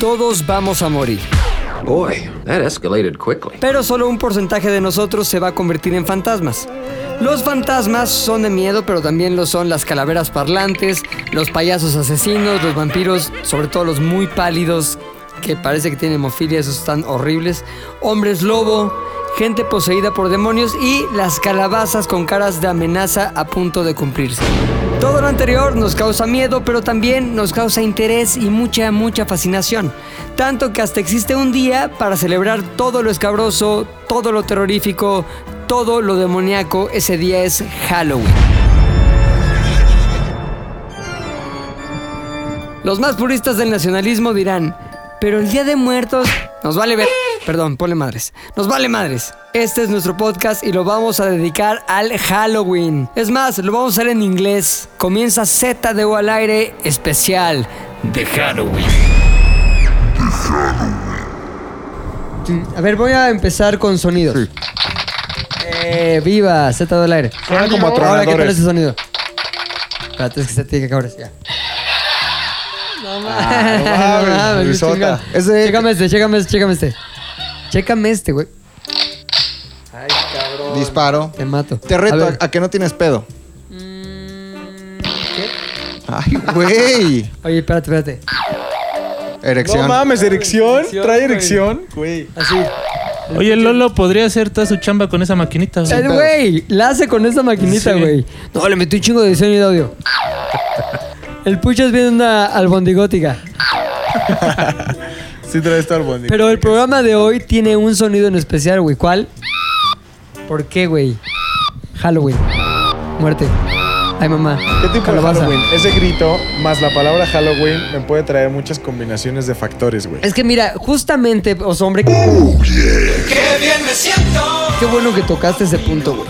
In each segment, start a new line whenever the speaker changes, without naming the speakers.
Todos vamos a morir.
Boy, that escalated quickly.
Pero solo un porcentaje de nosotros se va a convertir en fantasmas. Los fantasmas son de miedo, pero también lo son las calaveras parlantes, los payasos asesinos, los vampiros, sobre todo los muy pálidos, que parece que tienen hemofilia, esos están horribles, hombres lobo, gente poseída por demonios y las calabazas con caras de amenaza a punto de cumplirse. Todo lo anterior nos causa miedo, pero también nos causa interés y mucha, mucha fascinación. Tanto que hasta existe un día para celebrar todo lo escabroso, todo lo terrorífico, todo lo demoníaco. Ese día es Halloween. Los más puristas del nacionalismo dirán, pero el Día de Muertos nos vale ver. Perdón, ponle madres. Nos vale madres. Este es nuestro podcast y lo vamos a dedicar al Halloween. Es más, lo vamos a hacer en inglés. Comienza Z de O al aire especial de Halloween. A ver, voy a empezar con sonidos. Eh, viva Z de O al aire.
Suenan como
Ahora, ¿qué tal
tronadores.
ese sonido? Espérate, es que se tiene que acabar. Ya. No mames.
no mames,
qué
risota.
chingón.
Ese-
Chécame este, chécame este, chécame este. Chécame este, güey. Ay, cabrón.
Disparo.
Te mato.
Te reto
A
a,
ver.
a que no tienes pedo.
Mm,
Ay, güey.
Oye, espérate, espérate.
Erección.
No mames, erección.
Erección,
Trae
güey.
erección. Güey.
Así.
Oye, Lolo, podría hacer toda su chamba con esa maquinita. güey?
Eh, Güey, la hace con esta maquinita,
Sí.
güey. No, le metí un chingo de diseño y de audio. El Puchas viene una albondigótica.
Sí, trae esto al bondi.
Pero el programa de hoy tiene un sonido en especial, güey. ¿Cuál? ¿Por qué, güey? Halloween. Muerte. Ay, mamá.
¿Qué tipo
Calabaza.
de Halloween? Ese grito más la palabra Halloween me puede traer muchas combinaciones de factores, güey.
Es que mira, justamente, os hombre. ¡Qué bueno que tocaste ese punto, güey.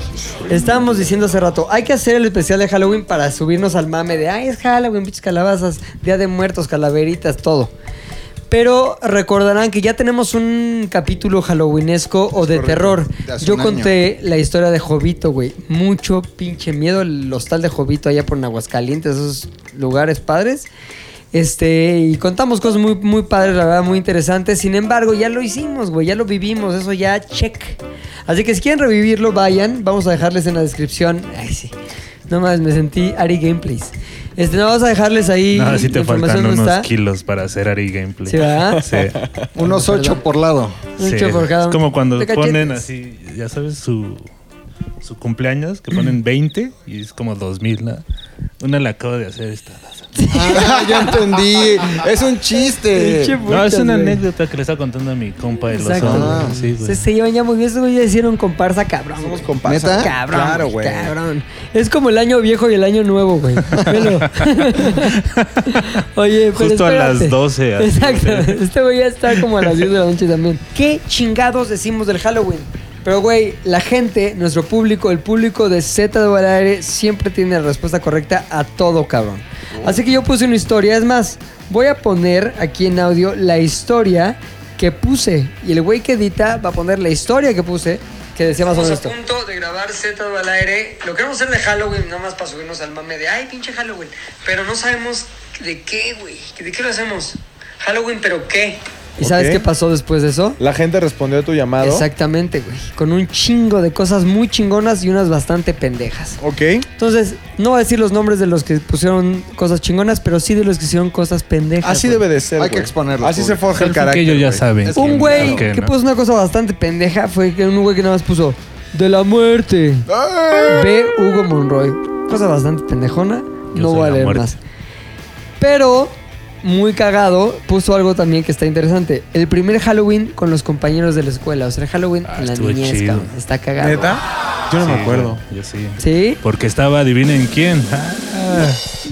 Estábamos diciendo hace rato, hay que hacer el especial de Halloween para subirnos al mame de, ay, es Halloween, pinches calabazas, Día de Muertos, calaveritas, todo. Pero recordarán que ya tenemos un capítulo halloweenesco o de terror.
de hace
Yo
un año.
conté la historia de Jovito, güey. Mucho pinche miedo el hostal de Jovito allá por Aguascalientes, esos lugares padres. Este, y contamos cosas muy, muy padres, la verdad, muy interesantes. Sin embargo, ya lo hicimos, güey, ya lo vivimos, eso ya check. Así que si quieren revivirlo, vayan. Vamos a dejarles en la descripción. Ay, sí. No más, me sentí Ari Gameplays. Este, no, vamos a dejarles ahí.
No, sí
la
te
información
faltan
no
unos
está.
kilos para hacer Ari Gameplay.
Sí, ¿verdad?
Sí.
Unos ocho por lado.
Un
Sí,
chorro por cada
es
uno.
como cuando
De cachetes.
ponen así, ya sabes, su, su cumpleaños, que ponen 20 y es como 2000. ¿no? Una la acabo de hacer esta.
Ah, yo entendí. Es un
Pinche
chiste.
No, es
putas,
una
güey.
anécdota que le estaba contando a mi compa de los
Exacto.
Ah.
hombres. Sí, güey.
Se, se llevan ya muy bien. Estos güeyes ya hicieron comparsa, cabrón. güey.
¿Neta?
Cabrón,
Claro, güey.
cabrón. Es como el año viejo y el año nuevo, güey. Velo. Oye, pero
Justo a
espérate.
las 12. así.
Exacto. Este güey ya está como a las 10 de la noche también. ¿Qué chingados decimos del Halloween? Pero, güey, la gente, nuestro público, el público de Z de Aire siempre tiene la respuesta correcta a todo, cabrón. Así que yo puse una historia. Es más, voy a poner aquí en audio la historia que puse. Y el güey que edita va a poner la historia que puse, que decía más o menos
Estamos
esto.
a punto de grabar Z al aire. Lo queremos hacer de Halloween, nada más para subirnos al mame de ay, pinche Halloween. Pero no sabemos de qué, güey. ¿De qué lo hacemos? Halloween, pero qué.
¿Y sabes
Ok.
qué pasó después de eso?
La gente respondió a tu llamado.
Exactamente, güey. Con un chingo de cosas muy chingonas y unas bastante pendejas.
Ok.
Entonces, no voy a decir los nombres de los que pusieron cosas chingonas, pero sí de los que hicieron cosas pendejas.
Así
güey.
debe de ser.
Hay que
güey.
exponerlo,
Así se
público.
forja
Creo
el
que
carácter.
ellos ya
güey.
saben.
Es
Un güey
Ok,
que
¿no?
puso una cosa bastante pendeja fue que un güey que nada más puso de la muerte. B. Hugo Monroy. Cosa bastante pendejona.
Yo
no
soy
voy a
la
leer
muerte.
más. Pero, muy cagado, puso algo también que está interesante. El primer Halloween con los compañeros de la escuela. O sea, el Halloween
Ah,
en la
estuvo
niñez,
chido.
cabrón. Está cagado.
¿Neta? Yo no me
Sí,
acuerdo.
güey, Yo sí.
¿Sí?
Porque estaba, adivinen quién. Ah,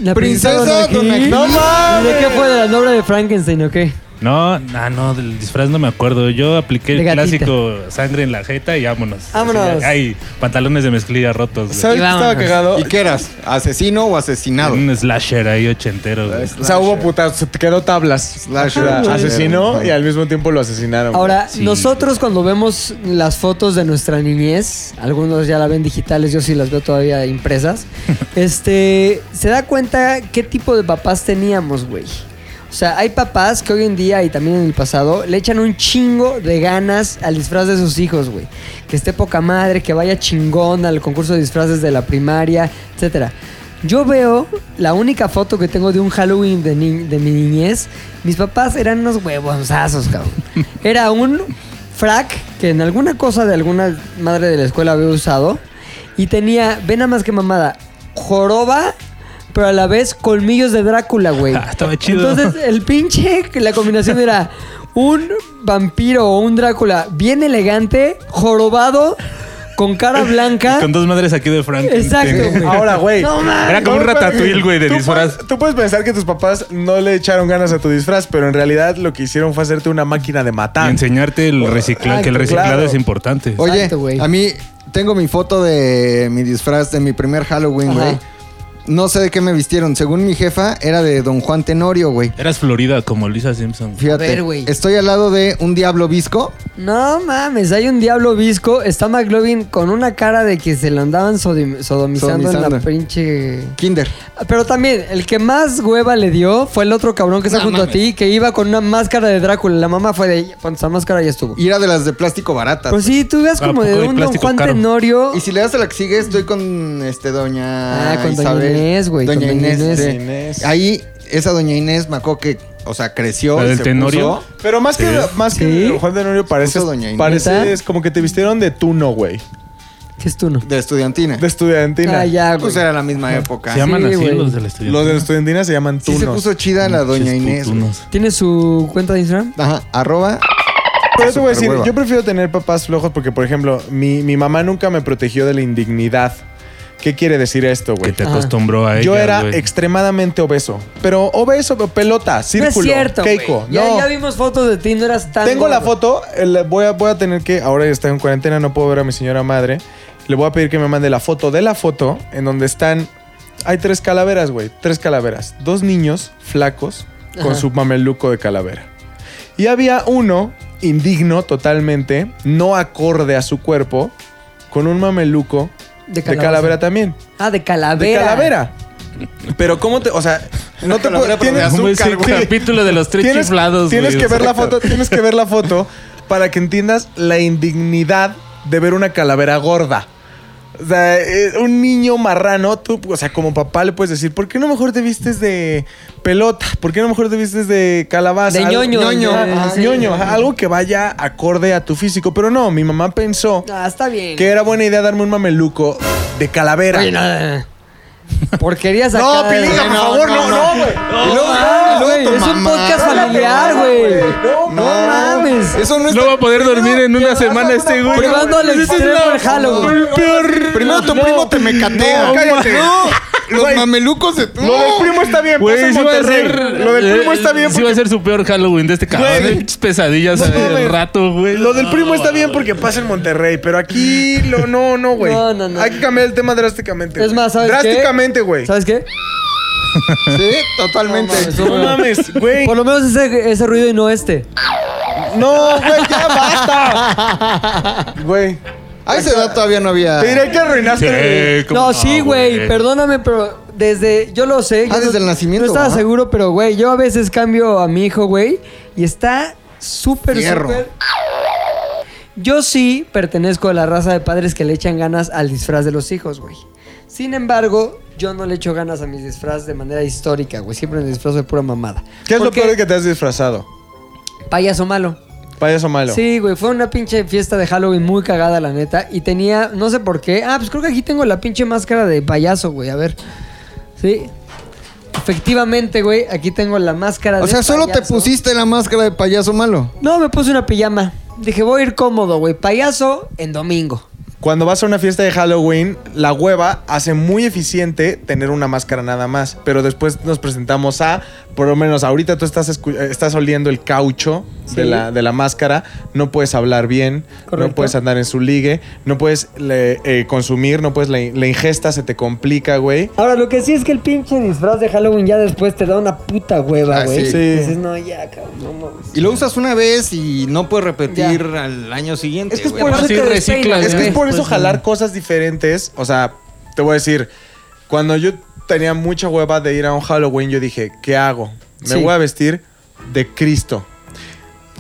La
Princesa
Donají.
Donají. ¡No
¿De qué fue? ¿De la novela de Frankenstein o qué?
No, no, no, del disfraz no me acuerdo. Yo apliqué
De
el
gatita.
clásico sangre en la jeta y vámonos.
Vámonos.
Hay pantalones de mezclilla rotos. güey.
¿Sabes
Y
qué estaba
vámonos.
cagado?
¿Y qué eras? ¿Asesino o asesinado?
Un slasher ahí ochentero. güey.
O sea, hubo putas, se te quedó tablas.
Slash,
Era
güey.
Asesinó y al mismo tiempo lo asesinaron.
Ahora,
Sí.
nosotros cuando vemos las fotos de nuestra niñez, algunos ya la ven digitales, yo sí las veo todavía impresas, este, se da cuenta qué tipo de papás teníamos, güey. O O sea, hay papás que hoy en día y también en el pasado le echan un chingo de ganas al disfraz de sus hijos, güey. Que esté poca madre, que vaya chingón al concurso de disfraces de la primaria, etcétera. Yo veo la única foto que tengo de un Halloween de, ni- de mi niñez. Mis papás eran unos huevonzazos, cabrón. Era un frac que en alguna cosa de alguna madre de la escuela había usado. Y tenía, ve nada más que mamada, joroba, pero a la vez colmillos de Drácula, güey.
Ah, estaba chido.
Entonces, el pinche, la combinación era un vampiro o un Drácula bien elegante, jorobado, con cara blanca.
Con dos madres aquí de Frank. Este,
Exacto, güey.
Ahora, güey.
No mames.
Era como un
No, pero-
ratatouille, güey, de
tú
disfraz.
puedes- Tú puedes pensar que tus papás no le echaron ganas a tu disfraz, pero en realidad lo que hicieron fue hacerte una máquina de
Y
matar.
enseñarte el
Ah,
recicla- que el
claro.
reciclado es importante.
Oye,
Exacto, güey.
a mí tengo mi foto de mi disfraz de mi primer Halloween,
Ajá.
güey. No sé de qué me vistieron. Según mi jefa, era de Don Juan Tenorio, güey.
Eras Florida como Lisa Simpson.
Fíjate,
A ver, güey.
estoy al lado de un diablo visco.
No mames, hay un diablo visco. Está McLovin con una cara de que se lo andaban sodim- sodomizando, en la
Sodomizando.
pinche.
Kinder.
Pero también, el que más hueva le dio fue el otro cabrón que está junto a ti, que iba con una máscara de Drácula. La mamá fue de. Ponte esa máscara ya estuvo.
Y era de las de plástico baratas.
Pues sí, tú veas
Ah,
como de
poco de
un Don
plástico
Juan
caro.
Tenorio.
Y si le das a la que sigue, estoy con este doña
Ah, con doña
Isabel.
Inés, güey,
Doña
con doña
Inés.
Inés.
sí.
Doña Inés.
Ahí, esa doña Inés me acuerdo que, o sea, creció.
¿La
y
del
se
Tenorio?
puso-
Pero más que,
Sí.
más que
Sí.
Don Juan de Norio parece,
Puso Doña Inés.
parece es como que te vistieron de tuno, güey.
¿Qué es tú, no?
de estudiantina.
De estudiantina.
Ah, ya, güey.
pues era la misma época.
Se llaman
Sí,
así
güey.
los del estudio.
Los de estudiantina se llaman
Sí
tunos.
se puso chida la doña Inés. güey.
¿Tiene su cuenta de Instagram?
Ajá, arroba.
Pero yo te voy a decir,
Superhueva.
yo prefiero tener papás flojos porque, por ejemplo, mi, mi mamá nunca me protegió de la indignidad. ¿Qué quiere decir esto,
Que
güey?
te
Ajá.
acostumbró a ella.
Yo era
güey.
extremadamente obeso. Pero obeso, pero pelota, círculo,
no es cierto. güey.
Keiko.
Ya,
no.
ya vimos fotos de ti, no eras tan.
Tengo la
gordo.
foto, eh, la voy a, voy a tener que, ahora está en cuarentena, no puedo ver a mi señora madre. Le voy a pedir que me mande la foto de la foto en donde están, hay tres calaveras, güey, tres calaveras. Dos niños flacos con
Ajá.
su mameluco de calavera. Y había uno, indigno totalmente, no acorde a su cuerpo, con un mameluco
De
de
calabaza.
calavera también.
Ah, de
De
calavera.
calavera. Pero cómo te, o sea, no te puedo... tienes-
Como ese capítulo de los tres
tienes,
chiflados,
tienes
güey.
que ver la foto, tienes que ver la foto para que entiendas la indignidad de ver una calavera gorda. O sea, eh, un niño marrano, tú, o sea, como papá le puedes decir, ¿por qué no mejor te vistes de pelota? ¿Por qué no mejor te vistes de calabaza?
De
Algo-
ñoño,
ñoño,
de- Ah,
ajá,
sí.
ñoño, ajá, algo que vaya acorde a tu físico. Pero no, mi mamá pensó
Ah, está bien.
que era buena idea darme un mameluco de calavera.
Oye, nada. Porquerías acá.
No, Pilinga, por
No,
favor, no,
no, no,
no, güey.
No,
Y luego-
mames,
y luego
güey,
tu
es un
mamá.
podcast familiar, güey.
No,
No mames.
Eso no es.
No va a poder dormir en una
vas a
semana
una
este güey.
Probando al extremo el Halloween.
Primero tu primo te mecatea.
No, cállate.
No, los mamelucos de.
Lo del primo está bien,
Güey,
pasa en
sí va a
Monterrey.
ser-
Lo del primo
eh,
está bien
Sí va a ser su peor Halloween de este cabrón.
Güey.
de pinches pesadillas
No, güey.
al rato, güey.
Lo del primo está bien porque pasa en Monterrey, pero aquí lo, no, no, güey.
No, no, no.
Hay que cambiar el tema drásticamente.
Es
güey.
más, ¿sabes qué?
Drásticamente, güey.
¿Sabes qué?
Sí, totalmente.
No
No mames, güey.
Por lo menos ese, ese ruido y no este.
No, güey, ya basta. Güey,
A esa edad todavía no había.
te diré que arruinaste.
Sí, ¿cómo
No, sí, güey, perdóname, pero desde. Yo lo sé.
Ah,
yo
desde
no-
el nacimiento,
No estaba
ajá.
seguro, pero, güey, yo a veces cambio a mi hijo, güey, y está súper,
Fierro.
súper. Yo sí pertenezco a la raza de padres que le echan ganas al disfraz de los hijos, güey. Sin embargo, yo no le echo ganas a mis disfraz de manera histórica, güey. Siempre me disfrazo de pura mamada.
¿Qué es lo
Porque
peor que te has disfrazado?
Payaso malo.
Payaso malo.
Sí, güey, fue una pinche fiesta de Halloween muy cagada, la neta. Y tenía, no sé por qué. Ah, pues creo que aquí tengo la pinche máscara de payaso, güey. A ver. Sí. Efectivamente, güey, aquí tengo la máscara de
O sea, solo te
payaso.
pusiste la máscara de payaso malo.
No, me puse una pijama. Dije, voy a ir cómodo, güey. Payaso en domingo.
Cuando vas a una fiesta de Halloween, la hueva hace muy eficiente tener una máscara nada más. Pero después nos presentamos a, por lo menos ahorita tú estás, escu- eh, estás oliendo el caucho de,
Sí.
la, de la máscara, no puedes hablar bien,
Correcto.
no puedes andar en su ligue, no puedes le- eh, consumir, no puedes la, in- la ingesta, se te complica, güey.
Ahora, lo que sí es que el pinche disfraz de Halloween ya después te da una puta hueva,
Ah,
güey.
sí.
Sí.
Dices, no, ya, cabrón, no mames.
Y lo usas una vez y no puedes repetir al año siguiente.
Es que es
güey.
por eso
sí
te
reciclas,
despeinas,
Es que
güey.
es por eso
Pues,
jalar
no.
cosas diferentes. O sea, te voy a decir, cuando yo tenía mucha hueva de ir a un Halloween, yo dije, ¿qué hago? me
Sí.
voy a vestir de Cristo.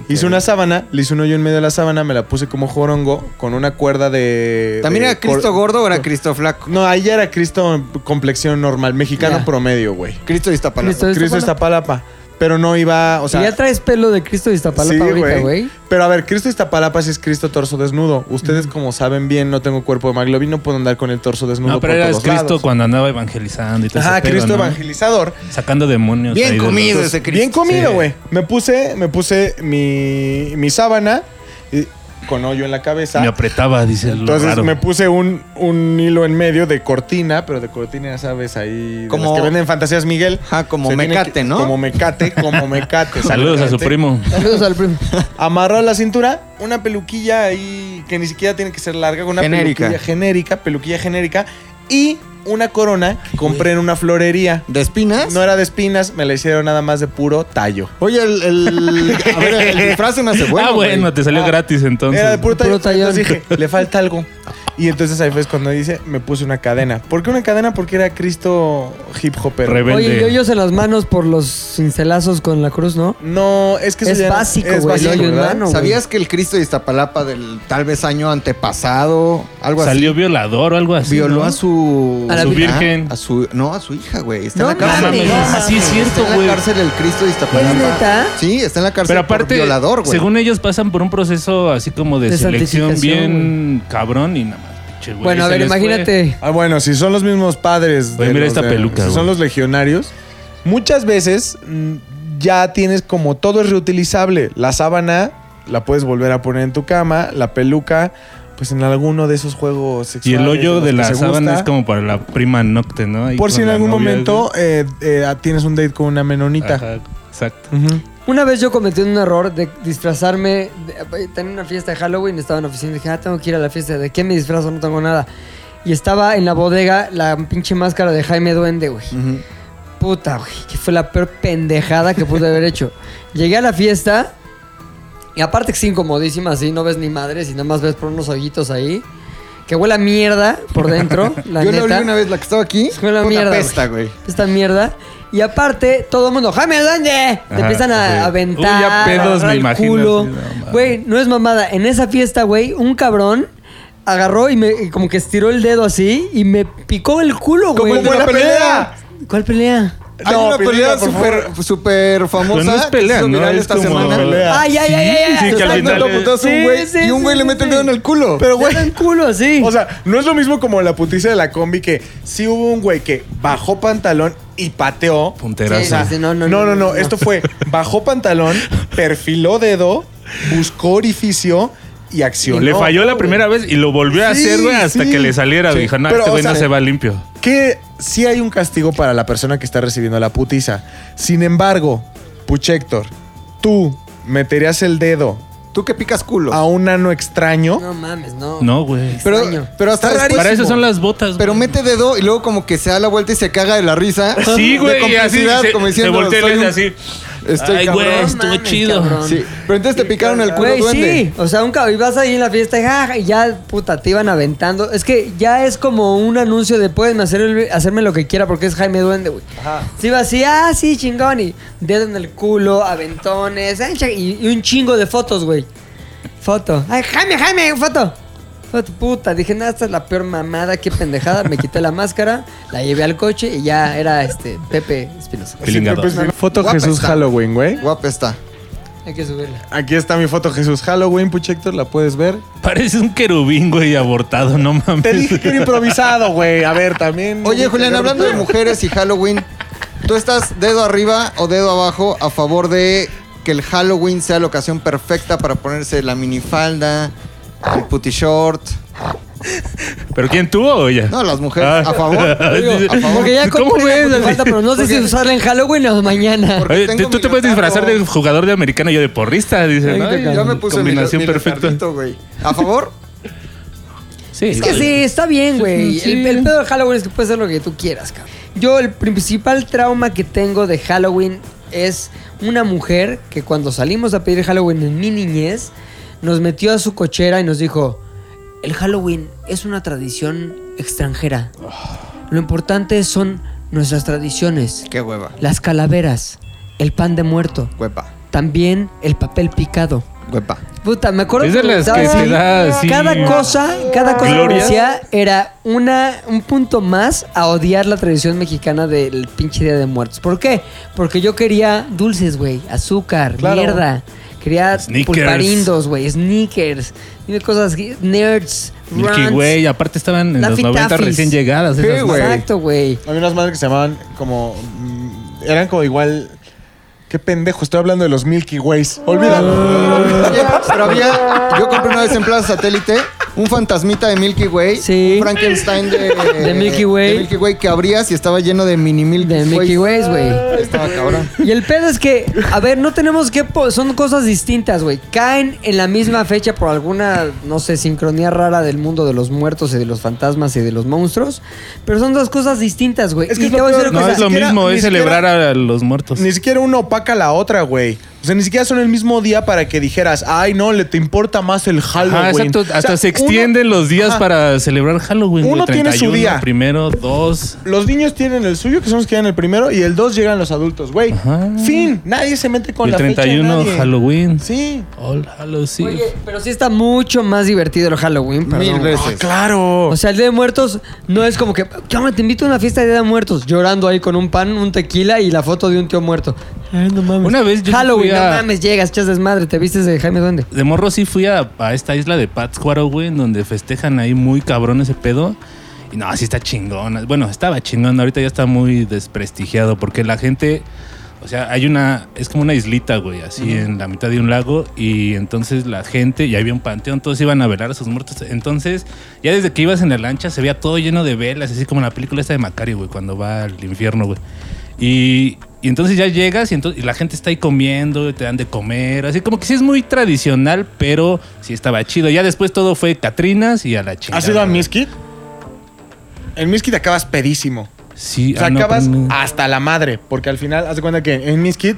Hice una sábana, le hice un hoyo en medio de la sábana, me la puse como jorongo con una cuerda de.
¿También
de
Eh,
era Cristo
cor-
gordo o era Cristo flaco?
No, ahí ya era Cristo en complexión normal, mexicano
Ya.
promedio, güey.
Cristo de Iztapalapa.
Cristo de
Cristo Iztapalapa. Pero no iba, o sea.
ya traes pelo de Cristo de Iztapalapa
Sí,
ahorita, güey.
Pero a ver, Cristo Iztapalapa sí es Cristo torso desnudo. Ustedes, como saben bien, no tengo cuerpo de Maglobi, no puedo andar con el torso desnudo
No, Ah, pero
por
era
todos
Cristo
lados.
cuando andaba evangelizando y todo
Ajá,
ese pedo,
Cristo
¿no?
evangelizador.
Sacando demonios.
Bien
ahí de los-
comido ese Cristo.
Bien comido,
Sí.
güey. Me puse, me puse mi, mi sábana y- con hoyo en la cabeza.
Me apretaba, dice el
Entonces
raro.
me puse un, un hilo en medio de cortina, pero de cortina, ya sabes, ahí. de
Como-
las que venden Fantasías Miguel.
Ajá, como
Se tiene
mecate,
que-
¿no?
Como mecate, como mecate.
Saludos a su
Mecate.
primo.
Saludos al primo.
Amarrado a la cintura, una peluquilla ahí que ni siquiera tiene que ser larga, una
Genérica.
peluquilla genérica, peluquilla genérica y una corona que compré en una florería.
¿De espinas?
No era de espinas, me la hicieron nada más de puro tallo.
Oye, el, el- a ver, el disfraz se me hace bueno.
ah, bueno,
güey.
te salió
Ah,
gratis entonces.
Era de puro tallo.
Puro tallón.
Entonces dije, le falta algo. Y entonces ahí fue cuando dice, me puse una cadena. ¿Por qué una cadena? Porque era Cristo hip hopper.
Rebelde.
Oye, y hoyos en las manos por los cincelazos con la cruz, ¿no?
No, es que eso
Es
ya no-
básico, güey, el hoyo en
¿verdad?
mano. güey.
¿Sabías que el Cristo de Iztapalapa del tal vez año antepasado, algo
Salió
así,
violador o algo así.
violó
¿no?
a su...
A la
Ah,
virgen.
a su, no, a su hija, güey. Está
No
en la cárcel.
mames. No
Está
Así es cierto,
en
güey.
la cárcel el Cristo de Iztapalapa.
¿Es neta?
Sí, está en la cárcel
Pero aparte,
por violador, güey.
según ellos pasan por un proceso así como de,
De
selección
santificación,
bien cabrón y nada más. pinche güey,
bueno, a
se
ver,
les fue.
imagínate.
Ah, bueno, si son los mismos padres.
Oye, mira
los
esta peluca,
si son
güey.
los legionarios. Muchas veces mm, ya tienes como todo es reutilizable. La sábana la puedes volver a poner en tu cama. La peluca, pues en alguno de esos juegos
Y
sexuales.
el hoyo
los
de
que
la
se
sábana
gusta.
es como para la prima nocte, ¿no? Ahí
Por si
con
en
la
algún
novia,
momento
güey.
eh, eh, tienes un date con una menonita.
Ajá, exacto.
Ujú.
Una vez yo cometí un error de disfrazarme. de- eh, tenía una fiesta de Halloween, estaba en la oficina y dije, ah, tengo que ir a la fiesta. ¿De qué me disfrazo? No tengo nada. Y estaba en la bodega la pinche máscara de Jaime Duende, güey.
Ujú.
Puta, güey, que fue la peor pendejada que pude haber hecho. Llegué a la fiesta y aparte que es incomodísima, así no ves ni madres y nada más ves por unos hoyitos ahí. Que huele a mierda por dentro, la
Yo
neta.
le olí una vez la que estaba aquí.
Fue la
fue una
mierda,
pesta, güey.
Esta mierda. Y aparte, todo el mundo, ¡Jaime, ¿dónde? Te
Ajá,
empiezan a
sí.
aventar.
Uy, ya pedos,
a agarrar
me
el
imagino,
culo.
sí, no mames.
Güey, no es mamada. En esa fiesta, güey, un cabrón agarró y me y como que estiró el dedo así y me picó el culo, güey.
Como en la pelea.
¿Cuál pelea?
Hay
No,
una pelea
película, por
súper super famosa.
Pero no es
que se
pelea,
hizo
¿no?
viral
Es
esta
como-
semana.
pelea.
Ay, ay, ay, ay, ay.
sí, que al
Está
final
dando
es-
putazos un
Sí,
güey
sí,
y un güey
sí,
le mete el dedo en el culo.
Pero, güey.
Te dan culo, sí.
O sea, no es lo mismo como la putiza de la combi que sí hubo un güey que bajó pantalón y pateó.
Punterazo.
Sí, sí, sí, no, no, no, no.
Esto fue bajó pantalón, perfiló dedo, buscó orificio y accionó.
Le falló la primera vez y lo volvió a
Sí,
hacer, güey, hasta
sí.
que le saliera.
Sí.
Dijo, no,
Pero,
este
o
güey no
sea,
se va limpio.
Que sí hay un castigo para la persona que está recibiendo la putiza. Sin embargo, Puchector, tú meterías el dedo
Tú que picas culo.
a un ano extraño.
No mames, no.
No, güey.
pero,
extraño.
pero hasta
Está
después-
Para eso son las botas,
Pero
güey.
mete dedo y luego como que se da la vuelta y se caga de la risa.
Sí,
De
güey, y así
complicidad,
se,
como
se
diciendo,
voltea y le
soy un-
hace así.
Este
Estoy
Ay, güey,
cabrón.
estuvo
Mames,
chido.
cabrón.
Sí, pero entonces te picaron el culo
Güey,
duende.
sí. O sea, un cabrón. Y vas ahí en la fiesta ja, ja, y ya, puta, te iban aventando. Es que ya es como un anuncio de pueden hacer el- hacerme lo que quiera porque es Jaime Duende, güey. Sí, va así, ah, sí, chingón. Y dedo en el culo, aventones. ay, cha- Y, y un chingo de fotos, güey. Foto. Ay, Jaime, Jaime, foto. Foto, puta. Dije, nada, esta es la peor mamada, qué pendejada. Me quité la máscara, la llevé al coche y ya era este Pepe Espinosa.
Pilingado.
Foto
Guapa
Jesús
está.
Halloween, güey.
Guapa está.
Hay que subirla.
Aquí está mi foto Jesús Halloween, Puchector, la puedes ver.
Parece un querubín, güey, abortado, no mames.
Te dije que era improvisado, güey. A ver, también.
Oye, Julián, hablando de mujeres y Halloween, ¿tú estás dedo arriba o dedo abajo a favor de que el Halloween sea la ocasión perfecta para ponerse la minifalda, el putty short?
¿Pero quién tú o ella?
No, las mujeres,
Ah.
a favor.
Digo,
a favor.
Porque ya
¿Cómo
compré
ves?
la falta, pero no sé si usarla en Halloween o mañana.
porque
Oye,
tengo
tú- tú
mi
te puedes
leotardo.
disfrazar de jugador de americano y yo de porrista, dice.
Ay,
¿no?
qué cabrón.
Yo me puse mi-
Combinación
mi
perfecta.
leotardito, güey. ¿A favor?
Sí,
Es que sí, está bien, güey. El, el pedo de Halloween es que puedes hacer lo que tú quieras, cabrón. Yo, el principal trauma que tengo de Halloween es una mujer que cuando salimos a pedir Halloween en mi niñez, nos metió a su cochera y nos dijo: El Halloween es una tradición extranjera. Lo importante son nuestras tradiciones.
Qué hueva.
las calaveras, el pan de muerto,
Huepa,
también el papel picado.
huepa.
Puta, me acuerdo
Es de
me
las
gustaba
que te
así.
da así-
cada cosa, cada cosa que
Glorias.
decía era una un punto más a odiar la tradición mexicana del pinche Día de Muertos. ¿Por qué? Porque yo quería dulces, güey, azúcar,
Claro.
mierda. Quería
Snickers.
pulparindos, güey, sneakers, dime cosas, que- nerds,
Milky
runs.
Way, aparte estaban en
Laffy
los 90
Taffys.
recién llegadas.
Sí,
esas
güey.
Exacto, güey.
Había unas madres que se llamaban como. mm, Eran como igual. Qué pendejo, estoy hablando de los Milky Ways.
Ah.
Olvídalo.
Oye, pero había. Yo compré una vez en Plaza Satélite un fantasmita de Milky Way.
Sí.
Un Frankenstein de.
De Milky Way.
de Milky Way que abrías y estaba lleno de mini Milky
De Mickey Ways, güey.
Estaba cabrón.
Y el pedo es que, a ver, no tenemos que... po- Son cosas distintas, güey. Caen en la misma fecha por alguna, no sé, sincronía rara del mundo de los muertos y de los fantasmas y de los monstruos. Pero son dos cosas distintas, güey.
Es que
y
es
te
lo
voy a decir
peor,
una cosa.
No es lo
Ni siquiera-
mismo,
ni
es
siquiera-
celebrar a los muertos.
Ni siquiera una opaca la otra, güey. O sea, ni siquiera son el mismo día para que dijeras, ay, no, le te importa más el Halloween.
Ajá, exacto.
O sea,
Hasta se
uno-
extienden los días
Ajá.
para celebrar Halloween. güey.
Uno tiene su
31,
día.
Primero, dos.
Los niños tienen el suyo, que son los que dan el primero, y el dos llegan los adultos, güey.
Ajá.
Fin. Nadie se mete con
y el
la fecha de
31,
nadie.
Halloween.
Sí.
All Hallows Eve.
Oye, pero sí está mucho más divertido el Halloween, perdón.
Mil
Ah,
veces.
claro.
O sea, el Día de Muertos no es como que, ¿qué onda? Te invito a una fiesta de Día de Muertos, llorando ahí con un pan, un tequila y la foto de un tío muerto. Ay, no mames.
Una vez yo
Halloween,
fui a-
no mames, llegas, echas desmadre, te vistes de Jaime Duende.
De morro sí fui a, a esta isla de Pátzcuaro, güey, en donde festejan ahí muy cabrón ese pedo. Y no, sí está chingón. Bueno, estaba chingón, ahorita ya está muy desprestigiado porque la gente, o sea, hay una, es como una islita, güey, así en la mitad de un lago y entonces la gente, y había un panteón, todos iban a velar a sus muertos. Entonces, ya desde que ibas en la lancha se veía todo lleno de velas, así como en la película esta de Macario, güey, cuando va al infierno, güey. Y, y entonces ya llegas y, entonces, y la gente está ahí comiendo, te dan de comer, así como que sí es muy tradicional, pero sí estaba chido. Ya después todo fue Catrinas y a la chingada.
¿Has ido a
güey.
Miskit? En Miskit acabas pedísimo.
Sí,
O sea,
ah, no,
acabas
pero no.
hasta la madre, porque al final, haz de cuenta que en Miskit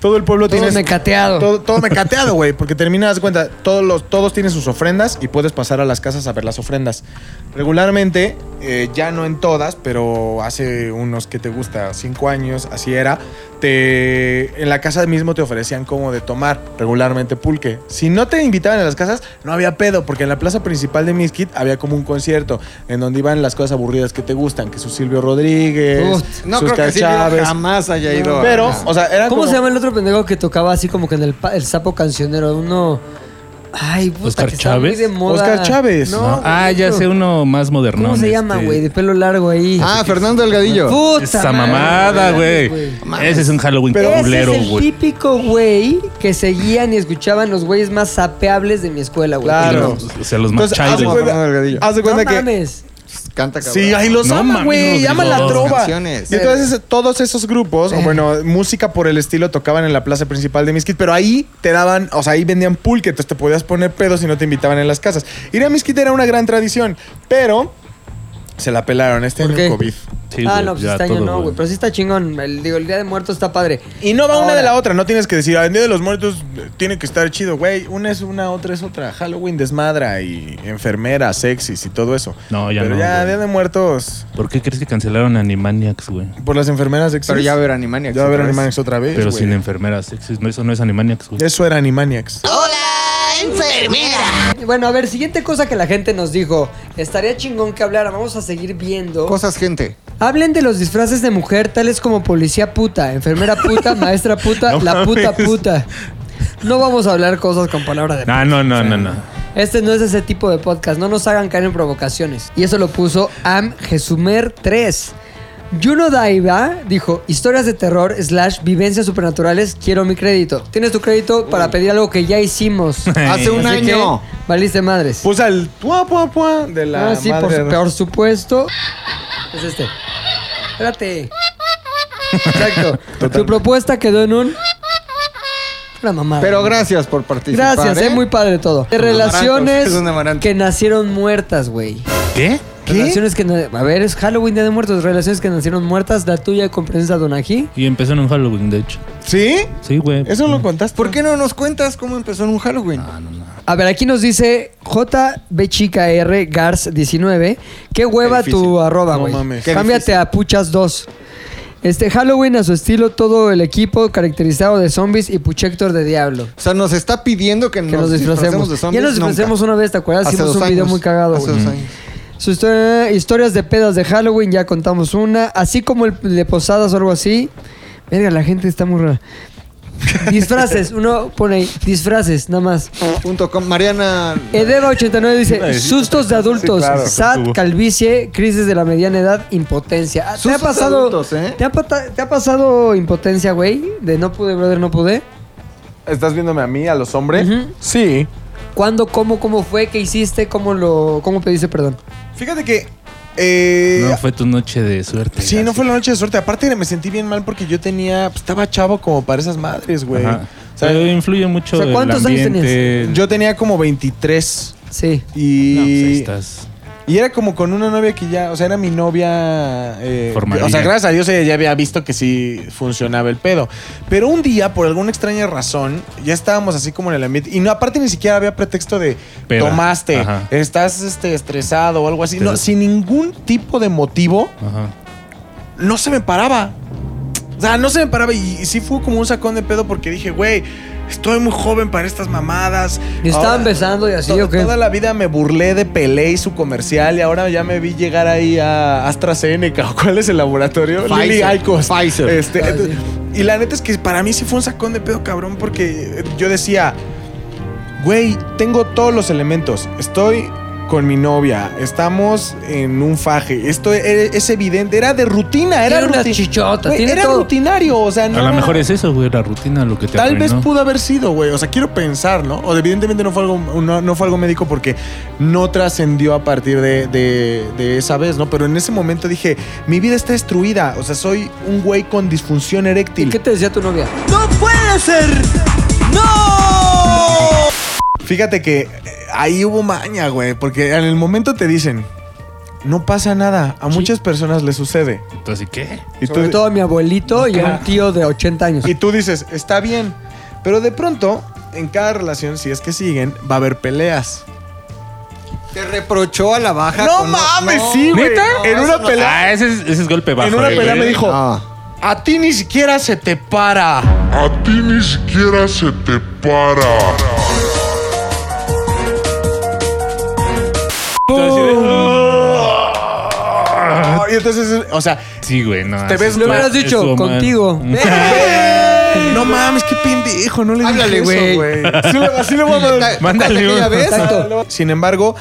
todo el pueblo
Todo
tiene...
mecateado.
Todo, todo mecateado, güey, porque termina, haz de cuenta, todos, los, todos tienen sus ofrendas y puedes pasar a las casas a ver las ofrendas. Regularmente, eh, ya no en todas, pero hace unos que te gusta, cinco años, así era, te, en la casa mismo te ofrecían como de tomar regularmente pulque. Si no te invitaban a las casas, no había pedo, porque en la plaza principal de Miskit había como un concierto en donde iban las cosas aburridas que te gustan, que su Silvio Rodríguez,
Uf, no
sus
creo que Silvio
cachaves.
jamás haya ido. a-
pero, o sea, era
¿Cómo
Ah, como-
se llama el otro pendejo que tocaba así como que en el, pa- el sapo cancionero? Uno. Ay, puta,
¿Oscar
que está muy
Chávez?
de moda.
Oscar Chávez.
No,
No,
güey,
ah, ya
no.
sé uno este más moderno.
¿Cómo se llama, güey? De pelo largo ahí.
Ah, Fernando Delgadillo.
puta.
Esa
madre,
mamada, güey.
Mames.
Ese es un Halloween
Pero ese es
culero,
el
güey.
típico güey que seguían y escuchaban los güeyes más sapeables de mi escuela, güey.
Claro.
Los- O sea, los más
Entonces, haz de
childish, güey.
cuenta,
Ah, Fernando Delgadillo.
haz de
No
cuenta que
mames.
Canta cabrón.
Sí, ahí los
No
ama,
mames,
güey.
Rodrigo.
Ama la
Dos
trova.
canciones.
Y entonces todos esos grupos, o bueno, música por el estilo, tocaban en la plaza principal de Miskit, pero ahí te daban, o sea, ahí vendían pulque, entonces te podías poner pedos y no te invitaban en las casas. Ir a Miskit era una gran tradición, pero se la pelaron este
¿Por
año
qué?
COVID.
Sí,
ah,
güey,
no, pues
ya
este año
todo,
no, güey. Pero sí está chingón. El, digo, el Día de Muertos está padre.
Y no va una de
Ahora.
la otra, no tienes que decir, "Ah, el Día de los Muertos eh, tiene que estar chido, güey. Una es una, otra es otra. Halloween desmadra y enfermera, sexys y todo eso.
No, ya
Pero
no,
ya,
güey.
Día de Muertos,
¿Por qué crees que cancelaron Animaniacs, güey?
por las enfermeras sexys.
Pero ya va a ver Animaniacs.
Ya va a haber
otra vez.
Animaniacs otra vez.
Pero
güey.
sin enfermeras sexys. No, eso no es Animaniacs, güey.
Eso era Animaniacs.
Oh.
Bueno, a ver, siguiente cosa que la gente nos dijo. Estaría chingón que hablara. Vamos a seguir viendo.
Cosas, gente.
Hablen de los disfraces de mujer, tales como policía puta, enfermera puta, maestra puta,
No
la puta
mames.
puta. No vamos a hablar cosas con palabras de
No, no, no, no, no.
Este no es ese tipo de podcast, no nos hagan caer en provocaciones. Y eso lo puso Am Jesumer 3. Juno Daiba dijo, historias de terror slash vivencias supernaturales, quiero mi crédito. Tienes tu crédito para pedir algo que ya hicimos.
Hace un
Así que,
año.
valiste madres.
Pusa el pua pua pua de la
Ah, sí, por,
madre.
su- por supuesto. Es este. Espérate. Exacto. Tu propuesta quedó en un. Una mamada.
Pero gracias por participar.
Gracias, es
¿eh?
muy padre todo. De
Un amaranto,
relaciones
es un amaranto.
que nacieron muertas, güey.
¿Qué?
Relaciones que. na- A ver, es Halloween Día de Muertos. Relaciones que nacieron muertas. La tuya con Princesa Donají.
Y empezó en un Halloween, de hecho.
¿Sí?
Sí, güey.
Eso lo contaste. Ah,
¿Por qué no nos cuentas cómo empezó en un Halloween?
A ver, aquí nos dice JBCHICAR Gars 19. Qué hueva
Qué difícil.
tu arroba,
No
güey.
mames.
Qué
Cámbiate
difícil.
a Puchas 2. Este Halloween a su estilo, todo el equipo caracterizado de zombies y Puchector de Diablo.
O sea, nos está pidiendo que,
Que nos disfracemos.
de zombies.
ya nos disfracemos
Nunca.
una vez, ¿te acuerdas?
Hace
Hicimos
dos
un video
años.
muy cagado.
Hace
güey.
dos años.
Su historia- historias de pedas de Halloween, ya contamos una. Así como el de posadas o algo así. Verga, la gente está muy rara. Disfraces, uno pone ahí, disfraces, nada más.
Punto com. Mariana.
Edeva89 dice: Sustos de adultos,
Sí, claro.
SAT, calvicie, crisis de la mediana edad, impotencia. Ah, ¿Te ha
Sustos de
pasado,
adultos, ¿eh?
¿te, ha pata- te ha pasado impotencia, güey? De no pude, brother, no pude.
¿Estás viéndome a mí, a los hombres?
Ujú.
Sí.
¿Cuándo, cómo, cómo fue, qué hiciste, cómo lo, cómo pediste perdón?
Fíjate que. eh,
No fue tu noche de suerte.
Sí, no fue la noche de suerte. Aparte me sentí bien mal porque yo tenía, pues, estaba chavo como para esas madres, güey.
Ajá.
O sea,
Pero influye mucho
O sea, ¿cuántos
el
años
ambiente.
yo tenía como 23
Sí.
y
No, pues ahí estás.
y era como con una novia que ya, o sea, era mi novia eh,
Formalilla.
o sea, gracias a Dios ella ya había visto que sí funcionaba el pedo. Pero un día por alguna extraña razón ya estábamos así como en el ambiente y no aparte ni siquiera había pretexto de
Peda.
tomaste,
Ajá.
estás este estresado o algo así, no,
Te-
sin ningún tipo de motivo.
Ajá.
no se me paraba. O sea, no se me paraba y, y sí fue como un sacón de pedo porque dije, güey, estoy muy joven para estas mamadas.
Y estaban
Ahora-
besando y así,
to-
¿o qué?
Toda la vida me burlé de Pelé y su comercial y ahora ya me vi llegar ahí a AstraZeneca. ¿o ¿Cuál es el laboratorio?
Pfizer.
Lilly Icos.
Pfizer.
Este,
Ah, sí.
entonces- y la neta es que para mí sí fue un sacón de pedo cabrón porque eh, yo decía, güey, tengo todos los elementos. Estoy con mi novia, estamos en un faje. Esto e- es evidente, era de rutina, era
Tiene unas
ruti-
chichotas,
Güey,
tiene
era
todo.
rutinario, o sea, no
A lo
era-
mejor es eso, güey, la rutina, lo que te
Tal vez
arruinó.
pudo haber sido, güey. O sea, quiero pensar, ¿no? O evidentemente no fue algo, no, no fue algo médico porque no trascendió a partir de, de- de esa vez, ¿no? Pero en ese momento dije, mi vida está destruida. O sea, soy un güey con disfunción
¿Y
eréctil.
qué te decía tu novia?
Fíjate que eh, ahí hubo maña, güey. Porque en el momento te dicen, no pasa nada. A muchas personas les sucede.
Entonces, ¿qué?
Y
Sobre
tú-
todo a mi abuelito y a
Claro.
un tío de 80 años.
Y tú dices, está bien. Pero de pronto, en cada relación, si es que siguen, va a haber peleas.
Te reprochó a la baja.
¡No
con-
mames,
no.
sí, güey!
¿Neta?
en
No,
una
eso no-
pelea...
Ah, ese es, ese es golpe bajo.
En una
eh,
pelea
güey.
me dijo,
Ah.
a ti ni siquiera se te para.
A ti ni siquiera se te para.
Ah,
Tú así de, "Ah".
Y entonces, o sea,
Sí, güey, no.
Te
eso
ves-
es
Lo
tu-
hubieras
es
dicho,
tu-
contigo.
Mm.
no mames, qué pendejo, no le dije
Háblale,
eso,
güey.
Sí le- Así le voy a mandar.
Mándale
¿Aquella
un-
vez?
Exacto.
Sin embargo,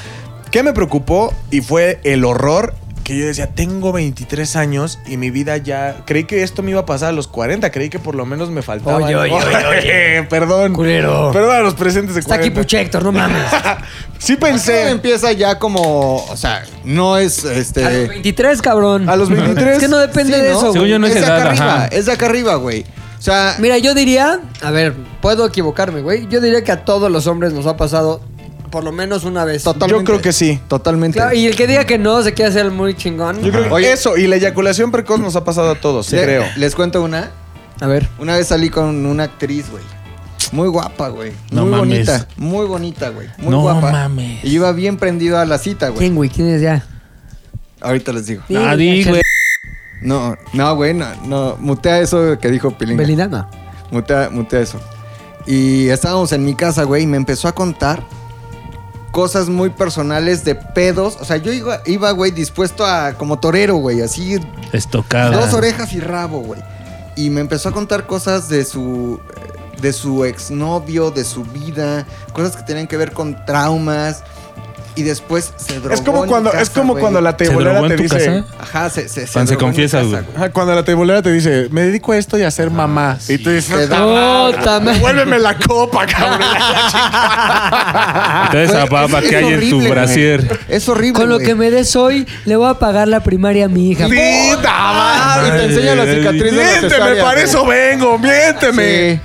¿qué me preocupó? Y fue el horror que yo decía, tengo 23 años y mi vida ya... Creí que esto me iba a pasar a los 40, creí que por lo menos me faltaba...
Oye, oye, oye,
perdón.
Culero.
Perdón a los presentes de
Está aquí
40.
Puchector, no mames.
Sí
Se
pensé...
empieza ya como. O sea, no es
A los
este.
23, cabrón.
A los 23.
Es que no depende
Sí,
de
¿no?
eso,
Según
güey.
yo no es
de
edad,
acá arriba.
ajá.
Es de acá arriba, güey. O sea,
Mira, yo diría, a ver, puedo equivocarme, güey. Yo diría que a todos los hombres nos ha pasado por lo menos una vez.
totalmente.
Yo creo que sí.
Totalmente.
Claro, y el que diga que no se quiere hacer el muy chingón.
Yo creo que
Oye.
eso y la eyaculación precoz nos ha pasado a todos,
Le-
creo.
Les cuento una.
A ver.
Una vez salí con una actriz, güey. Muy guapa, güey.
No
muy
mames.
bonita. Muy bonita, güey. Muy
No
guapa.
mames.
Y yo iba bien prendido a la cita, güey.
¿Quién, güey? ¿Quién es ya?
Ahorita les digo.
Ah, di, güey.
No, no, güey, no, no. Mutea eso que dijo Pilinga.
Belinda, no.
Mutea, mutea eso. Y estábamos en mi casa, güey, y me empezó a contar cosas muy personales de pedos. O sea, yo iba, iba, güey, dispuesto a como torero, güey, así
Estocada.
Dos orejas y rabo, güey. Y me empezó a contar cosas de su de su exnovio, de su vida, cosas que tenían que ver con traumas. Y después se drogó.
Es como
en
cuando,
mi casa,
es como
güey.
cuando la
¿Se drogó
teibolera
en
te
tu
dice.
casa?
Ajá, se, se, drogó en
Cuando se
mi
confiesa,
casa,
güey.
Ajá, Cuando la teibolera te dice, me dedico a esto y a ser mamá.
sí.
Y tú dices,
Ah. Te da-
¡Puta madre!
vuélveme la copa, cabrón.
Toda esa
Ah, Güey,
baba
es- es
que hay en tu
horrible,
brasier.
Es horrible.
Con lo
güey.
que me des hoy, le voy a pagar la primaria a mi hija.
Ah, y te enseña la cicatriz de la
Miénteme,
cesárea,
para
güey.
eso vengo, miénteme.
Sí.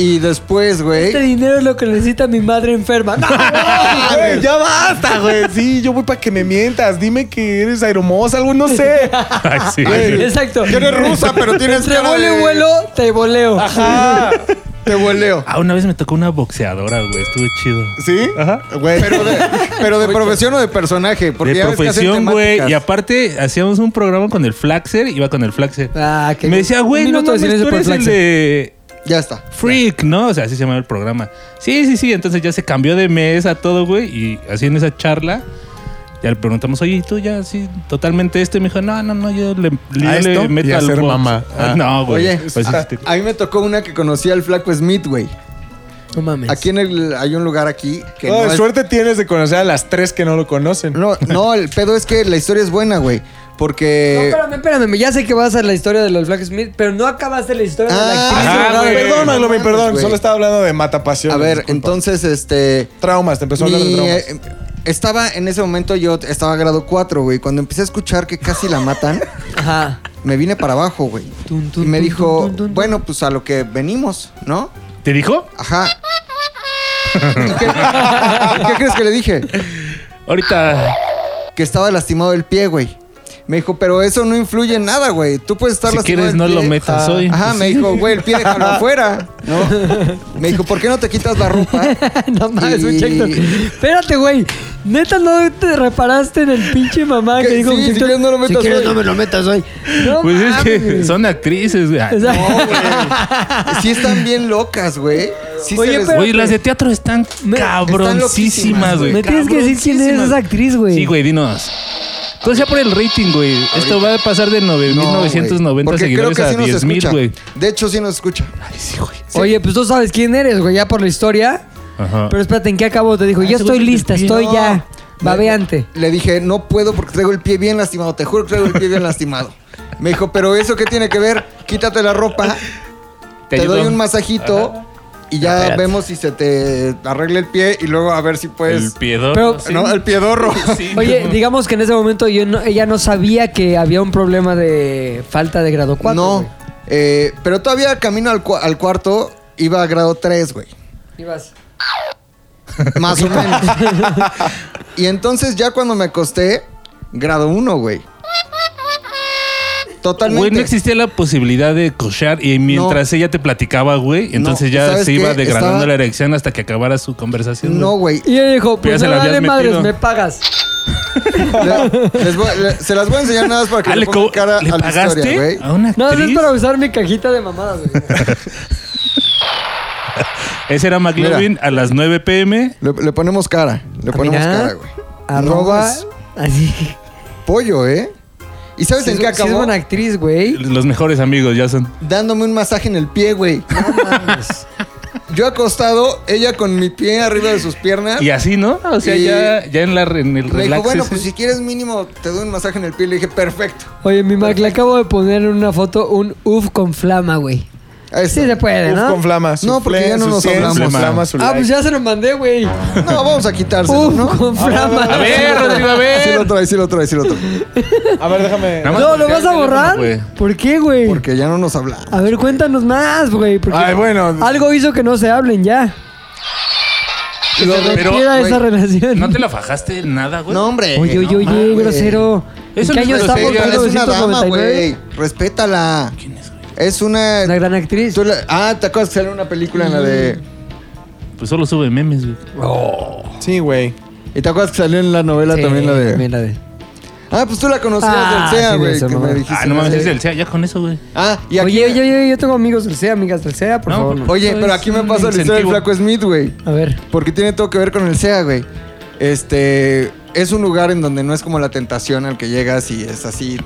Y después,
Este
güey.
dinero es lo que necesita mi madre enferma. ¡No!
Ah, güey, ya basta, güey. Sí, yo voy para que me mientas. Dime que eres aeromosa, algo, no sé.
Ay, sí.
Exacto.
Que eres rusa, pero tienes
Entre
cara
vuelo
de-
y vuelo, te voleo.
Ajá.
ah, Te voleo.
Ah, una vez me tocó una boxeadora, güey. Estuvo chido.
¿Sí? Ajá. Güey.
Pero de, pero de profesión o de personaje. Porque
de
ya ves que hacen
profesión, güey.
temáticas.
Y aparte, hacíamos un programa con el Flaxer. Iba con el Flaxer.
Ah, qué-
me decía,
un
güey, no
minuto de
mames, tú
silencio por eh.
eres el
Flaxer.
de
Ya está.
Freak, ¿no? O sea, así se llamaba el programa. Sí, sí, sí. Entonces ya se cambió de mesa todo, güey. Y así en esa charla, ya le preguntamos, oye, ¿y tú ya así totalmente esto? Y me dijo, no, no, no, yo le, yo le
esto?
meto
Y
al
hacer
box".
mamá.
Ah,
Ah.
no, güey.
Oye, Ah.
Pues,
a,
este-
a mí me tocó una que conocía al flaco Smith, güey.
No mames.
Aquí en el, hay un lugar aquí que
No,
no es-
suerte tienes de conocer a las tres que no lo conocen.
No, no, el pedo es que la historia es buena, güey.
No,
Porque...
espérame, espérame. Ya sé que vas a la historia de los Black Smith, pero no acabaste la historia de la
Ah,
actriz. güey.
ajá,
perdón, perdón,
No
Aglomi,
mames,
perdón.
güey.
Solo estaba hablando de matapasiones.
a ver,
disculpa.
entonces, este...
Traumas, te
Pues,
empezó a hablar de
mi-
traumas.
eh, estaba en ese momento, yo estaba grado 4, güey. Cuando empecé a escuchar que casi la matan,
Ajá.
me vine para abajo, güey.
Tun,
Y
tun,
me
tun,
dijo,
tun, tun, tun.
bueno, pues a lo que venimos, ¿no?
¿Te dijo?
Ajá. ¿Y qué, y qué crees que le dije?
Ahorita.
Que estaba lastimado el pie, güey. Me dijo, pero eso no influye en nada, güey. Tú puedes estar
Si
lastimado.
quieres,
el
no
pie".
lo metas
Ajá.
hoy.
Ajá,
Pues
me
sí.
dijo, güey, el pie déjalo afuera, ¿no? Me dijo, ¿por qué no te quitas la ropa?
no mames, un
Y-
Chector. Espérate, güey. Neta, no te reparaste en el pinche mamá que
Que
dijo
sí,
un
si
Chector?
quieres no lo metas
quieres
hoy.
no me lo metas hoy. No
Pues es que
mames.
son actrices, güey.
O sea,
Sí están bien locas, güey. Sí se
Oye,
les-
pero-
Güey, las de teatro están cabroncísimas,
loquísimas,
güey.
Me tienes que decir quién es esa actriz, güey.
Sí, güey, dinos. Entonces ya por el rating, güey. Esto va a pasar de
No, güey.
9.990
Porque creo
seguidores
que
a
sí nos
10.000,
escucha.
güey.
De hecho, sí nos escucha.
Ay, sí, Ah. güey.
Oye, pues tú sabes quién eres, güey, ya por la historia.
Ajá.
Pero espérate, ¿en qué acabó? Te dijo,
Ah,
ya
ese
estoy
güey se
lista,
limpió.
estoy
No.
ya babeante.
Le dije, no puedo porque traigo el pie bien lastimado. Te juro que traigo el pie bien lastimado. Me dijo, pero ¿eso qué tiene que ver? Quítate la ropa, te,
ayudo.
doy un masajito y ya vemos si se te arregla el pie y luego a ver si
El
puedes...
piedón.
Pero-
sí.
¿No? El piedorro.
Sí.
Oye, digamos que en ese momento yo no- ella no sabía que había un problema de falta de grado 4.
no, eh, pero todavía camino al, cua- al cuarto iba a grado 3, güey.
Ibas.
Más o menos. y entonces ya cuando me acosté, grado 1, güey. Totalmente.
Güey, no existía la posibilidad de cochar y mientras ella te platicaba, güey, entonces
No,
ya
¿sabes
se iba
qué?
degradando
Estaba-
la erección hasta que acabara su conversación.
No,
güey.
güey.
Y ella dijo,
Pero ya
pues
se
no,
la habías
dale madres,
metido.
me pagas.
Le- les voy- le- se las voy a enseñar nada más para que
Ah,
le
¿le,
pongan
co-
cara
¿le
a la
pagaste Ah.
historia, güey.
a una
No, eso es
actriz?
para usar mi cajita de mamadas, güey.
Ese era McLovin a las 9 pm.
Le, le ponemos cara. Le ponemos
Ah, Mira,
cara, güey.
Arroba.
No,
Así.
es pollo, ¿eh? ¿Y sabes
Sí,
en qué
es- sí es
acabó?
buena actriz, güey.
Los mejores amigos ya son.
Dándome un masaje en el pie, güey.
No mames.
Yo acostado, ella con mi pie arriba de sus piernas.
Y así, ¿no? O sea,
Y-
ya, ya en, la, re- en
me
el
dijo,
relax.
bueno,
ese.
pues si quieres mínimo te doy un masaje en el pie. Le dije, perfecto.
Oye, mi Mac, le acabo de poner en una foto un uf con flama, güey.
Ahí está.
Sí se puede,
Uf,
¿no?
con flamas.
No, porque ya no nos hablamos.
Ah, pues ya se lo mandé, güey. Uf
No, vamos a quitárselo, ¿no?
con flama.
A ver, Rodrigo, a
Sí
ver.
lo trae, sí lo trae, sí lo trae.
A ver, déjame.
Nada más
No, ¿lo
voltea
vas a
el
borrar?
teléfono, güey.
¿Por qué, güey?
Porque ya no nos hablamos.
A ver, cuéntanos más, güey. porque
Ay, bueno.
Algo hizo que no se hablen ya. Que se
Pero,
requiera
güey,
esa relación.
¿No te la fajaste en nada, güey?
No, hombre.
Oye, oye,
no
oye,
mames.
grosero. ¿En
Eso
qué
no es
año estamos?
grosería,
Respeta, es una dama,
1999.
güey. Respétala. ¿Quién es, Es una.
Una gran actriz.
tú la- Ah, ¿te acuerdas que salió una película en la de.
Pues solo sube memes, güey.
Sí, güey.
¿Y te acuerdas que salió en la novela
Sí,
también la de.
también la de.
Ah, pues tú la conocías
Ah,
del CEA,
sí, de
güey.
esa
que me
mamá.
dijiste.
Ah, no mames,
Sí.
es el SEA, ya con eso, güey.
Ah, y aquí.
Oye, oye, oye, yo tengo amigos del CEA, amigas del CEA, por
No,
favor. no. pues,
Oye, pero aquí me pasa la historia del
Incentivo.
Flaco Smith, güey.
A ver.
Porque tiene todo que ver con el SEA, güey. Este. Es un lugar en donde no es como la tentación al que llegas y es así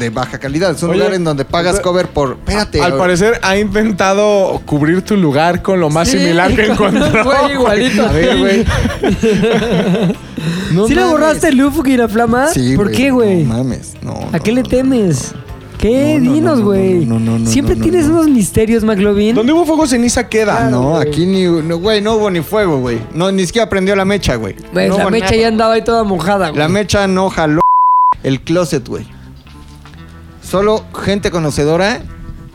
de baja calidad. Es un
Oye,
lugar en donde pagas
pero-
cover por. Espérate.
Al
güey.
parecer ha intentado cubrir tu lugar con lo más
Sí,
similar que
con un
encontró.
güey igualito.
A ver, güey. No
¿Sí le
mames.
borraste el UFO y la flama?
Sí,
¿Por qué, güey?
No mames. No.
¿A
no,
qué le
no,
temes? ¿Qué?
No, no,
Dinos,
no,
güey.
no, no, no, no,
Siempre
no,
tienes
no.
unos misterios, McLovin.
Donde hubo fuego, ceniza queda.
Ah, No, No,
güey.
aquí ni. no, Güey, no, hubo ni fuego, güey. No, ni siquiera prendió la mecha, güey.
Pues,
No
la
hubo
mecha
nada.
ya andaba ahí toda mojada, güey.
La mecha no jaló el closet, güey. Solo gente conocedora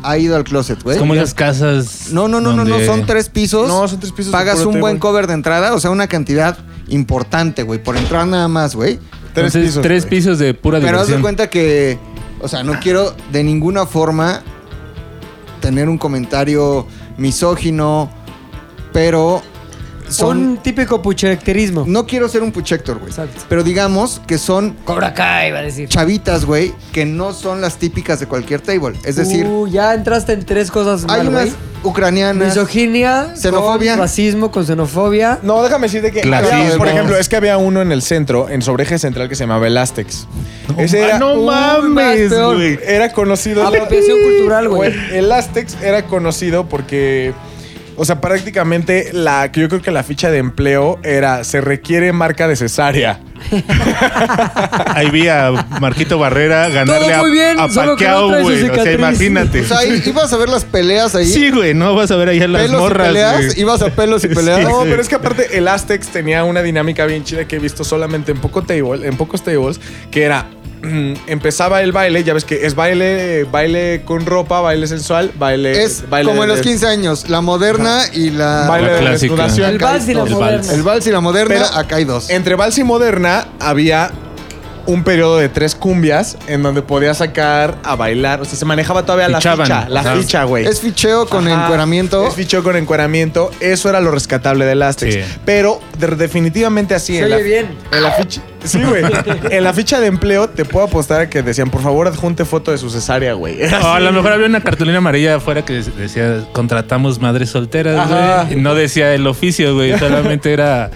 ha ido al closet, güey.
Es como esas casas.
No, no, no, no, no,
donde-
son tres pisos.
No, son tres pisos de
Pagas
puro
un
té,
buen
güey.
cover de entrada, o sea, una cantidad importante, güey, por entrar nada más, güey.
Tres
Entonces,
pisos.
Tres
güey.
pisos de pura
Pero haz de
diversión.
cuenta que, o sea, no quiero de ninguna forma tener un comentario misógino, pero son...
Un típico puchecterismo.
No quiero ser un puchector, güey.
Exacto.
Pero digamos que son
Cobra Kai, va a decir.
chavitas, güey, que no son las típicas de cualquier table. Es decir,
Uh, ya entraste en tres cosas
hay
mal,
unas
güey.
ucranianas.
Misoginia,
Xenofobia.
con racismo, con xenofobia.
No, déjame decirte que.
Clasismo.
había, por ejemplo, es que había uno en el centro, en sobre eje central, que se llamaba el Aztecs. Ese
ma-
era.
no
Uy,
mames,
más peor.
güey.
Era conocido.
Apropiación cultural, güey.
El Aztecs era conocido porque. O sea, prácticamente la que yo creo que la ficha de empleo era se requiere marca de cesárea.
Ahí vi a Marquito Barrera ganarle
muy bien,
a, a
solo que no
Pacquiao,
trae su
güey. O sea,
cicatriz.
imagínate.
O sea, Pues ahí ibas a ver las peleas ahí.
sí, güey, no vas a ver ahí a las
pelos
morras.
y peleas.
güey.
Ibas a pelos y peleas.
No, pero es que aparte el Aztecs tenía una dinámica bien chida que he visto solamente en, poco table, en pocos tables, que era, mm, empezaba el baile, ya ves que es baile, baile con ropa, baile sensual, baile...
Es
Eh, baile
como en
de-
los 15 años, la moderna y la...
Baile
La
de
clásica.
desnudación.
El vals y la
El
moderna.
vals.
El vals y la moderna,
Pero-
acá hay dos.
Entre vals y moderna había un periodo de tres cumbias en donde podía sacar a bailar. O sea, se manejaba todavía la
Fichaban.
ficha. La
Ajá.
ficha, güey.
Es ficheo con
Ajá.
encueramiento.
Es fichó con encueramiento. Eso era lo rescatable del Aztecs.
Sí.
Pero de- definitivamente así.
Se
en la-
oye bien.
En la ficha. Sí, güey. en la ficha de empleo te puedo apostar a que decían, por favor, adjunte foto de su cesárea, güey. Era
O a
así.
lo mejor había una cartulina amarilla afuera que decía contratamos madres solteras,
Ajá.
güey. Y No decía el oficio, güey. Solamente era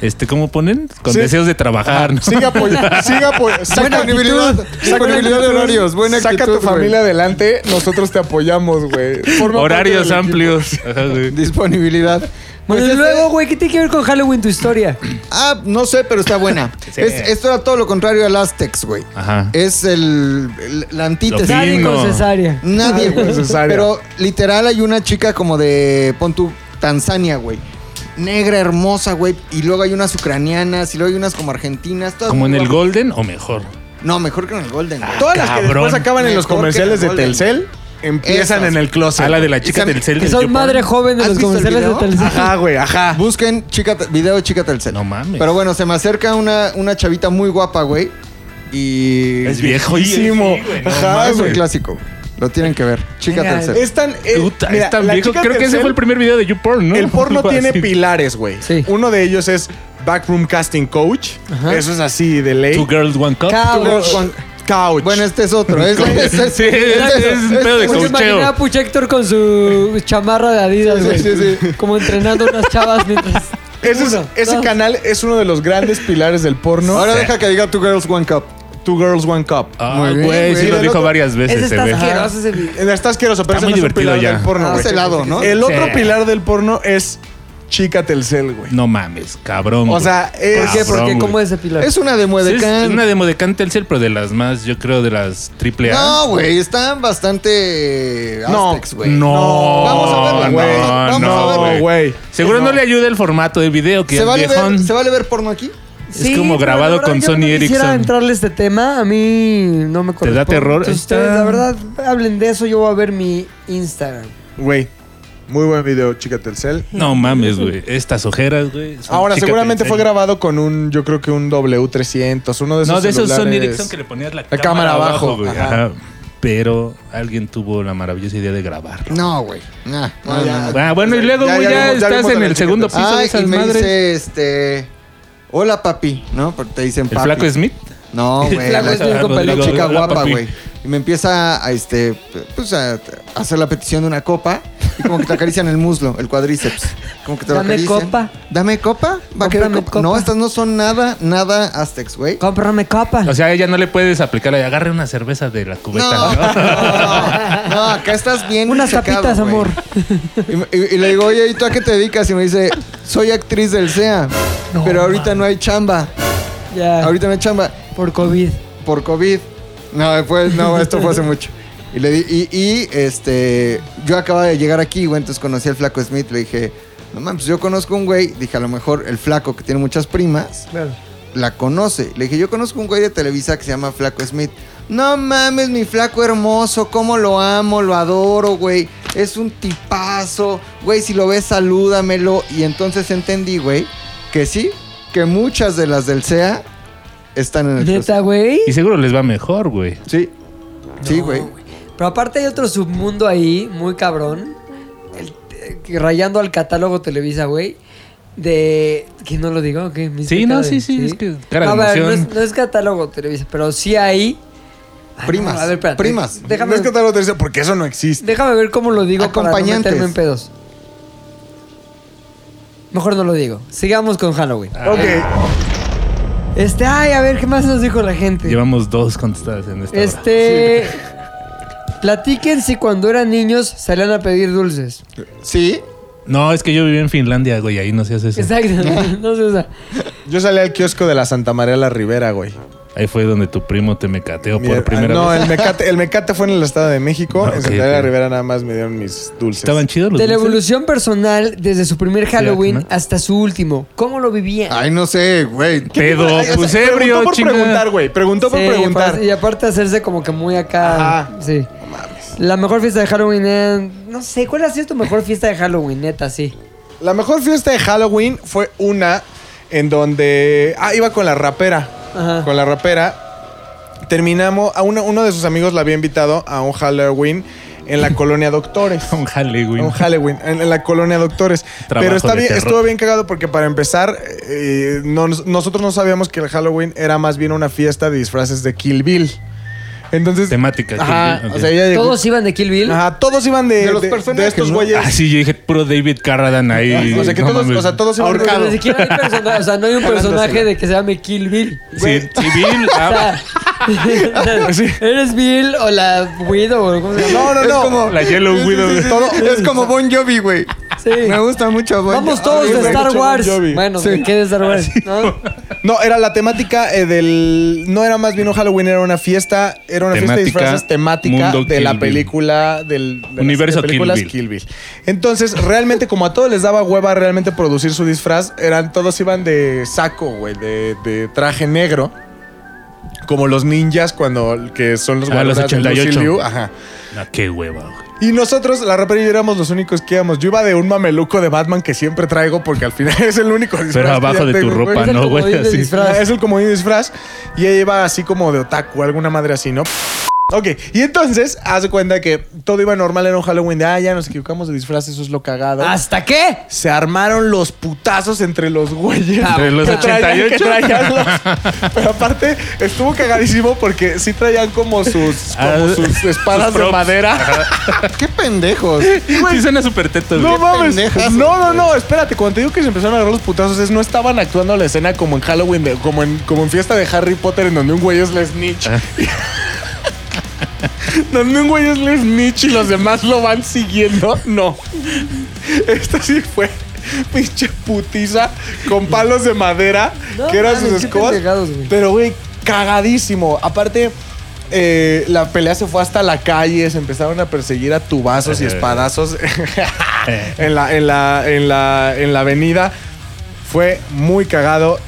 este, ¿cómo ponen? Con
Sí.
deseos de trabajar, ¿no?
Siga apoyando. Siga apoyando.
Ah, pues, Disponibilidad, disponibilidad de horarios, buena
Saca
actitud,
tu
güey.
familia adelante, nosotros te apoyamos, güey. Forma
Horarios
parte del equipo.
amplios. Ajá, güey.
Disponibilidad.
Bueno,
Pues
y
ese-
luego, güey, ¿qué tiene que ver con Halloween tu historia?
Ah, no sé, pero está buena.
Sí.
Es- esto era todo lo contrario al Aztex, güey.
Ajá.
Es el, el- la antítesis.
Lo vi.
Nadie con
no.
cesárea.
Nadie, güey.
Necesario.
Pero literal hay una chica como de, pon tu, Tanzania, güey. Negra, hermosa, güey. Y luego hay unas ucranianas, y luego hay unas como argentinas. todas
Como en
muy
el Ah.
guapas.
Golden o mejor.
No, mejor que en el Golden, güey.
Todas las que después
Cabrón.
acaban en los
Mejor que
comerciales de
Golden.
Telcel empiezan
Esas.
en el closet.
A la de la
Y
chica
se-
del cel.
Que
del
son
Yopon.
madre joven de
¿Has
los
visto el
comerciales de
video?
Telcel.
Ajá, güey, ajá.
Busquen chica, video chica Telcel.
No mames.
Pero bueno, se me acerca una, una chavita muy guapa, güey. Y.
Es viejísimo.
viejísimo.
güey, no
Ajá,
Ah,
mames.
es un
güey.
clásico. güey. Lo tienen que ver. Chica
Venga,
Telcel.
Es tan, eh,
Puta,
mira,
es tan
la
viejo.
chica
Creo que ese
Telcel-
fue el primer video de YouPorn, ¿no?
El porno
Algo
tiene
así.
pilares, güey.
Sí.
Uno de ellos es Backroom Casting Coach.
Ajá.
Eso es así de ley.
Two Girls, One Cup.
Ca-
Couch.
Juan-
Couch.
Bueno, este es otro. Es, es- es-
Sí, es- es un pedo de
Pues
cocheo.
imagina a Puch Héctor con su chamarra de Adidas, güey.
Sí, sí, sí.
Como entrenando unas chavas mientras.
ese es-
Uno,
ese
dos.
canal es uno de los grandes pilares del porno.
Ahora deja que diga Two Girls One Cup.
Two Girls, One Cup.
Ah,
Muy bien,
güey,
güey.
sí lo
El
dijo
otro-
varias
Ese
veces,
está
güey.
asqueroso ese video.
Está asqueroso, pero
Está
ese
muy
no es un
divertido
pilar
ya.
del porno,
Ah,
güey.
ese lado, ¿no?
El otro
Sí.
pilar del porno es Chica Telcel, güey.
No mames, cabrón.
O
güey.
sea, es...
¿Por qué?
Cabrón,
Porque
güey.
cómo es ese pilar.
Es una demo
Sí,
de
es
can.
una demo de Can Telcel, pero de las más, yo creo, de las triple A.
No, güey. Están bastante.
No,
Aztecs, güey.
No,
Vamos a verlo, güey.
no,
Vamos
no,
a verlo.
güey.
güey.
Seguro no. le ayuda el formato de video que
¿Se
es
vale, ver,
viejón.
¿Se vale ver porno aquí?
es
pero
como
la
grabado
verdad,
con
yo
Sony
no quisiera
Ericsson.
entrarle a este tema, a mí no me corresponde.
terror?
Entonces,
Está-
ustedes, la verdad, hablen de eso, yo voy a ver mi Instagram.
Güey, muy buen video, Chica Telcel.
No mames, güey. Estas ojeras, güey. son
Ahora,
chica
seguramente
Telcel.
fue grabado con un, yo creo que un W300, uno de esos
No, de esos Sony
celulares.
Ericsson que le ponías la,
cámara abajo,
güey.
ajá.
Ajá. Pero alguien tuvo la maravillosa idea de grabar.
No, güey. Nah, no,
No,
no,
ya.
no.
Ah, bueno, pues, y luego,
Ya,
güey,
ya
ya,
vimos- ya
estás
vimos
en
la
el
chica
segundo piso de
Ay, y
esas
me
madres.
dice este. Hola, papi, ¿no? Porque te dicen
¿El
papi.
flaco Smith?
No, güey.
El flaco
la-
Smith con
la
peluca.
chica
Hola,
guapa,
papi.
güey. Y me empieza a, este, pues a a hacer la petición de una copa y como que te acarician el muslo, el cuadríceps. Como que te lo
Dame
acarician.
copa.
Dame copa. Va a querer
Cómprame
copa.
copa.
No, estas no son nada, nada aztecs, güey.
Cómprame capa.
O sea, ella no le puedes aplicar la de agarre una cerveza de la cubeta.
No,
¿no?
no, no, acá estás bien.
Unas
checado,
tapitas,
güey.
amor.
Y, me- y- y le digo, oye, ¿y tú a qué te dedicas? Y me dice, soy actriz del SEA, pero ahorita no hay chamba.
Ya,
Ahorita no hay chamba.
por COVID.
por COVID. No, después, no, esto fue hace mucho. Y le di, y, y, este, yo acababa de llegar aquí, güey, entonces conocí al flaco Smith, le dije, no mames, yo conozco un güey, dije, a lo mejor el flaco que tiene muchas primas,
Claro.
la conoce. Le dije, yo conozco un güey de Televisa que se llama Flaco Smith. No mames, mi flaco hermoso, cómo lo amo, lo adoro, güey. Es un tipazo, güey, si lo ves, salúdamelo. Y entonces entendí, güey, que sí, que muchas de las del SEA están en el closet.
Neta, güey.
Y seguro les va mejor, güey.
Sí.
Ah,
Sí, güey.
Pero aparte hay otro submundo ahí, muy cabrón. El- eh, rayando al catálogo Televisa, güey. De. ¿Quién no lo digo? ¿Qué? ¿Me
Sí,
hice
no,
cara
sí, sí, es que cara de
No, a ver, no,
emoción.
es, no es catálogo Televisa, pero sí hay. Ay,
Primas,
no, a ver, espérate.
primas.
Déjame,
No es catálogo tercero, porque eso no existe.
déjame ver cómo lo digo para no
Acompañantes.
meterme en pedos. Mejor no lo digo. Sigamos con Halloween.
Ok.
Este, ay, a ver, ¿qué más nos dijo la gente?
Llevamos dos contestadas en esta hora.
Este. Platiquen si cuando eran niños salían a pedir dulces.
Sí,
No, es que yo viví en Finlandia, güey, ahí no se hace eso.
Exacto, no se usa.
Yo salí al kiosco de la Santa María la Rivera, güey.
Ahí fue donde tu primo te mecateó
Mira,
por primera
no,
vez.
el mecate, el mecate fue en el Estado de México.
Ah,
en
ok,
Santa María la
ok.
Rivera nada más me dieron mis dulces.
¿Estaban chidos los
De la
dulces?
evolución personal desde su primer Halloween
¿no?
hasta su último. ¿Cómo lo vivían?
ay, no sé, güey.
Pedo,
Ay, o sea,
pues
Preguntó
ebrio,
por
chinga.
preguntar, güey. Preguntó por
Sí, pues,
preguntar.
aparte- Y aparte hacerse como que muy acá.
Ajá.
Sí. La mejor fiesta de Halloween era- No sé, ¿cuál ha sido tu mejor fiesta de Halloween, neta? Sí.
La mejor fiesta de Halloween fue una en donde. Ah, iba con la rapera.
Ajá.
Con la rapera. Terminamos. A uno, uno de sus amigos la había invitado a un Halloween en la colonia Doctores.
Un jale, güey.
Un Halloween en, en la colonia Doctores.
Trabajo
Pero está
de
bien,
terror.
estuvo bien cagado porque para empezar, eh, no- nosotros no sabíamos que el Halloween era más bien una fiesta de disfraces de Kill Bill. Entonces.
Temática, Kill
Ajá,
Bill, ok.
o sea, ella llegó-
Todos iban de Kill Bill.
Ajá, todos iban de,
De los
de- de
personajes,
estos
¿no?
güeyes.
Ah, sí, yo dije puro David Carradine ahí.
O sea, que
no
todos,
mames.
o sea, todos iban
Porque
ahorcados.
Ni siquiera hay persona- o sea, no hay un personaje de que se llame Kill Bill.
Sí, civil.
O
ah,
sea, ¿Eres Bill o la Widow? o ¿Cómo se llama?
No, no,
Es
no.
como-
la Yellow Widow.
Todo- es como Bon Jovi, güey.
Sí.
Me gusta mucho Bon
Vamos
Jovi.
todos
Ay,
de
güey,
Star
mucho
Wars.
Bon Jovi.
Bueno,
Sí.
¿de qué de Star Wars? ¿No?
No, era la temática eh, del. No era más bien un Halloween, era una fiesta. Era una fiesta de
Temática,
disfraces temática
mundo
de
Kill
la
Bill.
película del. de las
Universo
películas
Kill Bill.
Entonces, realmente, como a todos les daba hueva realmente producir su disfraz, eran todos iban de saco, güey, de, de traje negro. Como los ninjas cuando. que son los
Ah, los
guardias de Lucy
88.
Liu, Ajá.
ah, qué hueva, güey.
Y nosotros, la rapera y yo éramos los únicos que íbamos. Yo iba de un mameluco de Batman que siempre traigo porque al final es el único disfraz. que
abajo
ya
de tu
tengo, güey.
ropa,
Es el
no, güey,
comodín del
así.
disfraz.
Ah, Es el comodín de disfraz. Y ella iba así como de otaku, alguna madre así, ¿no? Ok, y entonces hace cuenta que todo iba normal en un Halloween de, ah, ya nos equivocamos de disfraz, eso es lo cagado.
¿Hasta qué? Ah,
se armaron los putazos entre los güeyes.
Entre los
que traían-
88.
que traían los- Pero aparte, estuvo cagadísimo porque sí traían como sus, como
Ah,
sus espadas
sus
de
props.
madera.
Qué pendejos.
Sí, suena súper teto,
No
güey.
mames.
pendejas,
No, no, no, espérate. Cuando te digo que se empezaron a agarrar los putazos, es no estaban actuando la escena como en Halloween, de- como, en, como en fiesta de Harry Potter, en donde un güey es la snitch. donde un güey es la snitch y los demás lo van siguiendo. No. Esto sí fue. Pinche putiza con palos de madera
No
que eran
mames,
sus
qué
escobas.
pendejados, güey.
Pero, güey, cagadísimo. Aparte, eh, la pelea se fue hasta la calle. Se empezaron a perseguir a tubazos y espadazos en, la, en, la, en, la, en la avenida. Fue muy cagado.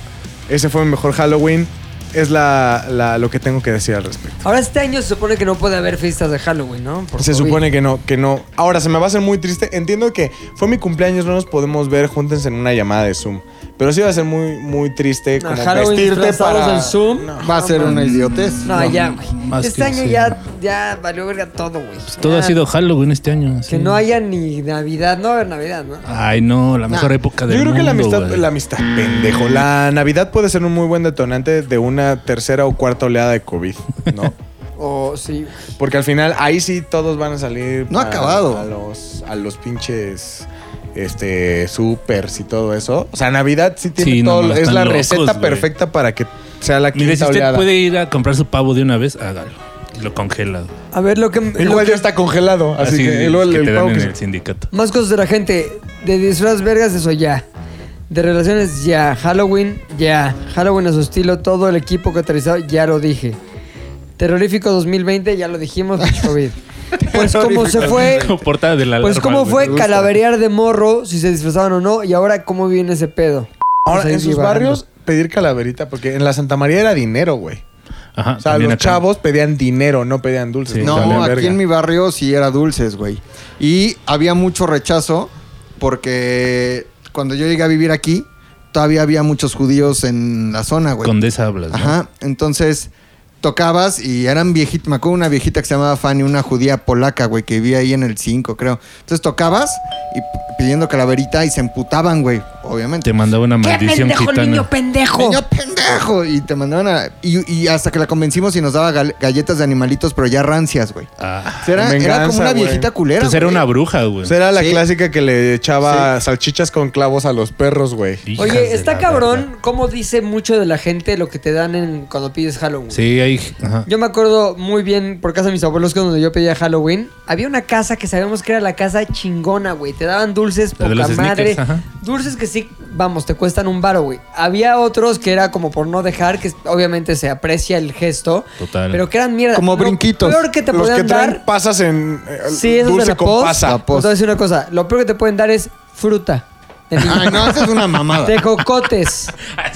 Ese fue mi mejor Halloween. Es la, la- lo que tengo que decir al respecto.
Ahora este año se supone que no puede haber fiestas de Halloween, ¿no? Por
Se
COVID.
supone que no, que no. Ahora, se me va a hacer muy triste. Entiendo que fue mi cumpleaños, no nos podemos ver, júntense en una llamada de Zoom. Pero sí va a ser muy, muy triste
No,
como
Halloween
vestirte
disfrazados
para...
en Zoom.
No.
Va a ser una idiotez.
No, ya, güey.
más
Este
que
año
sí.
ya, ya valió verga todo, güey.
Pues Todo
Ya,
ha sido Halloween este año.
Que
sí.
no haya ni Navidad. No va a haber Navidad, ¿no?
Ay, no, la mejor época del
Yo creo
mundo.
que la amistad,
güey.
la amistad, pendejo. La Navidad puede ser un muy buen detonante de una tercera o cuarta oleada de COVID, ¿no?
O sí.
Porque al final ahí sí todos van a salir.
No ha
a-
acabado.
A los, a los pinches. Este, supers y todo eso. O sea, Navidad sí tiene
Sí, no,
todo.
no,
es
están
la
locos,
receta
güey.
perfecta para que sea la
Mire, si
quinta
usted
oleada.
puede ir a comprar su pavo de una vez, hágalo. Y lo congela. güey.
A ver lo que... lo
Igual
que-
ya está congelado. Así,
Así,
que, y luego el,
que
el
te
pavo
dan en
que se-
el sindicato.
Más cosas de la gente. De disfraz vergas, eso ya. De relaciones, ya. Halloween, ya. Halloween a su estilo, todo el equipo catarizado, ya lo dije. Terrorífico 2020, ya lo dijimos, COVID. Pues como se fue...
Como portada de la
Pues
alarma,
cómo
güey.
fue calaverear de morro, si se disfrazaban o no, y ahora cómo viene ese pedo.
Ahora,
Pues ahí
en sus
divagando.
barrios, pedir calaverita. Porque en la Santa María era dinero, güey.
Ajá,
O sea,
también
los
acá.
chavos pedían dinero, no pedían dulces.
Sí,
no,
No,
valían
aquí
verga.
en mi barrio sí era dulces, güey. Y había mucho rechazo porque cuando yo llegué a vivir aquí, todavía había muchos judíos en la zona, güey.
Condesa hablas. ¿no?
Ajá, entonces tocabas y eran viejitas. Me acuerdo una viejita que se llamaba Fanny, una judía polaca, güey, que vivía ahí en el 5, creo. Entonces tocabas y p- pidiendo calaverita y se emputaban, güey, obviamente.
Te mandaba una
¡Qué
maldición
pendejo,
gitana.
niño pendejo!
¡Niño pendejo! Y te mandaban a. Y, y hasta que la convencimos y nos daba gal- galletas de animalitos, pero ya rancias, güey.
Ah.
O sea, Era, era
Venganza,
como una
güey.
viejita culera.
Entonces era
güey.
una bruja, güey.
Será la
Sí.
clásica que le echaba salchichas con clavos a los perros, güey.
Hijas
Oye,
de
está
la
cabrón
verga.
cómo dice mucho de la gente lo que te dan en, cuando pides Halloween.
Sí, ahí. ajá.
Yo me acuerdo muy bien por casa de mis abuelos que donde yo pedía Halloween. Había una casa que sabíamos que era la casa chingona, güey. Te daban dulces
La
poca
de los
madre.
sneakers, ajá.
Dulces que sí, vamos, te cuestan un baro, güey. Había otros que era como por no dejar, que obviamente se aprecia el gesto.
Total.
Pero que eran mierda.
Como
Lo
brinquitos.
peor que te
los que
podían
traen
dar.
pasas en eh,
Sí, esos de
dulce
la
con
pos.
pasa.
La pos.
Te voy a decir una cosa. Lo peor que te pueden dar es fruta. De niño.
Ay, no, esa es una mamada.
Tejocotes.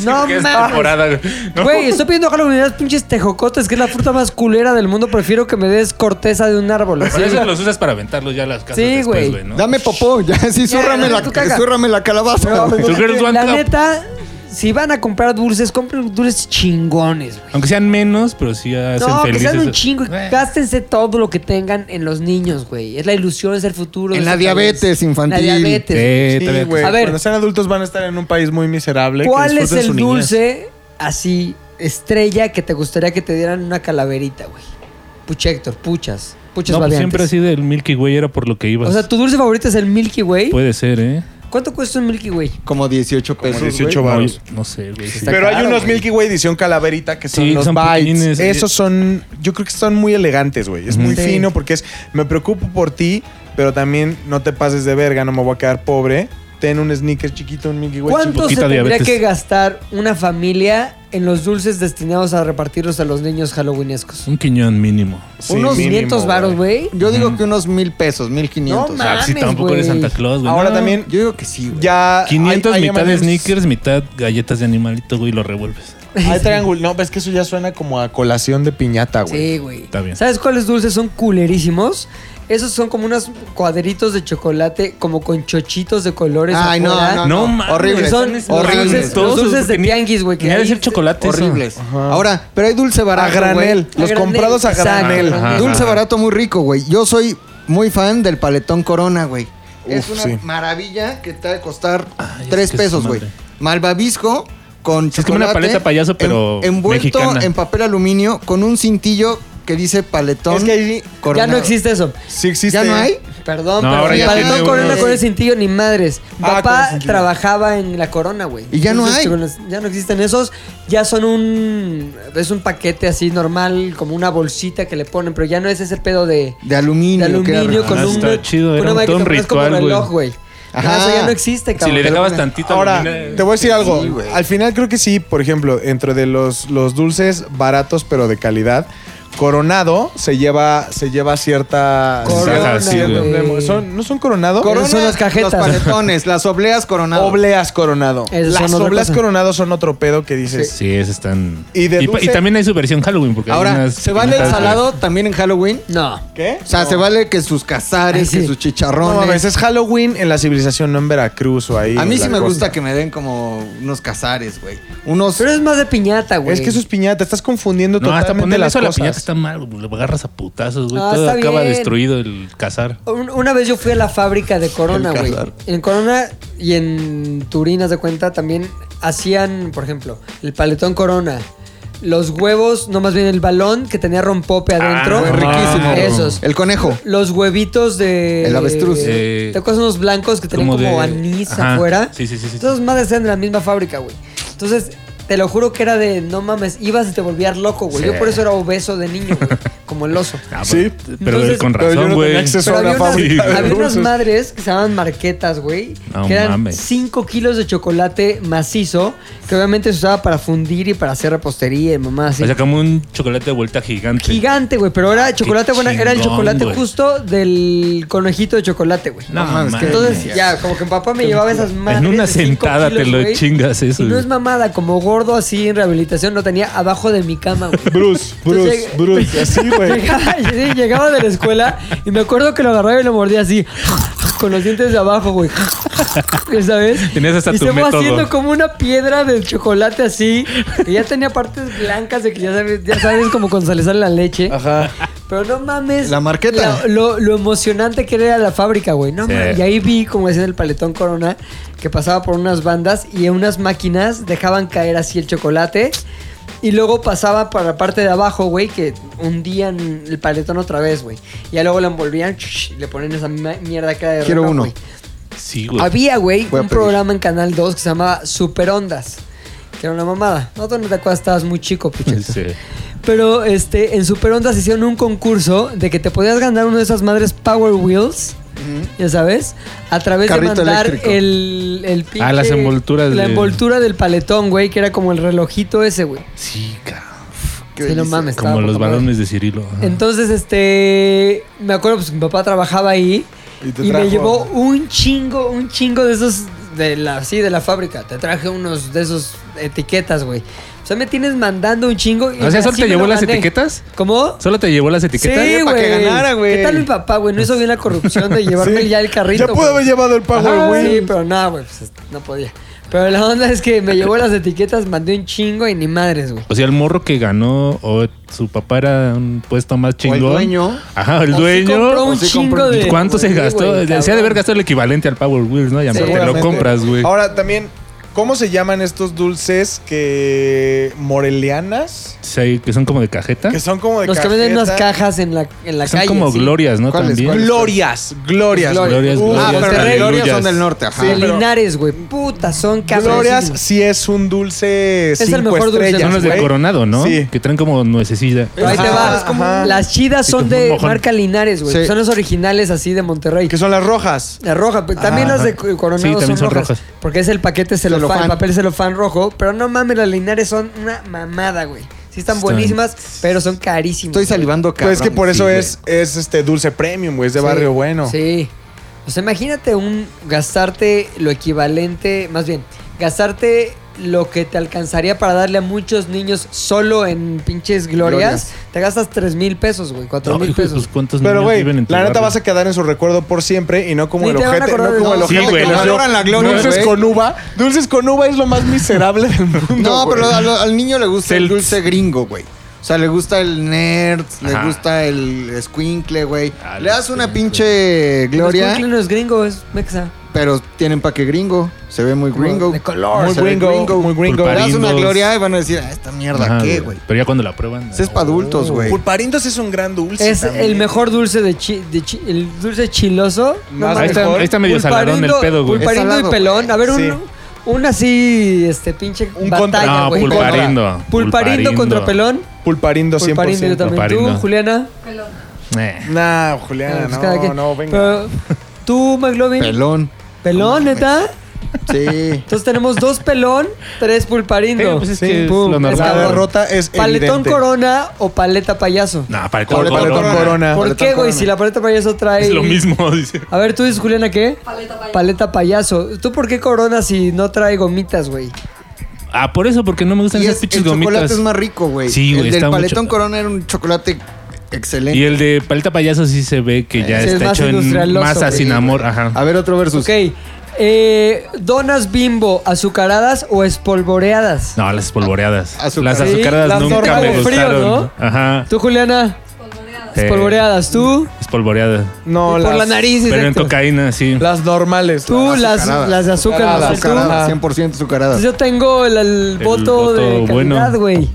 no
Porque es
mames.
temporada, güey. No.
Güey, estoy pidiendo Halloween y me das pinches tejocotes, que es la fruta más culera del mundo. Prefiero que me des corteza de un árbol. así.
Pero esos los usas para aventarlos ya a las casas
Sí, güey.
después, güey, ¿no?
Dame popó, ya, sí,
Ya,
zúrrame,
dame
la,
tu caca.
zúrrame la calabaza.
No,
güey.
Two girls, one
la
cup.
neta, si van a comprar dulces, compren dulces chingones, güey.
Aunque sean menos, pero sí hacen
No, que
felices.
sean un chingo. y
Eh.
Gástense todo lo que tengan en los niños, güey. Es la ilusión, es el futuro.
En
es
la
el-
diabetes infantil.
La
Sí,
diabetes.
Sí,
todavía-
güey. Ah,
A ver.
Cuando sean adultos van a estar en un país muy miserable. que
¿Cuál es
disfruten su
el
niñez.
dulce así, estrella, que te gustaría que te dieran una calaverita, güey? Pucha, Héctor, puchas. Puchas
No, pues
babeantes.
siempre pues. así del Milky Way era por lo que ibas.
O sea, tu dulce favorito es el Milky Way.
Puede ser, ¿eh?
¿Cuánto cuesta un Milky Way?
Como 18 pesos.
Como 18
güey.
No,
varos.
yo- no sé, güey.
Está
Pero hay
caro,
unos
güey.
Milky Way edición calaverita que son
Sí,
los
son
bites.
pequeñines.
Esos son, yo creo que son muy elegantes, güey. Es muy
Sí.
fino porque es, me preocupo por ti, pero también no te pases de verga, no me voy a quedar pobre. Ten un sneaker chiquito, un Milky Way.
¿Cuánto se
poquita
tendría
diabetes.
que gastar una familia en los dulces destinados a repartirlos a los niños halloweenescos?
Un quiñón mínimo.
Sí,
unos
mínimo,
500 varos, güey.
Yo digo que unos mil pesos, mil quinientos.
No
O
O sea,
sea,
mames,
si Ah, tampoco eres
güey.
Santa Claus, güey.
Ahora
No.
también,
Yo digo que sí, güey.
ya.
500
hay- hay
mitad
amarillos.
sneakers, mitad galletas de animalito, güey, y lo revuelves.
Hay triángulo. No, es que eso ya suena como a colación de piñata, güey.
Sí, güey.
Está bien.
¿Sabes cuáles dulces son culerísimos? Esos son como unos cuadritos de chocolate, como con chochitos de colores.
Ay, no,
afuera.
no,
No,
no.
mames.
horribles.
Son
horribles.
horribles. Los dulces de tianguis, güey. que
Tenía de
ahí-
ser chocolate. eso.
horribles. Ahora, pero hay dulce barato.
A granel.
güey.
Los
granel,
comprados a
exacto,
granel.
Ajá.
Dulce barato muy rico, güey. Yo soy muy fan del paletón Corona, güey. Es
Uf,
una
sí.
maravilla que te va a costar
Ay, es
tres
Ah, que es
pesos,
su
güey.
madre.
Malvavisco con chocolate.
Es como una paleta payaso,
en-
pero
envuelto
mexicana.
en papel aluminio con un cintillo que dice paletón.
Es que ahí
Ya
Corona.
no existe eso.
sí existe.
¿Ya no hay?
Perdón,
No,
pero
ahora
mi
ya
paletón
tiene uno.
corona con el cintillo ni madres. Mi
Ah, con el
papá
cintillo.
trabajaba en la corona, güey.
Y ya no
Entonces,
hay.
con los- Ya no existen esos. Ya son un. Es un paquete así normal, como una bolsita que le ponen, pero ya no es ese pedo de.
De aluminio.
de
que era
aluminio
rico.
con
Ah,
un.
está chido,
con
era un-
madre que
todo un
te pones como
ritual,
reloj, güey.
Ajá.
Eso ya no existe,
Si
cabrón.
le dejabas
Pero-
tantito
Ahora,
alumina-
te voy a decir algo.
Sí, güey.
Al final creo que sí, por ejemplo, entre de los, los dulces baratos pero de calidad, Coronado se lleva, se lleva cierta...
Corona,
cierta-
güey.
¿Son- ¿No son Coronado?
Corona,
son las cajetas.
Los paletones, las obleas coronadas.
Obleas Coronado.
Esas
Las
son otra
obleas
cosa.
Coronado son otro pedo que dices...
Sí, esas están.
Y de
pa-
dulce-
también hay su versión Halloween. Porque hay
Ahora,
unas
¿se vale el
pequeñitas, güey.
salado también en Halloween?
No.
¿Qué?
O sea, ¿se vale que sus cazares,
Ay, sí.
que sus
No, a
chicharrones?
veces Halloween en la civilización, no en Veracruz o ahí.
a mí
en
sí
la
me
costa.
gusta que me den como unos cazares, güey. Unos...
Pero es más de piñata, güey.
Es que eso es piñata, estás confundiendo
No, hasta
totalmente
ponerle
las
eso a la
cosas.
piñata está mal. güey, Lo agarras a putazos, güey.
Ah,
Todo
está
acaba
bien.
destruido el cazar.
Un- Una vez yo fui a la fábrica de Corona,
El
güey.
Cazar.
En Corona y en Turín, haz de cuenta, también hacían, por ejemplo, el paletón Corona. Los huevos, no más bien el balón que tenía rompope adentro.
Ah,
güey, riquísimo.
Esos.
El conejo.
Los huevitos de.
El avestruz.
Eh,
¿Te acuerdas unos blancos que tenían como,
como de-
anís
ajá.
afuera?
Sí, sí, sí, sí.
Todos madres eran de la misma fábrica, güey. Entonces, te lo juro que era de no mames, ibas y te volvías loco, güey.
Sí.
Yo por eso era obeso de niño, güey. como el oso.
Ah,
Sí.
pero- Pero
Entonces-
con
Pero yo no
razón,
tenía
güey.
acceso
Pero
Sobre
había,
la
unas,
fábrica de
había unas
dulces.
madres que se llamaban marquetas, güey.
No
que eran
mames.
5 kilos de chocolate macizo, que obviamente se usaba para fundir y para hacer repostería y mamá así.
O sea, como un chocolate de vuelta gigante.
Gigante, güey, pero era chocolate buena, era el
chingón,
chocolate
güey.
justo del conejito de chocolate, güey.
No,
Ah,
mames.
Entonces, ya, como que mi papá me llevaba esas madres.
en una
de cinco
sentada te
kilos,
lo
güey.
chingas eso.
Y no
güey.
es mamada, como gordo así en rehabilitación, lo tenía abajo de mi cama, güey.
Bruce,
Pues
Bruce,
Entonces,
Bruce, así, güey.
Llegaba, sí, llegaba de la escuela y me acuerdo que lo agarraba y lo mordía así, con los dientes de abajo, güey. ¿Sabes?
Tenías hasta
y
tu
se fue
método.
haciendo como una piedra de chocolate así. Y ya tenía partes blancas de que ya sabes, ya sabes como cuando se le sale la leche.
Ajá.
Pero no mames.
La marqueta.
la- lo, lo emocionante que era la fábrica, güey. No
Sí.
mames. Y ahí vi, como decía en el paletón Corona, que pasaba por unas bandas y en unas máquinas dejaban caer así el chocolate. Y luego pasaba para la parte de abajo, güey, que hundían el paletón otra vez, güey. Y ya luego la envolvían chush, y le ponían esa ma- mierda que era de
Quiero
reloj,
uno.
güey.
Sí, güey.
Había, güey,
Voy a
un
pedir.
programa en Canal 2 que se llamaba Superondas. Que era una mamada. No, tú no te acuerdas, estabas muy chico, pichete.
Sí.
Pero este, en Superondas hicieron un concurso de que te podías ganar uno de esas madres Power Wheels, ya sabes, a través
Carrito
de mandar
eléctrico.
el, el pinche-
Ah, las envolturas
La
de-
envoltura del paletón, güey, que era como el relojito ese, güey.
Sí, cabrón.
Qué
Sí, no
delicia.
mames,
Como
estaba
los
poca madre.
balones de Cirilo. Ajá.
Entonces, este, me acuerdo, pues mi papá trabajaba ahí
Y te
y me
trajo-
llevó un chingo, un chingo de esos, de la, sí, de la fábrica. Te traje unos de esos etiquetas, güey. O sea, me tienes mandando un chingo. y
O sea, ¿solo
así
te
me
llevó
lo
las
gané.
etiquetas?
¿Cómo?
¿Solo te llevó las etiquetas?
Sí,
para que
güey.
ganara, güey.
¿Qué tal mi papá, güey? No hizo bien la corrupción de llevarme
Sí.
ya el carrito.
Ya pudo haber
güey.
llevado el Power
Ajá,
Wheel.
Sí, pero nada, güey, pues, no podía. Pero la onda es que me llevó las etiquetas, mandé un chingo y ni madres, güey.
O sea, el morro que ganó o su papá era un puesto más
O
chingón.
el dueño.
Ajá, el
O sí compró
dueño.
un
O sí
chingo
compró-
de.
¿Y cuánto se
Sí,
gastó?
güey,
Se ha de
cabrón.
haber gastado el equivalente al Power Wheels, ¿no? Y
pues,
aparte lo
Seguramente.
compras, güey.
Ahora también, ¿cómo se llaman estos dulces que morelianas?
Sí, que son como de cajeta.
Que son como de
Los que
cajeta.
venden unas cajas en la, en la
son
calle.
como
sí.
glorias, ¿no?
¿Cuáles,
También.
cuáles?
Glorias, glorias.
Glorias.
Glorias,
Uh,
Ah, pero
glorias.
las
Monterrey.
glorias
aleluyas.
son del norte, ajá.
De
Sí, pero-
Linares, güey. Puta, son casas.
Glorias sí es un dulce
el
cinco
mejor dulce,
estrellas,
Son las de
güey.
Coronado, ¿no?
Sí.
Que traen como nuececilla.
Pero ahí te
Ajá,
va. es como-
ajá.
Las chidas
Sí,
son
como un
de
mojón.
marca Linares, güey.
Sí.
Son las originales así de Monterrey.
Que son las rojas.
La roja, pero también
Ah,
las de
ajá.
Coronado
Sí,
son,
también son
rojas,
rojas.
Porque es el paquete celofán,
Celofán.
el papel celofán rojo. Pero no mames, las linares son una mamada, güey. Sí están
Están-
buenísimas, pero son carísimas.
Estoy salivando
Pues
cabrón.
es que por eso
Sí,
es, es este dulce premium, güey. Es de
Sí,
barrio bueno.
Sí. O sea, imagínate un gastarte lo equivalente, más bien, gastarte lo que te alcanzaría para darle a muchos niños solo en pinches glorias.
Glorias.
Te gastas 3 mil pesos, güey, 4
No,
mil
hijo de tus
pesos.
cuantos pues,
Pero,
niños
güey,
viven en tu
la neta
barrio?
vas a quedar en su recuerdo por siempre y no como
Ni
el
te van a
ojete,
acordar
no
de
como el
nada.
ojete
Sí, güey,
que
no,
valoran
no.
la gloria.
No,
Dulces
güey.
con uva. Dulces con uva es lo más miserable del mundo.
No,
güey.
pero al, al niño le gusta el
Celts.
dulce gringo, güey. O sea, le gusta el nerd, le
Ajá.
gusta el squinkle, güey.
Ah,
le
el
das una
escuincle.
pinche gloria,
Los no es gringo, es mexa.
pero tienen empaque gringo. Se ve muy gringo.
de color,
muy
se ve
gringo, muy gringo.
Le das una
Pulparindos.
gloria y van a decir, ah, esta mierda,
Ajá,
¿qué, güey?
Pero ya cuando la prueban.
Ese es para adultos, güey.
Pulparindos es un gran dulce.
Es
también.
el mejor dulce de, chi- de chi- el dulce chiloso.
Más
mames.
Ahí está,
mejor.
ahí está medio
Pulparindo-
saladón el pedo, güey.
pulpa-
Pulparindo
Es salado,
y pelón. A ver, un,
Sí.
un así, este pinche
Un contra-
batalla,
No,
güey.
pulparindo.
Pulparindo. contra pelón.
Pulparindo 100%.
Pulparindo yo también.
Pulparindo.
Tú, Juliana.
Eh.
Nah,
Ah,
Juliana,
pues cada
Ah, no,
quien.
no, venga.
Pero, tú, McLovin.
Pelón.
Pelón, neta.
Sí.
Entonces tenemos dos pelón, tres pulparindo.
Eh, pues es
Sí,
que es
pum,
lo normal.
la
cabrón.
derrota es
Paletón
evidente.
corona o paleta payaso.
No, para el
Con el
Corona.
Paletón
Corona.
corona.
¿Por
Paletón
qué, güey?
corona.
Si la paleta payaso trae.
Es lo mismo, dice.
A ver, tú dices, Juliana, ¿qué?
Paleta payaso.
Paleta payaso. ¿Tú por qué corona si no trae gomitas, güey?
Ah, por eso, porque no me gustan
Y
esas
es-
pinches
el
gomitas.
chocolate es más rico, güey.
Sí, güey,
El del
está mucho-
paletón corona era un chocolate excelente.
Y el de paleta payaso sí se ve que ya
Sí, es
está
más
hecho en
industrialoso,
masa
güey.
sin amor. Ajá.
A ver, otro
Pues-
versus.
Ok. eh, donas bimbo, azucaradas o espolvoreadas.
No, las espolvoreadas.
Azucaradas.
Las
Sí,
azucaradas
las
nunca
tortas
me
de frío,
gustaron.
¿no?
Ajá.
Tú, Juliana,
Polvoreadas.
Sí.
espolvoreadas. Tú,
Espolvoreadas.
No,
por
las,
la nariz.
Pero en
exacto.
cocaína, sí.
Las normales.
Tú, las,
azucaradas.
las de azúcar.
Azucaradas,
no sé, tú.
azucaradas.
Azucarada, 100% azucarada.
Entonces yo tengo el, el
El
voto,
voto
de
bueno.
calidad, güey.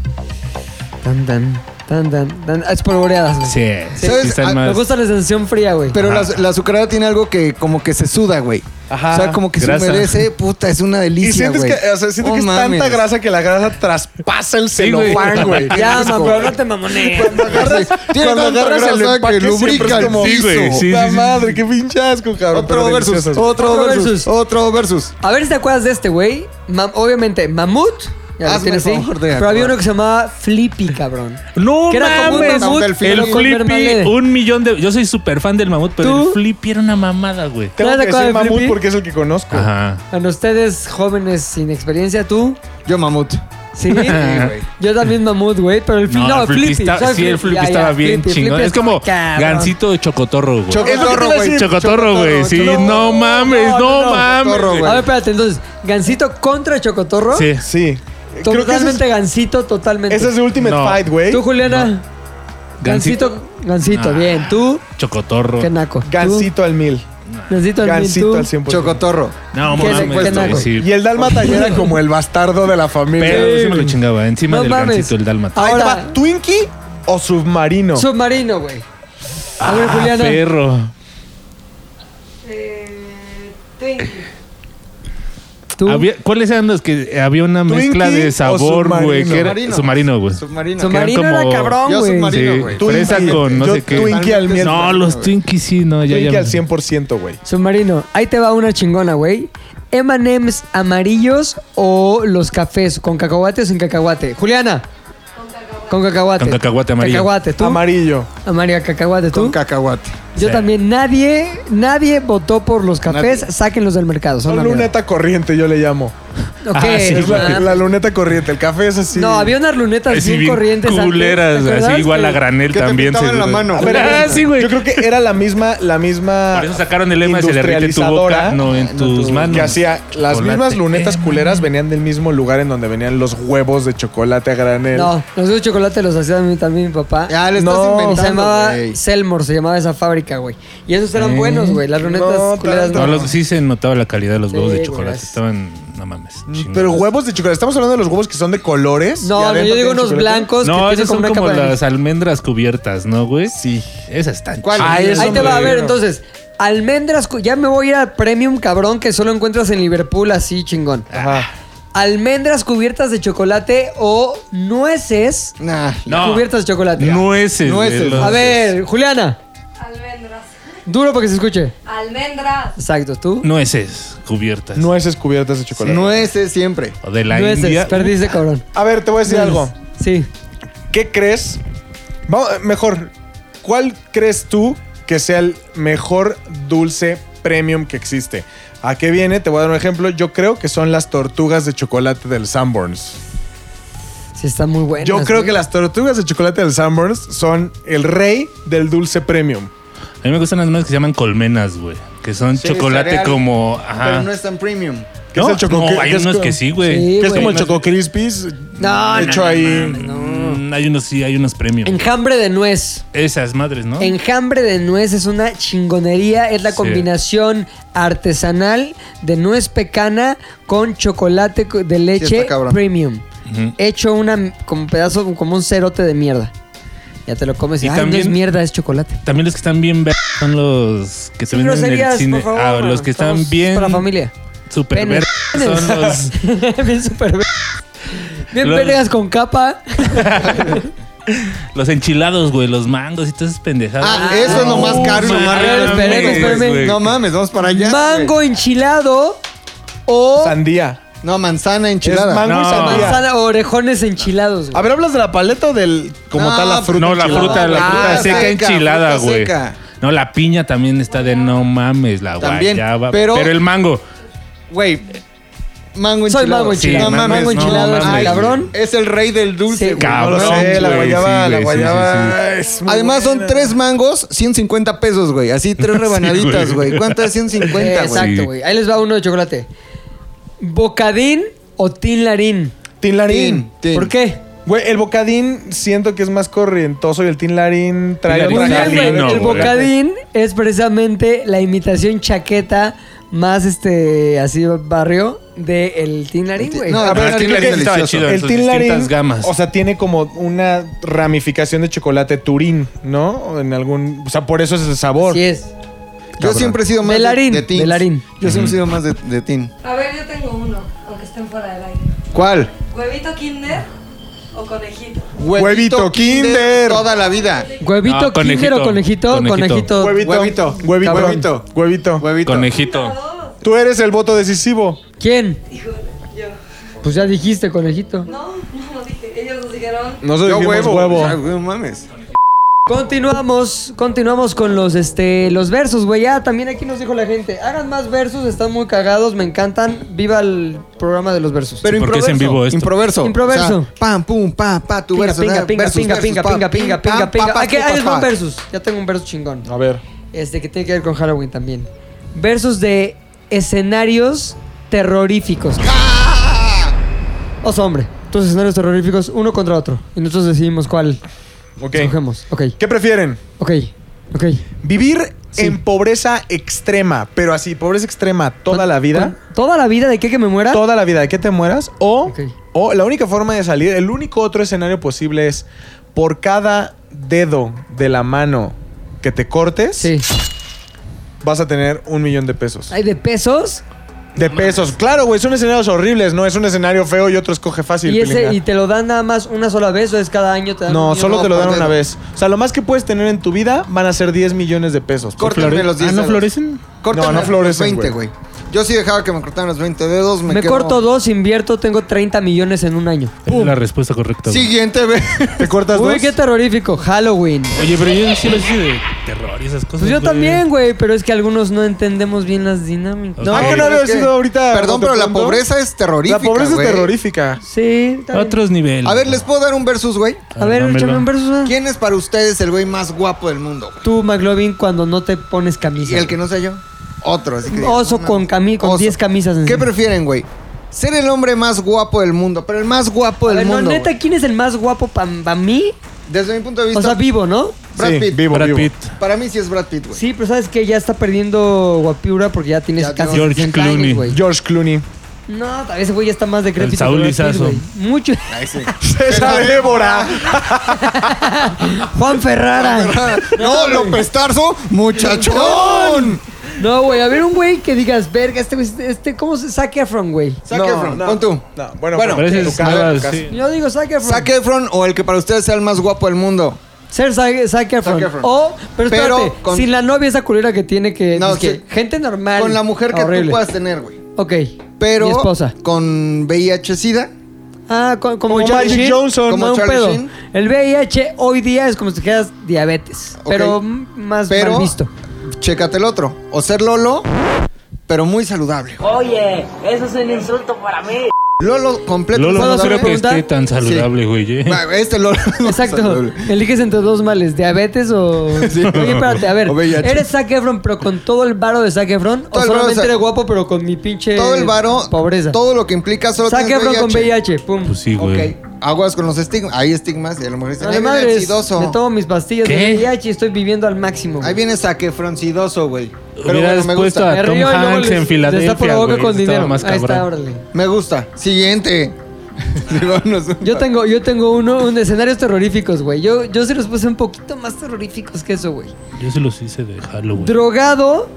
Tan, tan, tan, tan, tan. Ah, Espolvoreadas, güey.
Sí, sí,
¿Sabes?
están
Ah,
más-
Me gusta la sensación fría, güey.
Pero la,
Ajá.
la azucarada tiene algo que como que se suda, güey.
Ajá.
O sea, como que
Grasa.
se humedece, puta, es una
Y
delicia,
sientes
güey.
que, o sea, siento
Oh,
que es
mames.
tanta grasa que la grasa traspasa el
güey.
celofán, güey.
Ya, mamá, pero no te mamones.
agarras,
Tiene
cuando
tanta
agarras el
grasa
empaque
que lubrica
siempre es
el
como
piso. Sí, güey, sí,
La
sí, sí.
madre, qué pinche asco, cabrón.
Otro
pero
versus,
deliciosas.
otro
Otro
versus,
versus.
otro versus.
A ver si te acuerdas de este, güey. Mam- obviamente, Mamut. Ya lo
Hazme
tienes
el
ahí.
favor de
Pero había
acordar.
uno que se llamaba Flippy, cabrón.
No
Que era como un
mames.
mamut,
El
El
pero con mermelada.
Flippy, un millón de. Yo soy súper fan del mamut, pero
¿Tú?
el Flippy era una mamada, güey.
Tengo
¿Te das
que
cuenta
decir
de
mamut
Flippy?
porque es el que conozco.
Ajá.
A ustedes jóvenes sin experiencia, tú.
Yo mamut.
Sí, güey. Yo también mamut, güey, pero el flip. No,
el Flippy
Flippy,
está-
soy
sí, el Flippy
ya, ya,
estaba bien
Flippy,
chingón.
Flippy
es como
cabrón.
gancito de chocotorro, güey.
Choco-
Es lo que te iba a decir.
chocotorro, güey. Sí,
Chocotorro,
no mames, no,
no, no,
mames.
chocotorro,
güey.
güey.
A ver, espérate, entonces, Gancito contra Chocotorro.
Sí.
Sí. Creo que ese
Totalmente
es,
Gancito, totalmente.
ese es el Ultimate
No.
Fight, güey.
Tú, Juliana.
Gancito.
Gancito, Gancito,
Ah. Oh.
bien. Tú,
Chocotorro.
qué naco. Tú,
Gancito al mil.
Gancito, al mil,
Gancito
tú.
al 100%.
Chocotorro.
No
¿Qué- qué
mames, güey.
naco?
Sí.
Y el Dálmata ya era como el bastardo de la familia.
Pero sí me lo chingaba. ¿eh? Encima
No
del
mames.
gancito, el dálmata.
Ahí te
Ahora-
va, ¿Twinkie o submarino?
Submarino, güey. A ver,
Ah,
Juliana.
perro.
Tú.
Había- ¿Cuáles eran los que había una
¿Twinkie
mezcla
o
de sabor, güey?
submarino?
que era- Submarino, güey.
Submarino.
Submarino
Eran
era
como-
cabrón,
Yo
güey.
submarino,
Sí,
güey.
Twinkie.
fresa con no
Yo
sé qué.
Twinkie al miel.
No, los Twinkies sí, no, ya,
Twinkie
ya.
al 100%, güey.
Submarino. Ahí te va una chingona, güey. M&M's amarillos o los cafés con cacahuate o sin cacahuate. Juliana. Con cacahuate.
Con cacahuate amarillo.
Cacahuate, tú.
Amarillo.
Amarillo, cacahuate, tú.
Con cacahuate.
Yo
Sí.
también. Nadie, nadie votó por los cafés.
Nadie.
Sáquenlos del mercado. Son
Son
una mierda.
luneta corriente, yo le llamo.
Ok,
Ah, sí,
no
Es la,
mames.
la luneta corriente. El café es así.
No, había unas lunetas
Así
bien,
bien
corrientes. antes,
Culeras,
¿te acuerdas?
así igual a
Que-
granel
que te
también.
pintaban
se-
la mano.
A ver, ah, sí, güey.
Yo creo que era la misma, la misma.
Por eso sacaron el lema de se derrite tu boca,
industrializadora
no en tus manos.
Que hacía las
Chocolate.
mismas lunetas
Eh,
culeras venían del mismo lugar en donde venían los huevos de chocolate a granel.
No, los de chocolate los hacía a mí también mi papá.
Ya, le estás
No,
Y se
inventando,
llamaba
güey.
Selmor, se llamaba esa fábrica, güey. Y esos eran
Eh.
buenos, güey. Las lunetas
No,
culeras no.
No, los- sí se notaba la calidad de los
Sí,
huevos de
güey,
chocolate.
es-
Estaban, no mames. chingones.
Pero huevos de chocolate. Estamos hablando de los huevos que son de colores.
No,
y
no,
adentro
yo digo
tienen
unos
chocolate.
blancos
No,
que tienen
esas
como
son
una
como
capa de
las almendras cubiertas, ¿no, güey? Sí. Esas están
¿Cuál?
chidas.
Ah, eso
Ahí te
me
va a ver,
dijeron.
entonces. Almendras, cu- ya me voy a ir al premium cabrón que solo encuentras en Liverpool así chingón.
Ajá.
Ah,
Almendras cubiertas de chocolate o nueces
Nah.
No.
cubiertas de chocolate.
Nueces. güey,
Nueces.
los-
A ver, Juliana,
Almendras.
duro para que se escuche.
Almendras.
Exacto, tú.
Nueces cubiertas.
Nueces cubiertas de chocolate.
Nueces siempre.
O de la
nueces,
India.
perdiste cabrón.
A ver, te voy a decir algo.
Sí.
¿Qué crees? Va- eh, mejor, ¿cuál crees tú que sea el mejor dulce premium que existe? ¿A qué viene? Te voy a dar un ejemplo. Yo creo que son las tortugas de chocolate del Sanborns.
Sí, está muy bueno.
Yo creo que las tortugas de chocolate del Sanborns son el rey del dulce premium.
A mí me gustan las unas que se llaman colmenas, güey. Que son
Sí,
chocolate
cereal,
como. Ajá.
Pero no es tan premium.
¿Qué es el choco-
no,
qué-
hay
qué es
unos
co-
que sí, güey.
Sí,
Que es
güey.
como el Choco Crispies.
No,
hecho
no, no,
ahí.
Mm, hay unos sí, hay unos premios.
Enjambre de nuez.
Esas madres, ¿no?
Enjambre de nuez es una chingonería, es la
Sí.
combinación artesanal de nuez pecana con chocolate co- de leche
está cabrón.
premium.
Ujú.
Hecho una como pedazo como un cerote de mierda. Ya te lo comes y,
Y
"Ay, no
también-
es mierda, es chocolate.
También los que están bien ver son los que se
Sin
venden en
groserías,
el
por
cine.
favor,
ah, los que están
estamos
bien
para la familia.
super
Penes.
ver son los
bien super Bien
Los-
vergas con capa.
los enchilados, güey, los mangos y todas esas pendejadas.
Ah, eso es lo más caro y lo más rico.
mames, espérame, espérame.
güey.
No mames, vamos para allá.
Mango
güey.
enchilado o
Sandía.
No, manzana
Es
enchilada.
mango y
No.
sandía.
manzana o orejones enchilados. güey.
A ver, ¿hablas de la paleta o del. como
No,
tal la fruta?
No, la
enchilada?
fruta, la
Ah,
fruta seca,
seca,
enchilada,
fruta
güey.
seca.
No, la piña también está de no mames, la
También,
guayaba.
pero-
Pero, el mango.
Güey. Mango enchilado.
Soy mango
Sí,
enchilado.
No mames,
mango
no
enchilado es
mames.
cabrón.
Es el rey del
Sí,
dulce, güey.
No lo
Cabrón,
sé, la
güey,
guayaba,
sí,
la
güey, sí, sí,
guayaba.
sí.
es muy
Además son
buena.
tres mangos, 150 pesos, güey. Así tres rebanaditas,
Sí,
güey.
güey.
¿Cuántas? 150, güey.
Exacto,
Sí.
güey. Ahí les va uno de chocolate. ¿Bocadín o tinlarín?
Tin Larín.
Tin.
¿Por qué?
Güey, el bocadín siento que es más corrientoso y el Tin Larín trae
Tin
Muy
otra
Larín
bien,
Bocadín,
calidad.
güey.
no,
El
güey.
bocadín es precisamente la imitación chaqueta más este así barrio de el tinlarín, güey.
No,
A ver,
pero el
creo que
Tin Larín
estaba
delicioso.
chido.
El
sus
Tin
distintas
Larín,
gamas.
o sea, tiene como una ramificación de chocolate Turín, ¿no? En algún, o sea, por eso es el sabor.
Así es.
Yo siempre he sido más
Bailarín,
de, de teens.
bailarín.
Yo siempre he sido más de, de teen.
A ver, yo tengo uno, aunque estén fuera del aire.
¿Cuál?
¿Huevito Kinder o conejito?
Huevito Kinder.
Toda la vida.
Huevito,
No,
kinder o
conejito,
conejito, conejito.
conejito.
Huevito. Huevito.
Huevito.
Cabrón.
Huevito. Huevito.
Huevito.
Conejito.
Tú eres el voto decisivo.
¿Quién?
Híjole, yo.
Pues ya dijiste conejito.
No, no lo dije. Ellos nos dijeron.
Nosotros
Yo
dijimos
huevo.
huevo.
O sea, güey, no mames.
Continuamos, continuamos con los este los versos, güey. Ya también aquí nos dijo la gente, hagan más versos, están muy cagados, me encantan. Viva el programa de los versos.
Pero
porque es en vivo esto.
Improverso.
Improverso.
O sea, pam, pum, pa, pa, tu
pinga,
verso.
pinga,
¿no?
pinga,
Versus,
pinga,
versus,
pinga,
pam,
pinga, pinga,
pim, pam,
pinga,
pa,
pinga.
pa,
Aquí
pa,
hay
pa.
un versus. Ya tengo un verso chingón.
A ver.
Este que tiene que ver con Halloween también. Versos de escenarios terroríficos. Oso hombre, tus escenarios terroríficos uno contra otro. Y nosotros decidimos cuál
Ok.
escogemos. Ok,
¿Qué prefieren?
ok, ok.
¿Vivir en pobreza extrema, pero así, pobreza extrema toda la vida?
¿Con- ¿Toda la vida de qué que me muera?
toda la vida de que te mueras o,
Ok.
o la única forma de salir, el único otro escenario posible es por cada dedo de la mano que te cortes,
Sí.
vas a tener un millón de pesos.
¿Hay de pesos?
De pesos. Claro, güey, son escenarios horribles, ¿no? Es un escenario feo y otro escoge fácil.
¿Y, ese,
pilinga.
¿Y te lo dan nada más una sola vez o es cada año? Te dan un
No,
millón?
solo te lo
por
dan una
dedo.
vez. O sea, lo más que puedes tener en tu vida van a ser 10 millones de pesos.
Córtenme los 10
Ah, ¿no
dedos.
florecen?
Córtenme
No, no florecen,
los 20,
güey.
güey. Yo sí dejaba que me cortaran los 20 dedos. Me,
Me
quedo-
corto dos, invierto, tengo 30 millones en un año.
Es la respuesta correcta. güey.
Siguiente, güey.
¿Te cortas
Uy,
dos?
qué terrorífico. Halloween.
Oye, pero yo sí lo hice de terror y esas cosas.
Pues yo
güey.
también, güey, pero es que algunos no entendemos bien las dinámicas.
No.
Ah, que no había sido ahorita.
Perdón, pero la
¿Cuánto?
pobreza es terrorífica.
La pobreza
güey.
es terrorífica.
Sí, está bien.
Otros niveles.
A ver, ¿les puedo dar un versus, güey?
A ver,
dámelo.
échame un verso. ¿eh?
¿Quién es para ustedes el güey más guapo del mundo? güey?
Tú, McLovin, cuando no te pones camisa.
Y el que no sea yo, otro. Así que digo,
Oso
no,
con cami- con
oso.
10 camisas
¿Qué
encima.
prefieren, güey? Ser el hombre más guapo del mundo, pero el más guapo
A
del
ver, no,
mundo.
neta,
güey.
¿quién es el más guapo para mí?
Desde mi punto de vista,
O sea, vivo, ¿no?
Brad
Sí,
Pitt.
vivo,
Brad
vivo.
Pitt.
Para mí sí es Brad Pitt, güey.
Sí, pero sabes que ya está perdiendo guapura porque ya tienes
Ya
casi
George
60 años,
Clooney.
güey.
George Clooney.
No, ese güey ya está más decrépito.
El Saúl
que Brad Pitt,
Lizazo.
güey. Mucho.
Ahí sí.
Esa Débora.
Juan Ferrara.
no, López Tarso, muchachón.
No, güey, a ver un güey que digas, verga, este güey, este, ¿cómo se Zac Efron, güey?
Zac Efron, pon tú.
No,
Bueno,
bueno, pero
Parece
tu
nada,
cara, tu casa.
sí.
Yo digo Zac Efron.
Zac E- Efron o el que para ustedes sea el más guapo del mundo.
Ser Zac, Zac Efron.
Zac Efron.
O, pero
Pero
espérate,
con-
sin la novia esa culera que tiene que...
No,
dizque,
sí.
Gente normal.
Con la mujer que
horrible.
tú puedas tener, güey.
Ok.
Pero
Mi esposa.
con VIH-Sida.
Ah, con- como,
Como
Charlie
Magic
Sheen,
Johnson.
Como
Como
un
Charlie
pedo.
Sheen.
El VIH hoy día es como si dijeras diabetes.
Ok.
Pero m- más
Pero-
mal visto.
Chécate el otro. O ser Lolo, pero muy saludable.
Oye, eso es un insulto para mí.
Lolo completo
Lolo no
saludable.
creo que esté
preguntar?
tan saludable, güey. eh.
Va, Este Lolo. no es
Exacto.
saludable.
Eliges entre dos males, diabetes o...
Sí.
Oye, espérate, a ver.
O VIH.
¿Eres Zac Efron pero con todo el varo de Zac Efron?
Todo
¿O
el varo de
solamente
Zac-
eres guapo pero con mi pinche
Todo el varo,
Eh, pobreza?
todo lo que implica solo
Zac
tienes
Efron con VIH, pum.
Pues sí, güey.
Ok. Aguas con los estigmas. Hay estigmas y a lo mejor dicen,
No,
ahí
de
viene
madre,
el
es- me
sidoso.
tomo mis pastillas de
¿Qué?
VIH y estoy viviendo al máximo. güey.
Ahí viene saquefroncidoso, güey. Pero
Hubieras
bueno, me
puesto
gusta.
Me
a Ah, Tom
río y luego
Hanks
les-
en
les
Filadelfia,
tapo la boca
güey,
con
estaba
dinero.
más
Ahí está,
cabrón.
órale.
Me gusta. Siguiente. Vámonos.
Yo tengo, yo tengo uno, un escenarios terroríficos, güey. Yo, yo se los puse un poquito más terroríficos que eso, güey.
Yo se los hice de Halloween.
Drogado.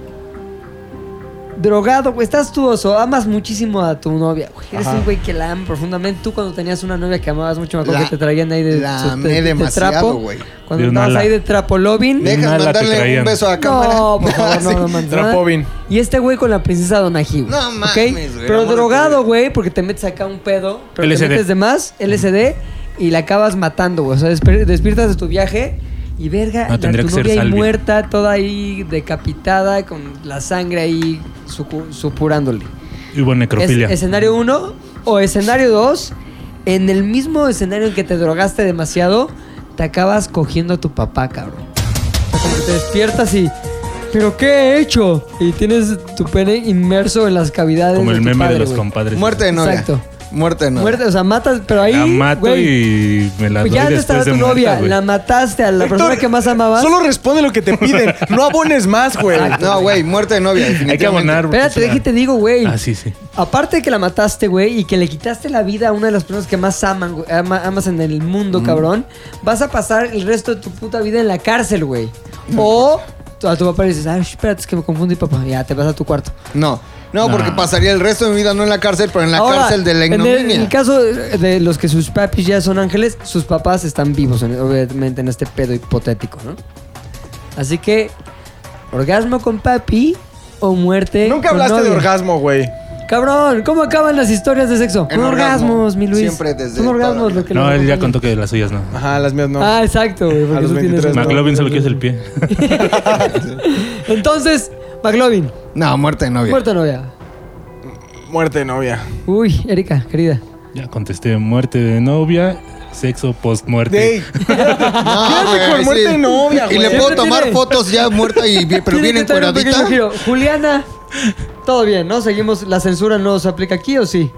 Drogado, güey. Estás tú oso. Amas muchísimo a tu novia, güey. Eres un güey que la ama profundamente. Tú cuando tenías una novia que amabas mucho, me acuerdo
La-
que te traían ahí de,
la
su-
amé
de- de
demasiado,
trapo.
güey.
Cuando
De un
andabas
ala.
ahí de trapo lobbying.
De-
Dejas
Mala te
mandarle un
traían.
beso a cámara.
No, por favor,
Sí.
no, no manches.
Trapovin.
Y este güey con la princesa Donahue.
No mames,
¿ok?
güey,
Pero
amor de
drogado,
tu vida.
güey, porque te metes acá un pedo. Pero te
LSD.
metes de más, LSD, y la acabas matando, güey. O sea, desper- despiertas de tu viaje y verga,
No,
la-
Ah, tendría
tu
que ser
novia ahí
Salvi.
muerta, toda ahí decapitada, con la sangre ahí sucu- supurándole.
Y hubo necrofilia.
Es- escenario 1 o escenario 2, en el mismo escenario en que te drogaste demasiado, te acabas cogiendo a tu papá, cabrón. O sea, como que te despiertas y. ¿Pero qué he hecho? Y tienes tu pene inmerso en las cavidades.
Como
de
el
tu
meme
padre,
de los
güey.
compadres.
Muerte de novia.
Exacto.
Muerte de novia.
Muerte, o sea, matas, pero ahí.
La mato
güey,
y me la doy
pues ya no estará
después
tu
de muerta,
novia,
güey.
la mataste a la
Héctor,
persona que más amabas.
Solo responde lo que te piden. No abones más, güey.
No, güey, muerte de novia.
Hay que
definitivamente.
abonar. porque
Espérate,
es una-
déjate digo, güey.
Ah, sí, sí.
Aparte de que la mataste, güey, y que le quitaste la vida a una de las personas que más aman, güey, ama- amas en el mundo, cabrón, vas a pasar el resto de tu puta vida en la cárcel, güey. O tú- a tu papá le dices, ay, espérate, es que me confundí, papá. Ya, te vas a tu cuarto.
No. No,
No.
porque pasaría el resto de mi vida no en la cárcel, pero en la
Ahora,
cárcel de la
en el-
ignominia.
En el, caso de los que sus papis ya son ángeles, sus papás están vivos, en- obviamente, en este pedo hipotético, ¿no? Así que, orgasmo con papi o muerte
Nunca
con
hablaste de
Pues novia.
orgasmo, güey.
Cabrón, ¿cómo acaban las historias de sexo?
En
Con
orgasmo.
orgasmos, mi Luis.
Siempre desde
Con orgasmos,
toda la
lo que
No,
lo-
él ya contó que las suyas no.
Ajá, las mías no.
Ah, pues exacto, güey. porque
A los
tú tienes
23
un-
no.
McLovin solo quiso el pie.
Entonces, McLovin,
No, muerte de novia.
muerta novia.
Muerte de novia.
Uy, Erika, querida.
Ya contesté muerte de novia, sexo post muerte.
Ey, Quédate con muerte de novia,
Ah, Y
güey.
le
Siempre
puedo tomar
tiene-
fotos ya muerta y bien- pero
Tiene
bien
que tener un pequeño
encueradita.
giro. Juliana, todo bien, ¿no? Seguimos, la censura no se aplica aquí, ¿o sí?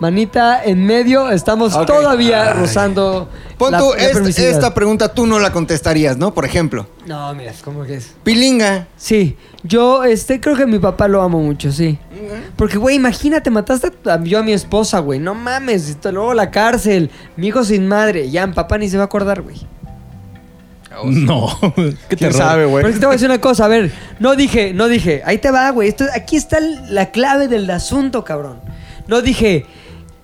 Manita en medio, estamos
Ok.
todavía rozando.
Pon
la-
tú,
la
est-
permisividad.
esta pregunta tú no la contestarías, ¿no? Por ejemplo,
No, mira, ¿cómo que es?
pilinga.
Sí, yo este creo que mi papá lo amo mucho, sí. Porque, güey, imagínate, mataste a, yo a mi esposa, güey. No mames, esto- luego la cárcel, mi hijo sin madre. Ya, mi papá ni se va a acordar, güey.
No. ¿Qué
¿Quién
terror.
sabe, güey?
Pero es que te voy a decir una cosa, a ver, no dije, no dije, ahí te va, güey, esto, aquí está el- la clave del asunto, cabrón. No dije,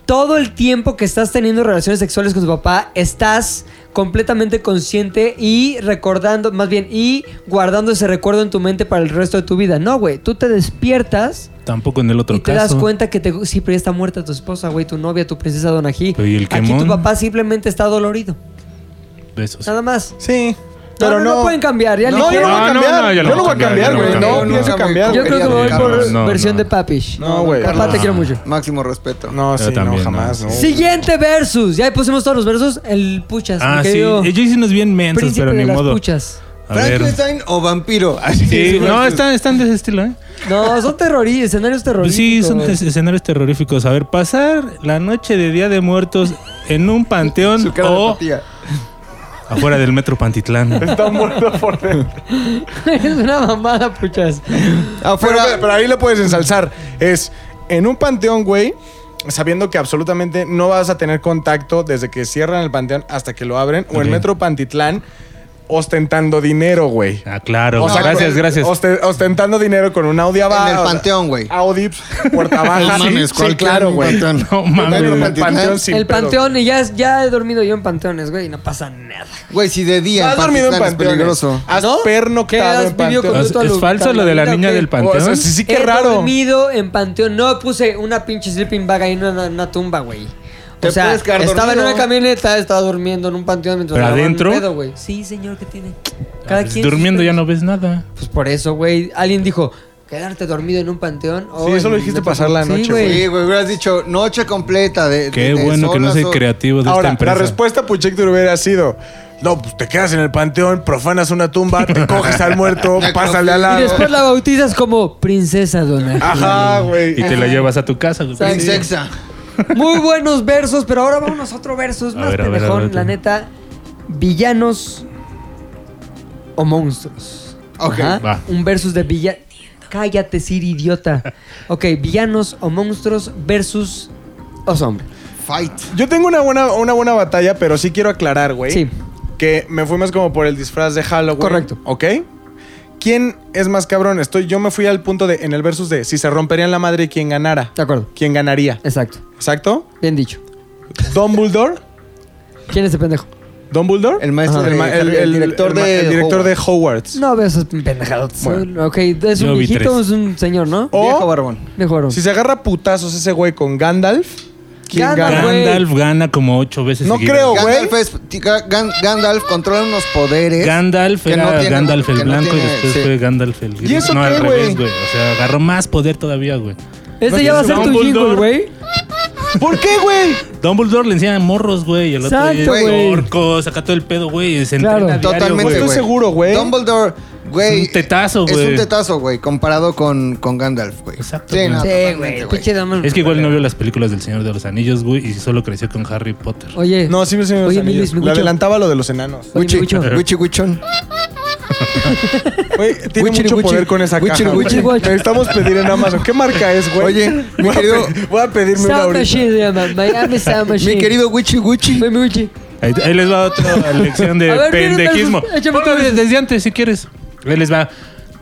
todo el tiempo que estás teniendo relaciones sexuales con tu papá, estás completamente consciente y recordando, más bien, y guardando ese recuerdo en tu mente para el resto de tu vida. No, güey, tú te despiertas
Tampoco en el otro
y te
caso.
das cuenta que te, sí, pero ya está muerta tu esposa, güey, tu novia, tu princesa Donají.
Pero, ¿y el
Aquí tu
quemón?
papá simplemente está dolorido,
de esos.
nada más.
Sí.
No,
Pero
no,
no,
no pueden cambiar, ya
no,
ligero.
yo no voy a
No, no,
cambiar.
no,
yo no voy a cambiar,
yo
güey. No,
no
pienso cambiar.
Yo
güey.
creo que me voy
Quería
por
dejarnos. No,
versión
no.
de Papish.
No, güey.
Carla, te
No.
quiero mucho.
Máximo respeto.
No,
Yo
sí, no,
también, no.
jamás, no.
Siguiente versus. Ya pusimos todos los versos. El Puchas.
Ah,
mi
sí.
querido
Ellos hicieron bien mensos,
Príncipe
pero
de
ni
las
modo.
Puchas.
A ver.
¿Frankenstein o vampiro? Así
Sí,
es,
no,
güey.
están, están de ese estilo, ¿eh?
No, son terroristas, escenarios terroristas.
Pues Sí, son tes- escenarios terroríficos. A ver, pasar la noche de Día de Muertos en un panteón
Su cara de
o
apatía.
afuera del metro Pantitlán.
Está muerto por dentro.
Es una mamada, Puchas.
Afuera. Pero, pero ahí lo puedes ensalzar. Es en un panteón, güey, sabiendo que absolutamente no vas a tener contacto desde que cierran el panteón hasta que lo abren. O en
Ok.
Metro Pantitlán, ostentando dinero, güey.
Ah, claro.
O sea,
gracias,
con-
gracias.
oste- ostentando dinero con un Audi abajo.
En el panteón, güey.
Audi, pues, puerta baja.
No mames,
Ah, sí,
¿cuál
claro,
tiene un
güey.
panteón?
No mames.
En el panteón, sin
el
pedo.
panteón, y ya, es- ya he dormido yo en panteones, güey, y no pasa nada.
Güey, si de día
Has
en
dormido en
Pantitlán es
panteón.
peligroso.
Has
¿No? ¿Qué, has
pernoctado en
vivido con
panteón.
¿Es,
tú a
es
lo-
falso
a la
lo de la
vida,
niña
¿o qué?
del panteón?
O sea, sí, sí, qué
he
raro.
dormido en panteón. No puse una pinche sleeping bag ahí en una, una tumba, güey. O
Te
sea,
puedes quedar
estaba en
dormido.
una camioneta, estaba durmiendo en un panteón mientras
¿Pero
daban un
adentro?
pedo, güey. Sí, señor, ¿qué tiene?
Ah, pues, durmiendo ya no ves nada.
Pues por eso, güey. Alguien dijo, quedarte dormido en un panteón. o
Sí, eso
en-
lo dijiste pasar la
Sí,
noche,
güey.
Sí, güey, hubieras dicho noche completa de. de-
Qué
de
bueno que no
solas
soy
o-
creativo de
Ahora,
esta
la
empresa.
respuesta Puchector hubiera sido: No, pues te quedas en el panteón, profanas una tumba, te coges al muerto, pásale al
Y
lado.
después la bautizas como princesa Dona.
Ajá, güey.
Y te la llevas a tu casa. güey.
Sin sexa.
Muy buenos versos, pero ahora vamos a otro versos
A
más
ver, a ver,
pendejón,
a ver, tú.
la neta. Villanos o monstruos.
Ok,
Ajá.
va.
Un versus de villanos. Cállate, Sir, idiota. Ok, villanos o monstruos versus os hombres.
Fight.
Yo tengo una buena, una buena batalla, pero sí quiero aclarar, güey.
Sí.
Que me fui más como por el disfraz de Halloween.
Correcto.
¿Ok? ¿Quién es más cabrón? Estoy, yo me fui al punto de, en el versus de, si se romperían la madre, ¿quién ganara?
De acuerdo.
¿Quién ganaría?
Exacto.
Exacto.
Bien dicho.
Dumbledore.
¿Quién es el pendejo?
Dumbledore.
El maestro
Ajá.
de-
ma-
el director
el ma-
de
el director de Hogwarts.
No veo esos pendejados.
Bueno.
ok, es
Yo
un
vi
viejito,
tres. Oh.
es un señor, ¿no?
O-
Viejo barbón.
Viejo varón.
Si se agarra putazos ese güey con Gandalf, ¿quién
Gandalf,
gana?
güey.
Gandalf gana como ocho veces.
No
seguidas.
creo.
Gandalf, es- ti- Ga- Gan- Gandalf controla unos poderes.
Gandalf
Que
era
no tiene-
Gandalf el
que no
blanco y
tiene-
después
sí.
fue Gandalf el gris.
¿Y eso
no,
qué,
al
güey?
revés, güey. O sea, agarró más poder todavía, güey.
Ese ya va a ser tu
Dumbledore.
jingle, güey.
¿Por qué, güey?
Dumbledore le enseña morros, güey. y El otro
Exacto,
es
güey.
orcos, saca todo el pedo, güey. Se
Claro.
entrena diario,
Totalmente,
güey.
Estoy
güey.
seguro, güey.
Dumbledore, güey.
Es un tetazo,
Es
güey.
un tetazo, güey, comparado con, con Gandalf, güey.
Exacto,
Sí,
güey.
no,
Sí,
totalmente,
güey.
güey.
Pinche Dumbledore.
Es que igual no vio las películas del Señor de los Anillos, güey, y solo creció con Harry Potter.
Oye.
No, sí me enseñó los
Oye, mi
anillos.
Luis, mi
Le
Wicho.
adelantaba lo de los enanos.
Oye, mi Wicho.
Wichi Wichon.
Güey, tiene
Wichiri,
mucho poder
wichiri.
con esa
Wichiri,
caja. güey.
wichiri, wichiri.
Necesitamos pedir en Amazon. ¿Qué marca es, güey?
Oye, mi
Voy a
querido-
pe- voy a pedirme una
Sound
ahorita.
Machine se llama. Miami Sound Machine.
Mi querido Wichi Wichi.
Soy mi Wichi.
Ahí, ahí les va otra lección de
A ver, miren,
pendejismo.
versus, échame
Ponlo
otra vez.
desde, desde antes, si quieres. Ahí les va.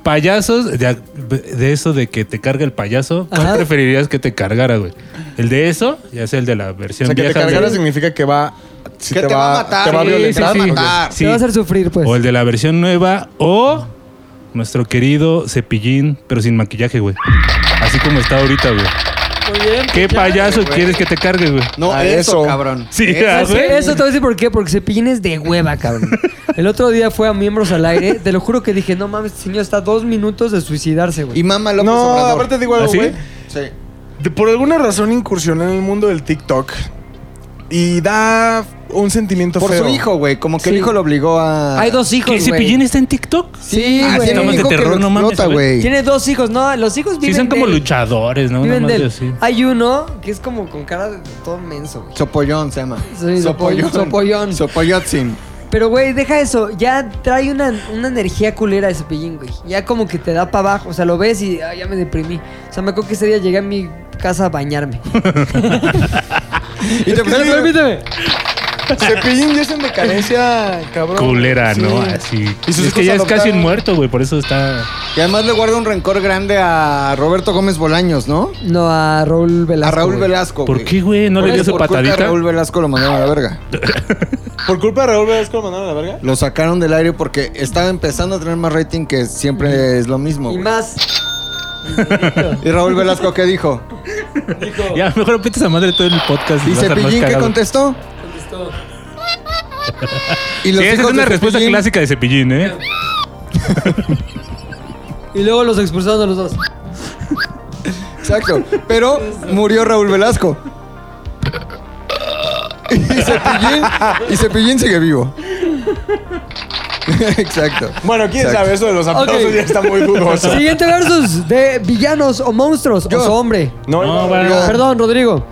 Payasos, de, de eso de que te carga el payaso, ¿cuál
Ajá.
preferirías que te cargara, güey? ¿El de eso? Ya sea el de la versión
O sea, que te
vieja.
cargara
de-
significa que va... si
Que te va a matar,
Te va a
sí,
violentar.
sí, sí. Ah,
güey.
matar.
güey.
Te va a hacer sufrir, pues.
O el de la versión nueva, o nuestro querido cepillín, pero sin maquillaje, güey. Así como está ahorita, güey.
Muy bien.
pues
¿Qué payaso quieres que te cargue, güey?
No,
A
eso,
eso.
cabrón.
Sí,
Eso.
a
Sí,
ver.
Eso te voy a decir por qué, porque Cepillín es de hueva, cabrón. El otro día fue a Miembros al Aire, te lo juro que dije, no mames, este señor está a dos minutos de suicidarse, güey.
Y mama López
No,
Obrador.
aparte digo algo,
¿Ah, sí?
güey.
Sí.
De- Por alguna razón incursioné en el mundo del TikTok y da un sentimiento
Por
feo.
su hijo, güey. Como que el
Sí.
hijo lo obligó a.
Hay dos hijos,
¿Que
güey.
Cepillín está en TikTok?
Sí,
Ah,
güey.
tiene un
Temas de
hijo que
terror,
lo
no mames,
explota,
güey.
güey.
Tiene dos hijos, no, los hijos
Sí,
viven
son como
de él.
luchadores, ¿no?
Viven
Nada
de
más
él.
así.
Hay uno que es como con cara de todo menso, güey.
Sopollón se llama.
Sí, Sopollón. Sopollón.
Sopoyotzin.
Pero, güey, deja eso. Ya trae una, una energía culera de Cepillín, güey. Ya como que te da para abajo. O sea, lo ves y "Ay, ya me deprimí. O sea, me acuerdo que ese día llegué a mi casa a bañarme.
Y
Pero
te
permíteme.
Cepillín ya está en decadencia,
Ah,
cabrón.
Culera,
Sí.
¿no? Así.
Y sus
es que
hijos
ya es casi
adoptaron-
un muerto, güey, por eso está...
Y además le guarda un rencor grande a Roberto Gómez Bolaños, ¿no?
No, a Raúl Velasco.
A Raúl
güey.
Velasco.
¿Por
güey.
qué, güey? ¿No
Por
le dio
eso,
su
por culpa de
patadita?
Raúl Velasco lo mandaron a la verga.
Por culpa de Raúl Velasco lo mandaron a la verga.
Lo sacaron del aire porque estaba empezando a tener más rating que siempre es lo mismo.
Y
güey.
más.
¿Y Raúl Velasco qué dijo?
Ya, mejor repite esa madre todo el podcast.
¿Y
vas a estar más
Cepillín qué
cagado.
contestó? Contestó. Y los
Sí, esa es
hijos
una
de
respuesta
Cepillín-
clásica de Cepillín, ¿eh?
Y luego los expulsaron a los dos.
Exacto. Pero murió Raúl Velasco. Y Cepillín, y Cepillín sigue vivo. Exacto.
Bueno, quién
Exacto.
sabe, eso de los aplausos
Ok.
ya está muy dudoso.
Siguiente versus de villanos o monstruos
Yo.
o su hombre.
No,
No,
no,
bueno.
Yo.
Perdón, Rodrigo.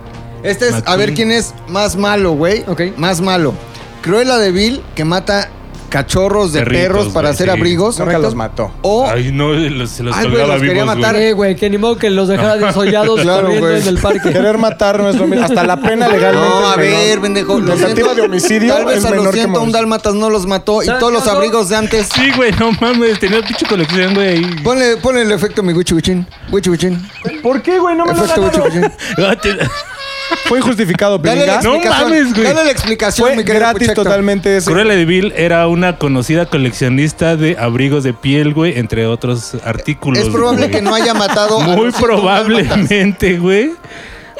Este es, a
Matín.
ver quién es más malo, güey.
Ok.
Más malo. Cruella de Vil, que mata cachorros de
Perritos,
perros para
güey,
hacer
sí.
abrigos.
nunca los mató.
O
Ay, no, los- se los
Ay, güey,
colgaba
los quería
vivos, güey.
matar.
Eh, güey, que ni modo que los dejara desollados
Claro,
corriendo
güey.
en el parque.
Querer matar no es lo mismo. Hasta la pena legalmente.
No, a
es menor.
ver, pendejo. lo
Tentativa
siento.
de homicidio
Tal vez
es
a los
menor que
101
homicidio.
dálmatas no los mató y
¿Sabes
todos
qué
los
pasó?
abrigos de antes.
Sí, güey, no mames, tenía pinche colección, güey, ahí.
Ponle, ponle el efecto mi Wichi Wichin. Wichi Wichin.
¿Por qué, güey? No me lo
Efecto Wichi
ganaron.
Wichin.
Ah, te-
Fue injustificado,
Dale la
Pilinga.
No
explicación.
mames, güey.
Dale la explicación,
Fue
mi querido
gratis
Puchector.
totalmente eso.
Cruella de Vil era una conocida coleccionista de abrigos de piel, güey, entre otros artículos.
Es probable
güey.
que no haya matado. a
Muy
los 101 dálmatas.
probablemente, güey.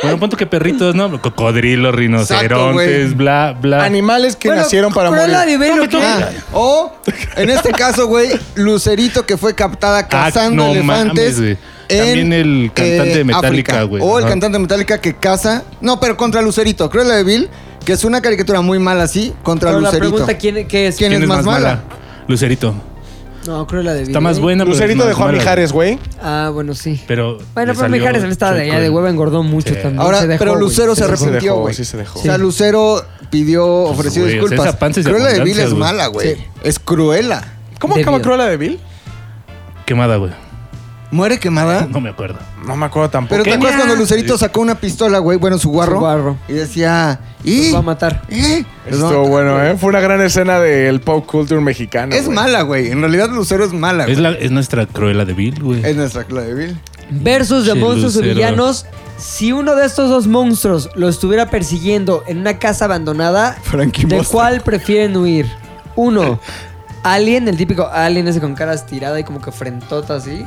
Bueno, punto que perritos, ¿no? Cocodrilos, rinocerontes,
güey.
bla, bla.
Animales que
Bueno,
nacieron para morir.
Cruella de Vil, ¿o qué?
Ah, o, en este caso, güey, Lucerito que fue captada cazando
Ah, no
elefantes.
mames, güey.
en, eh,
También el cantante de Metallica,
África.
güey.
O el
Ajá.
cantante de Metallica que caza. No, pero contra Lucerito. Cruella de Vil, que es una caricatura muy mala así, contra
Pero la
Lucerito.
pregunta, ¿quién, ¿qué es?
¿Quién es más mala?
Lucerito.
No, creo la de
Está más buena, pero es
Lucerito
más
dejó a
mala,
Mijares, güey.
Vilma. Ah, bueno, sí.
Pero.
bueno,
le
pero
salió
Mijares también estaba de,
chueco
ya de
el-
hueva, engordó mucho
Sí.
también.
Ahora,
Se dejó,
pero
güey.
Lucero se,
Sí, se
arrepintió,
dejó,
güey.
sí se dejó.
O sea, Lucero pidió, ofreció
Pues, güey, o sea,
disculpas.
esa panza es de
Cruella de Vil
abundancia,
es
güey.
mala, güey.
Sí.
Es cruela.
¿Cómo
De
acaba
vida.
Cruella de Bill?
Quemada, güey.
Muere quemada.
No me acuerdo.
No me acuerdo tampoco.
Pero ¿te acuerdas cuando Lucerito sacó una pistola, güey? Bueno, su guarro.
Su guarro.
Y decía, ¡y!
Los va a matar.
¿Eh?
Estuvo bueno, ¿eh? Fue una gran escena del pop culture mexicano.
Es
güey.
mala, güey. En realidad Lucero es mala. güey.
Es,
Es,
la, es nuestra Cruella de Vil, güey.
nuestra Cruella de Vil.
Versus de
Che,
monstruos o
Lucero.
villanos. Si uno de estos dos monstruos lo estuviera persiguiendo en una casa abandonada,
Frankie
¿de
Monster.
cuál prefieren huir? Uno, Alien, el típico Alien ese con cara estirada y como que frentota así.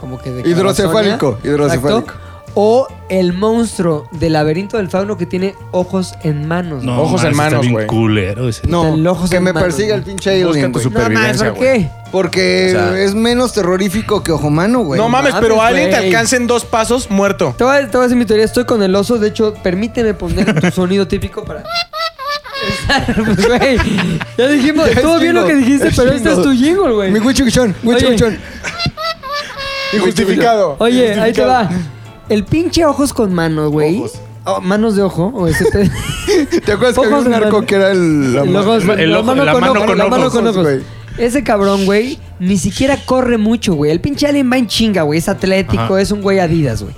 Como que de
Hidrocefálico,
cabezonia.
hidrocefálico.
Exacto. O el monstruo del laberinto del fauno que tiene ojos en manos.
No, mames,
Ojos en
está
manos,
bien
güey.
culero ese.
El
No,
ojo
que
sin
me
mano,
persiga
güey.
el pinche alien,
Busca tu
güey.
No mames,
supervivencia,
¿por
güey.
qué?
Porque
O sea-
es menos terrorífico que Ojomano, güey.
No mames,
mames,
pero alguien te
güey.
alcanza en dos pasos muerto.
Te voy, a, te voy a decir mi teoría, estoy con el oso, de hecho, permíteme poner tu sonido típico para... Pues, güey, ya dijimos,
Ya es
estuvo bien lo que
jingle,
dijiste,
es
pero este es
jingle.
tu jingle, güey.
Mi Wichichon, Wichichon.
Injustificado.
Oye, ahí te va. El pinche ojos con manos, güey. Oh, manos de ojo, o ese pe-
¿Te acuerdas que había
Ojos de
un narco
mano.
que era el...
el ojo,
el ojo- la mano con
la mano
ojos,
con ojos.
güey.
Ese cabrón, güey, ni siquiera corre mucho, güey. El pinche alien va en chinga, güey. Es atlético,
Ajá.
es un güey Adidas, güey.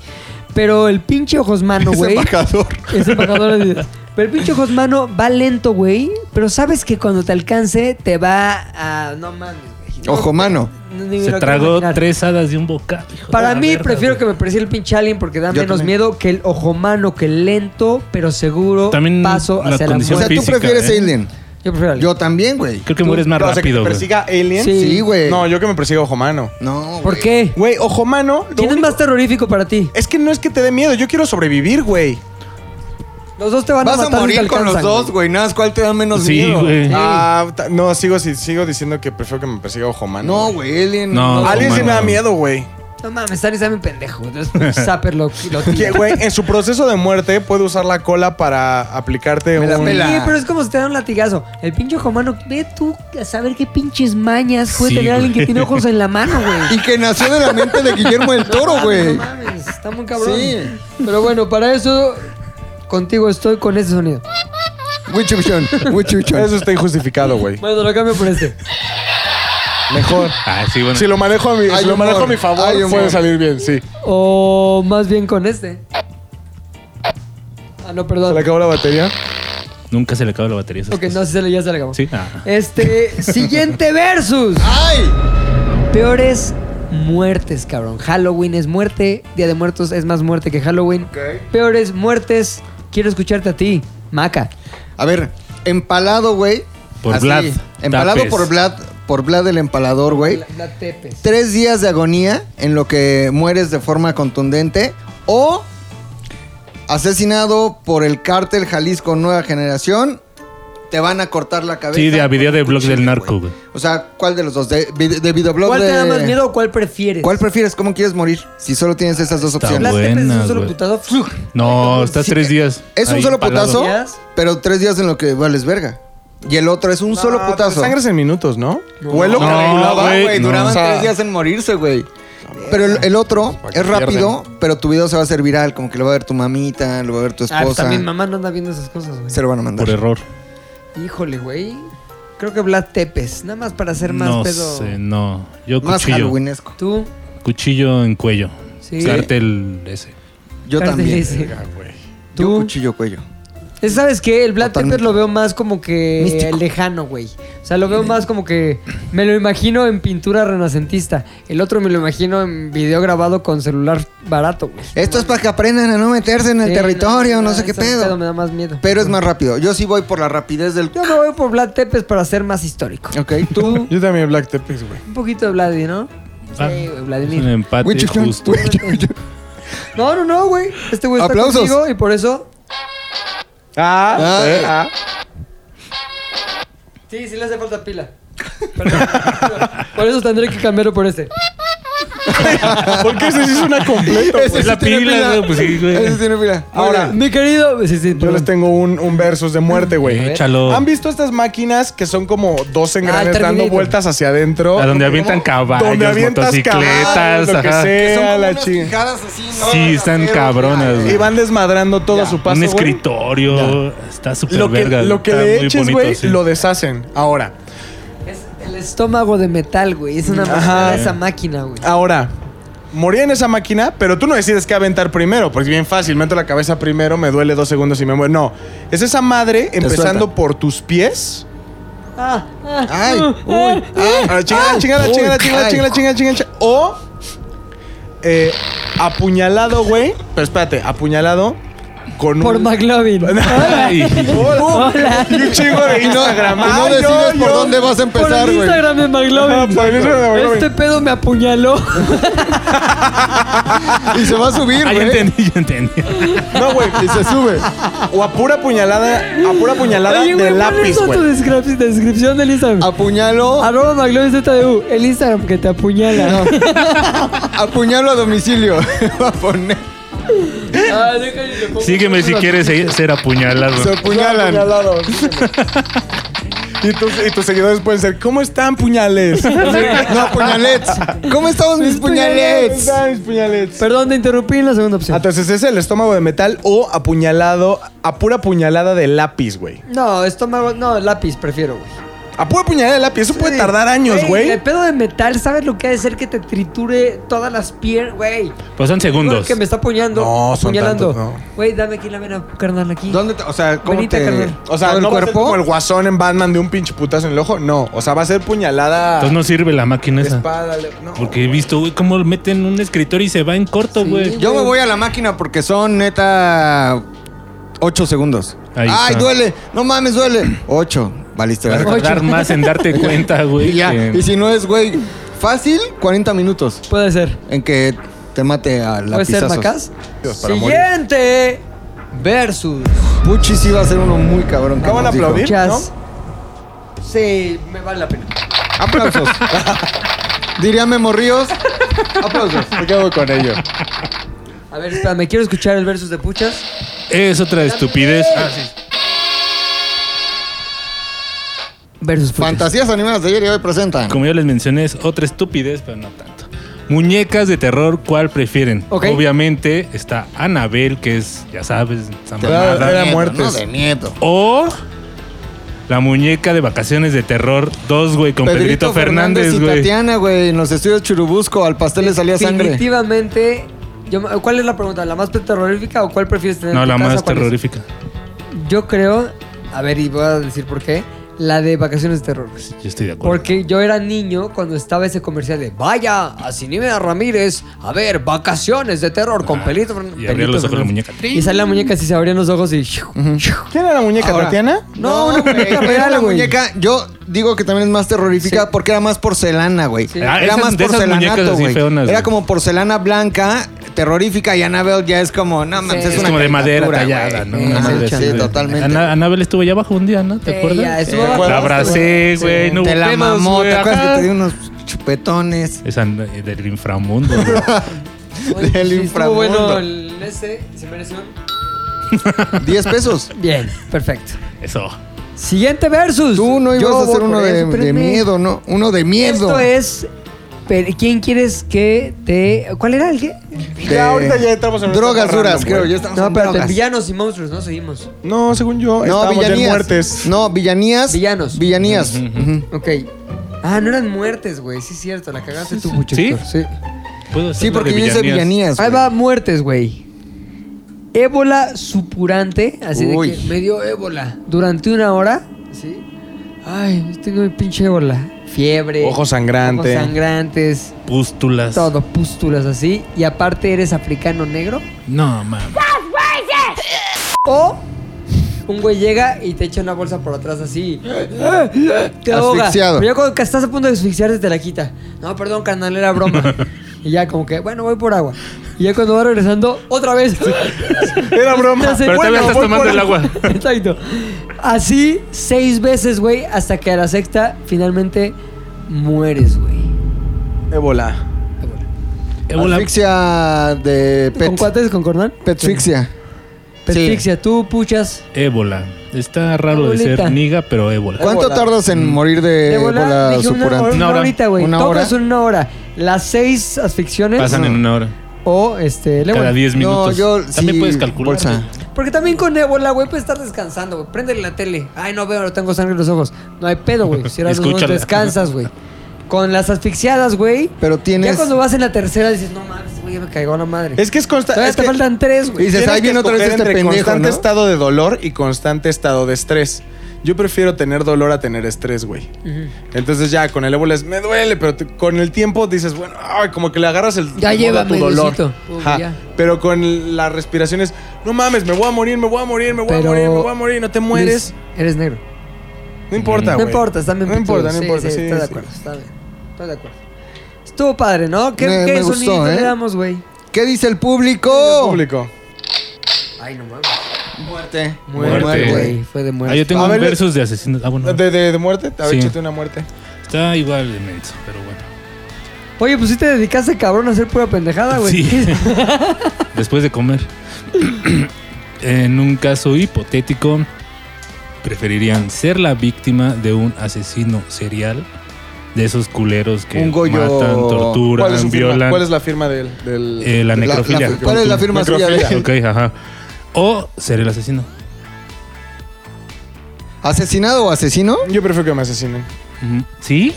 Pero el pinche ojos mano,
Es
güey.
embajador.
Es embajador de Adidas. Pero el pinche ojos mano va lento, güey. Pero sabes que cuando te alcance te va a. No mames, güey.
Ojo mano.
No, ni me
Se
lo quiero
tragó
imaginar.
tres hadas de un bocado. hijo de
Para
la
mí,
verga,
prefiero
güey.
que me persiga el pinche alien porque da
Yo
menos
también.
miedo que el ojo mano, que el lento, pero seguro
También
paso
la
hacia la
condición
O sea,
muerte.
tú
física,
prefieres
¿eh?
alien.
Yo prefiero al-
Yo también, güey.
Creo que mueres más
O sea, que te
rápido, güey.
persiga Alien.
Sí.
Sí, güey.
No, yo que me persiga Ojo Mano.
No,
¿Por
güey.
qué?
Güey, Ojo Mano. lo
¿Quién es
único-
más terrorífico para ti?
Es que no es que te dé miedo, yo quiero sobrevivir, güey.
Los dos te van
Vas
a
a
matar si te
morir con los
alcanzan,
dos, güey. Nada, más, ¿cuál te da menos
Sí,
miedo?
güey.
Ah, ta- no, sigo, si- sigo diciendo que prefiero que me persiga Ojo Mano.
No, güey, Alien.
No,
no.
Alien sí
Ojo
me da
Mano.
miedo, güey.
No mames, Sari sabe un pendejo. Zapper lo, lo
Que,
tira.
güey, en su proceso de muerte puede usar la cola para aplicarte
Me la
un...
pela.
Sí, pero es como si te dan un latigazo. El pinche ojo mano, ve tú a saber qué pinches mañas puede
Sí,
tener alguien que
güey.
tiene ojos en la mano, güey.
Y que nació de la mente de Guillermo del Toro, güey.
No mames, está muy cabrón.
Sí.
Pero bueno, para eso contigo estoy con ese sonido.
Wichuchon, Wichuchon.
Eso está injustificado, güey.
Bueno, lo cambio por este.
Mejor.
Ah, sí, bueno.
Si lo manejo a mi,
Hay
si lo
humor,
manejo a mi
hay
favor,
humor.
puede salir bien, sí.
O más bien con este. Ah, no,
¿Se le
perdón.
acabó la batería?
Nunca se le acaba la batería. a esas
Ok,
cosas.
no, sí se le, ya se le acabó.
Sí. Ah.
Este, siguiente versus.
¡Ay!
Peores muertes, cabrón. Halloween es muerte, Día de Muertos es más muerte que Halloween. Peores muertes, quiero escucharte a ti, Maca.
A ver, empalado, güey.
Por
Así,
Vlad
Empalado
Tapes.
por Vlad, por Vlad el empalador, güey.
La, la tepes.
Tres días de agonía en lo que mueres de forma contundente. O asesinado por el cártel Jalisco Nueva Generación. Te van a cortar la cabeza.
Sí, de a
con
video de
un
blog
cuchillo,
del narco, güey.
O sea, ¿cuál de los dos? ¿De, vid- de videoblog
¿Cuál te da
de-
más miedo o cuál prefieres?
¿Cuál prefieres? ¿Cómo quieres morir? Si solo tienes esas dos
Está
opciones.
Las tepes es
Buena,
un solo
güey.
putado.
No, estás
Sí,
tres días.
Es un
ahí
solo
empalado.
putazo,
Días.
pero tres días en lo que vales verga. Y el otro es un solo
Ah,
putazo.
Sangre es en minutos, ¿no?
Vuelo
No,
calculaba,
güey,
güey.
no.
Duraban
O sea-
tres días en morirse, güey. Pero el, el otro
Para que
es rápido, pero tu video se va a hacer viral. Como que lo va a ver tu mamita, lo va a ver tu
Ah, pues
esposa.
también mamá no anda viendo esas cosas, güey.
se lo van a mandar.
Por error.
Híjole, güey. Creo que Vlad Tepes, nada más para hacer más
No
pedo.
sé, no. Yo
Más
cuchillo.
halloweenesco.
Tú,
Cuchillo en cuello.
sí.
Cartel ese.
Yo
Cárdenas,
también.
sí.
Yo
Tú.
cuchillo cuello.
Es, ¿Sabes qué? El Vlad
Totalmente.
Tepes lo veo más como que
Místico.
lejano, güey. O sea, lo veo más como que me lo imagino en pintura renacentista. El otro me lo imagino en video grabado con celular barato, güey.
Esto es para que aprendan a no meterse en el
Sí,
territorio, no,
me da-
sé qué
ese pedo me
pedo.
da más miedo.
Pero es más rápido. Yo sí voy por la rapidez del.
Yo me voy por Vlad Tepes para ser más histórico.
Ok, tú.
Yo también Black Tepes, güey.
Un poquito de Vladi, ¿no?
Ah,
sí, güey,
es un
Vladimir.
empate
Güey, yo- yo-
justo.
güey, yo- yo-
No, no, no, güey. Este güey está
Aplausos.
contigo y por eso...
Ah,
Ah.
eh, ah.
Sí, sí le hace falta pila. por eso tendré que cambiarlo por este.
¿Por qué ese sí suena completo?
Ese
güey?
Es la
tiene
pila,
pila.
güey, pues sí, güey.
Ese tiene pila.
Ahora,
Mi querido... Sí, sí,
yo
perdón.
les tengo un, un versus de muerte, güey.
Échalo.
¿Han visto estas máquinas que son como
Ah,
dos engranes dando
Terminator.
vueltas hacia adentro?
A donde avientan caballos,
Donde avientas
motocicletas,
caballos, lo que
ajá.
sea,
Que son como
la
unas
chingada.
fijadas así, ¿no?
Sí, están
Acero,
cabronas,
Y van desmadrando todo a su paso.
Un
güey.
escritorio. Está súper
Lo que,
verga.
lo que
está
le
muy
eches,
bonito,
güey,
sí.
lo deshacen. Ahora,
Es el estómago de metal, güey. Es una
Ajá.
mamada esa máquina, güey.
ahora. Moría en esa máquina, pero tú no decides qué aventar primero, porque es bien fácil. Meto la cabeza primero, me duele dos segundos y me muero. No, es esa madre empezando
suelta.
por tus pies.
Ah, ah,
Ay, uy,
Ah, chingada, chingada,
uy,
chingada, chingada,
ay.
chingada, chingada, chingada, chingada. O eh, apuñalado, güey. Pero espérate, apuñalado con
por
un.
McLovin. Hola.
Ay,
Hola.
Hola.
Y un chingo de
Y no,
Instagram.
y no
Ay,
decides
yo,
por
yo.
dónde vas a
Por
empezar,
el
güey.
Instagram de
Ah,
McLovin.
pues, por el Instagram de McLovin.
Este pedo me apuñaló.
Y se va a subir,
Ah, ya
güey.
entendí, ya entendí.
No, güey.
Y se sube.
O a pura puñalada, a pura puñalada
Oye,
de
güey, pon
lápiz,
eso en tu
güey.
descrip- descripción del Instagram.
Apuñalo,
Arroba McLovin ZDU. El Instagram que te apuñala.
apuñalo a domicilio. Va a poner.
Ah, deja y le pongo.
Sígueme si quieres se- ser apuñalado.
Se apuñalan.
Apuñalado, sí, güey. Y tus, y tus seguidores pueden ser, ¿cómo están puñales?
No, apuñalets. ¿Cómo estamos mis
¿Cómo
puñalets?
están mis puñalets?
Perdón, te interrumpí en la segunda opción.
Entonces es el estómago de metal o apuñalado, a pura puñalada de lápiz, güey.
No, estómago. No, lápiz prefiero, güey.
A pura puñalada de lápiz, eso puede tardar años,
El
güey.
pedo de metal, ¿sabes lo que ha de ser que te triture todas las piernas, güey?
Pues son
Seguro
segundos.
que me está apuñando.
No, son
apuñalando.
tantos, no.
Güey, dame aquí la vena, carnal, aquí.
¿Dónde te, o sea, cómo
Venite,
te
carnal.
O sea,
todo
no
el
va a ser como
cuerpo?
el guasón en Batman de un pinche putazo en el ojo. No, o sea, va a ser puñalada
Entonces no sirve la máquina
de
esa.
espada. le- No.
Porque he visto, güey, cómo meten un escritorio y se va en corto, güey.
Yo me voy a la máquina porque son neta 8 segundos.
Ahí
Ay,
está.
duele. No mames, duele. 8, Valiste
Va a
verga.
tardar más en darte cuenta, güey.
Y ya,
que-
y si no es, güey, fácil, 40 minutos
Puede ser.
en que te mate a la
Puede ser Macas.
para morir.
Siguiente. Versus.
Puchi sí va a ser uno muy cabrón. que
¿No van
nos
a
dijo.
aplaudir?
Chas. Sí, me vale la pena.
Aplausos. Diría Memo Ríos. Aplausos. Me quedo con ello.
A ver, espérame, quiero escuchar el versus de Puchas.
Es otra estupidez. Ah, sí.
Versus Puchas.
Fantasías animadas de ayer y hoy presentan.
Como ya les mencioné, es otra estupidez, pero no tanto. Muñecas de terror, ¿cuál prefieren?
Ok.
Obviamente está Anabel, que es, ya sabes, esa
Te
mamada.
va a dar
era
miedo,
muertes.
No de miedo.
O la muñeca de vacaciones de terror 2, güey, con Pedrito, Fernández,
y
güey.
Tatiana, güey, en los estudios Churubusco. Al pastel le salía sangre.
Definitivamente. yo me- ¿Cuál es la pregunta? ¿La más terrorífica o cuál prefieres tener?
No,
en tu
la
casa?
más
¿Cuál es?
terrorífica.
Yo creo. A ver, y voy a decir por qué. La de vacaciones de terror.
Yo estoy de acuerdo.
Porque yo era niño cuando estaba ese comercial de Vaya a Cinemea Ramírez a ver vacaciones de terror con
Ah,
pelito. Fern-
y abría
Pelito
los ojos la
Fernández".
muñeca.
Y sale la muñeca así, se abrían los ojos y.
¿Quién era la muñeca,
Ahora.
Tatiana?
No, una
güey,
muñeca
era
real,
la
güey.
muñeca, yo digo que también es más terrorífica
Sí.
porque era más porcelana, güey.
Sí.
Ah,
Era
esas-
más
de esas muñecas
porcelanato,
así
güey.
feonas,
Era
güey.
como porcelana blanca, terrorífica, y Annabelle ya es como, no mames,
Sí.
es,
Es
una
como de madera
caricatura,
tallada, ¿no?
güey.
Una
Ajá,
madre
sí,
así, güey.
totalmente.
Ana- Anabel estuvo allá abajo un día, ¿no? ¿Te
Sí, ya,
acuerdas? Eh,
estuvo
Sí,
bajo-
La abracé, güey. no
Te
hubo
la
pedos,
mamó,
güey,
¿te acuerdas
ajá.
que te di unos chupetones?
Es an- eh, del inframundo, güey.
Oye,
del
sí, estuvo
inframundo.
bueno el este, se mereció.
10 pesos.
Bien, perfecto.
Eso.
Siguiente versus.
Tú no
Yo
ibas a
voy
hacer
por
uno de,
eso,
de
espérenme.
miedo, ¿no? Uno de
Esto
miedo.
es. pero, ¿Quién quieres que te.? ¿Cuál era el qué?
De-
Ya, ahorita ya entramos en un
eh, Drogas
tema
duras,
random,
creo.
güey.
Ya estamos
No,
en
pero
drogas.
villanos y monstruos, ¿no? Seguimos.
No, según yo,
No,
estábamos ya en
villanías.
muertes.
No, villanías.
Villanos.
Villanías. Ujú.
Ok. Ah, no eran muertes, güey. Sí, es cierto. La cagaste tú, mucho.
¿Sí?
Sí.
Puedo hacer
Sí,
la de
porque yo hice villanías.
Ahí
güey.
va muertes, güey. Ébola supurante, así
Uy.
de que me dio ébola durante una hora. Sí. Ay, tengo mi pinche ébola. Fiebre.
Ojo sangrante.
Ojos sangrantes.
Pústulas.
Todo, pústulas así. Y aparte eres africano negro.
No, mames.
O un güey llega y te echa una bolsa por atrás así. Te ahoga.
Asfixiado.
Pero ya cuando estás a punto de asfixiarte te la quita. No, perdón, carnal, era broma. y ya como que, bueno, voy por agua. Y ya cuando va regresando, otra vez.
Era broma.
Entonces,
Pero todavía
bueno,
estás
voy
tomando
por
el agua.
Exacto. Así seis veces, güey, hasta que a la sexta finalmente mueres, güey.
Ébola.
Ébola.
Asfixia de
¿Con
pet.
cuates, con cordón?
Petfixia.
Petrixia, tú puchas.
Ébola. Está raro de
Ébolita.
ser niga, pero ébola.
¿Cuánto
Ébola.
tardas en morir de
De volar,
ébola
dije una, hora-
Eh, supurante?
una
Una hora.
horita, güey.
¿Una
Todos
hora?
son una hora. Las seis asficciones
Pasan en una hora.
o este, el ébola.
Cada 10
No,
minutos.
yo
También
sí,
puedes calcular. Ah,
bolsa.
güey.
Porque también con ébola, güey, puedes estar descansando, güey. Préndele la tele. Ay, no veo, no tengo sangre en los ojos. No hay pedo, güey. Cierras los ojos,
Escúchala.
descansas, güey. Con las asfixiadas, güey.
Pero
Ya
tienes.
cuando vas en la tercera dices, no mames, güey, ya me cagó la madre.
Es que es constante.
Todavía
Es
te
que
faltan tres, güey.
Dices,
tienes
ahí
que
viene otra vez
escoger
este
entre
pendejo,
constante
¿no?
estado de dolor y constante estado de estrés. Yo prefiero tener dolor a tener estrés, güey.
Ujú.
Entonces ya con el ébola es, me duele, pero te- con el tiempo dices, bueno, ay, como que le agarras el
Ya
el modo
lleva
a tu
medio
dolor.
cito. Uy,
Ajá.
ya.
Pero con las respiraciones, no mames, me voy a morir, me voy a morir, me voy
Pero-
a morir, me voy a morir, no te mueres.
Eres, eres negro.
No importa,
No
güey.
importa, están bien
No importa,
pichudos.
no
Sí,
importa.
sí,
sí,
estoy de
sí.
acuerdo, está bien. Estoy de acuerdo. Estuvo padre, ¿no? ¿Qué,
Me-
qué
me
sonidito
gustó, ¿eh?
le damos, güey?
¿Qué dice el
Oh.
público?
Público.
Ay, no mames.
Muerte.
Muerte,
Muerte.
güey. Fue de
Ah,
muerte.
yo tengo
pues.
un
A ver, le-
versus de asesinos. Ah, bueno.
De, de, de muerte, a ver,
Sí.
échate una muerte.
Está igual de menso, pero bueno.
Oye, pues sí te dedicaste, cabrón, a hacer pura pendejada, güey.
Sí. Después de comer. en un caso hipotético, preferirían ser la víctima de un asesino serial. De esos culeros que
Un Goyo.
matan, torturan,
¿Cuál es, su firma?
violan.
¿Cuál es la firma del...? del-
Eh, la
La-
necrofilia.
la- ¿Cuál es la firma suya?
Necrofilia.
Ok, ajá. O ser el asesino.
¿Asesinado o asesino?
Yo prefiero que me asesinen.
Ujú. ¿Sí?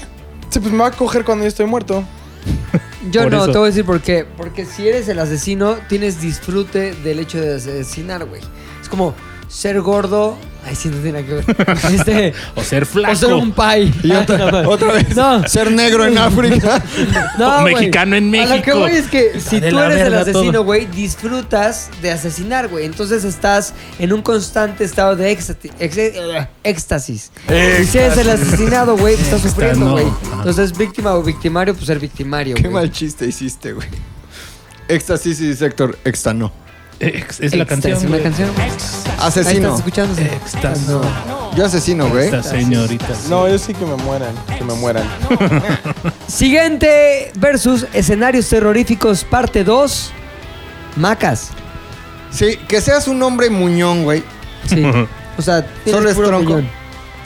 Sí, pues me va a coger cuando yo estoy muerto.
Yo
Por
no,
eso.
te voy a decir por qué. Porque si eres el asesino, tienes disfrute del hecho de asesinar, güey. Es como, ser gordo. Ay, sí, no tiene nada que ver. Este,
O ser flaco.
o ser un pay.
Y otra,
No,
otra vez,
No.
ser negro en África.
No,
O
güey.
mexicano en
A lo que
México.
voy es que si
de
tú
la
eres el
verga
asesino,
todo.
güey, disfrutas de asesinar, güey. Entonces estás en un constante estado de éxtati- ex- eh, éxtasis. Y si eres el asesinado, güey, pues estás sufriendo,
no.
güey.
Ajá.
Entonces, víctima o victimario, pues ser victimario,
Qué
güey.
mal chiste hiciste, güey. Éxtasis y sector, exta no.
Ex- es la
Éxtasis,
canción.
una
güey.
canción. Ahí estás
Asesino.
escuchando. sí.
Éxtasis.
No.
Yo asesino, güey.
Esta señorita.
¿eh? No, yo sí que me mueran. Que me mueran.
Siguiente versus escenarios terroríficos, parte 2. Macas.
Sí, que seas un hombre muñón, güey.
Sí. O sea, tienes
Solo es
puro
tronco.
millón.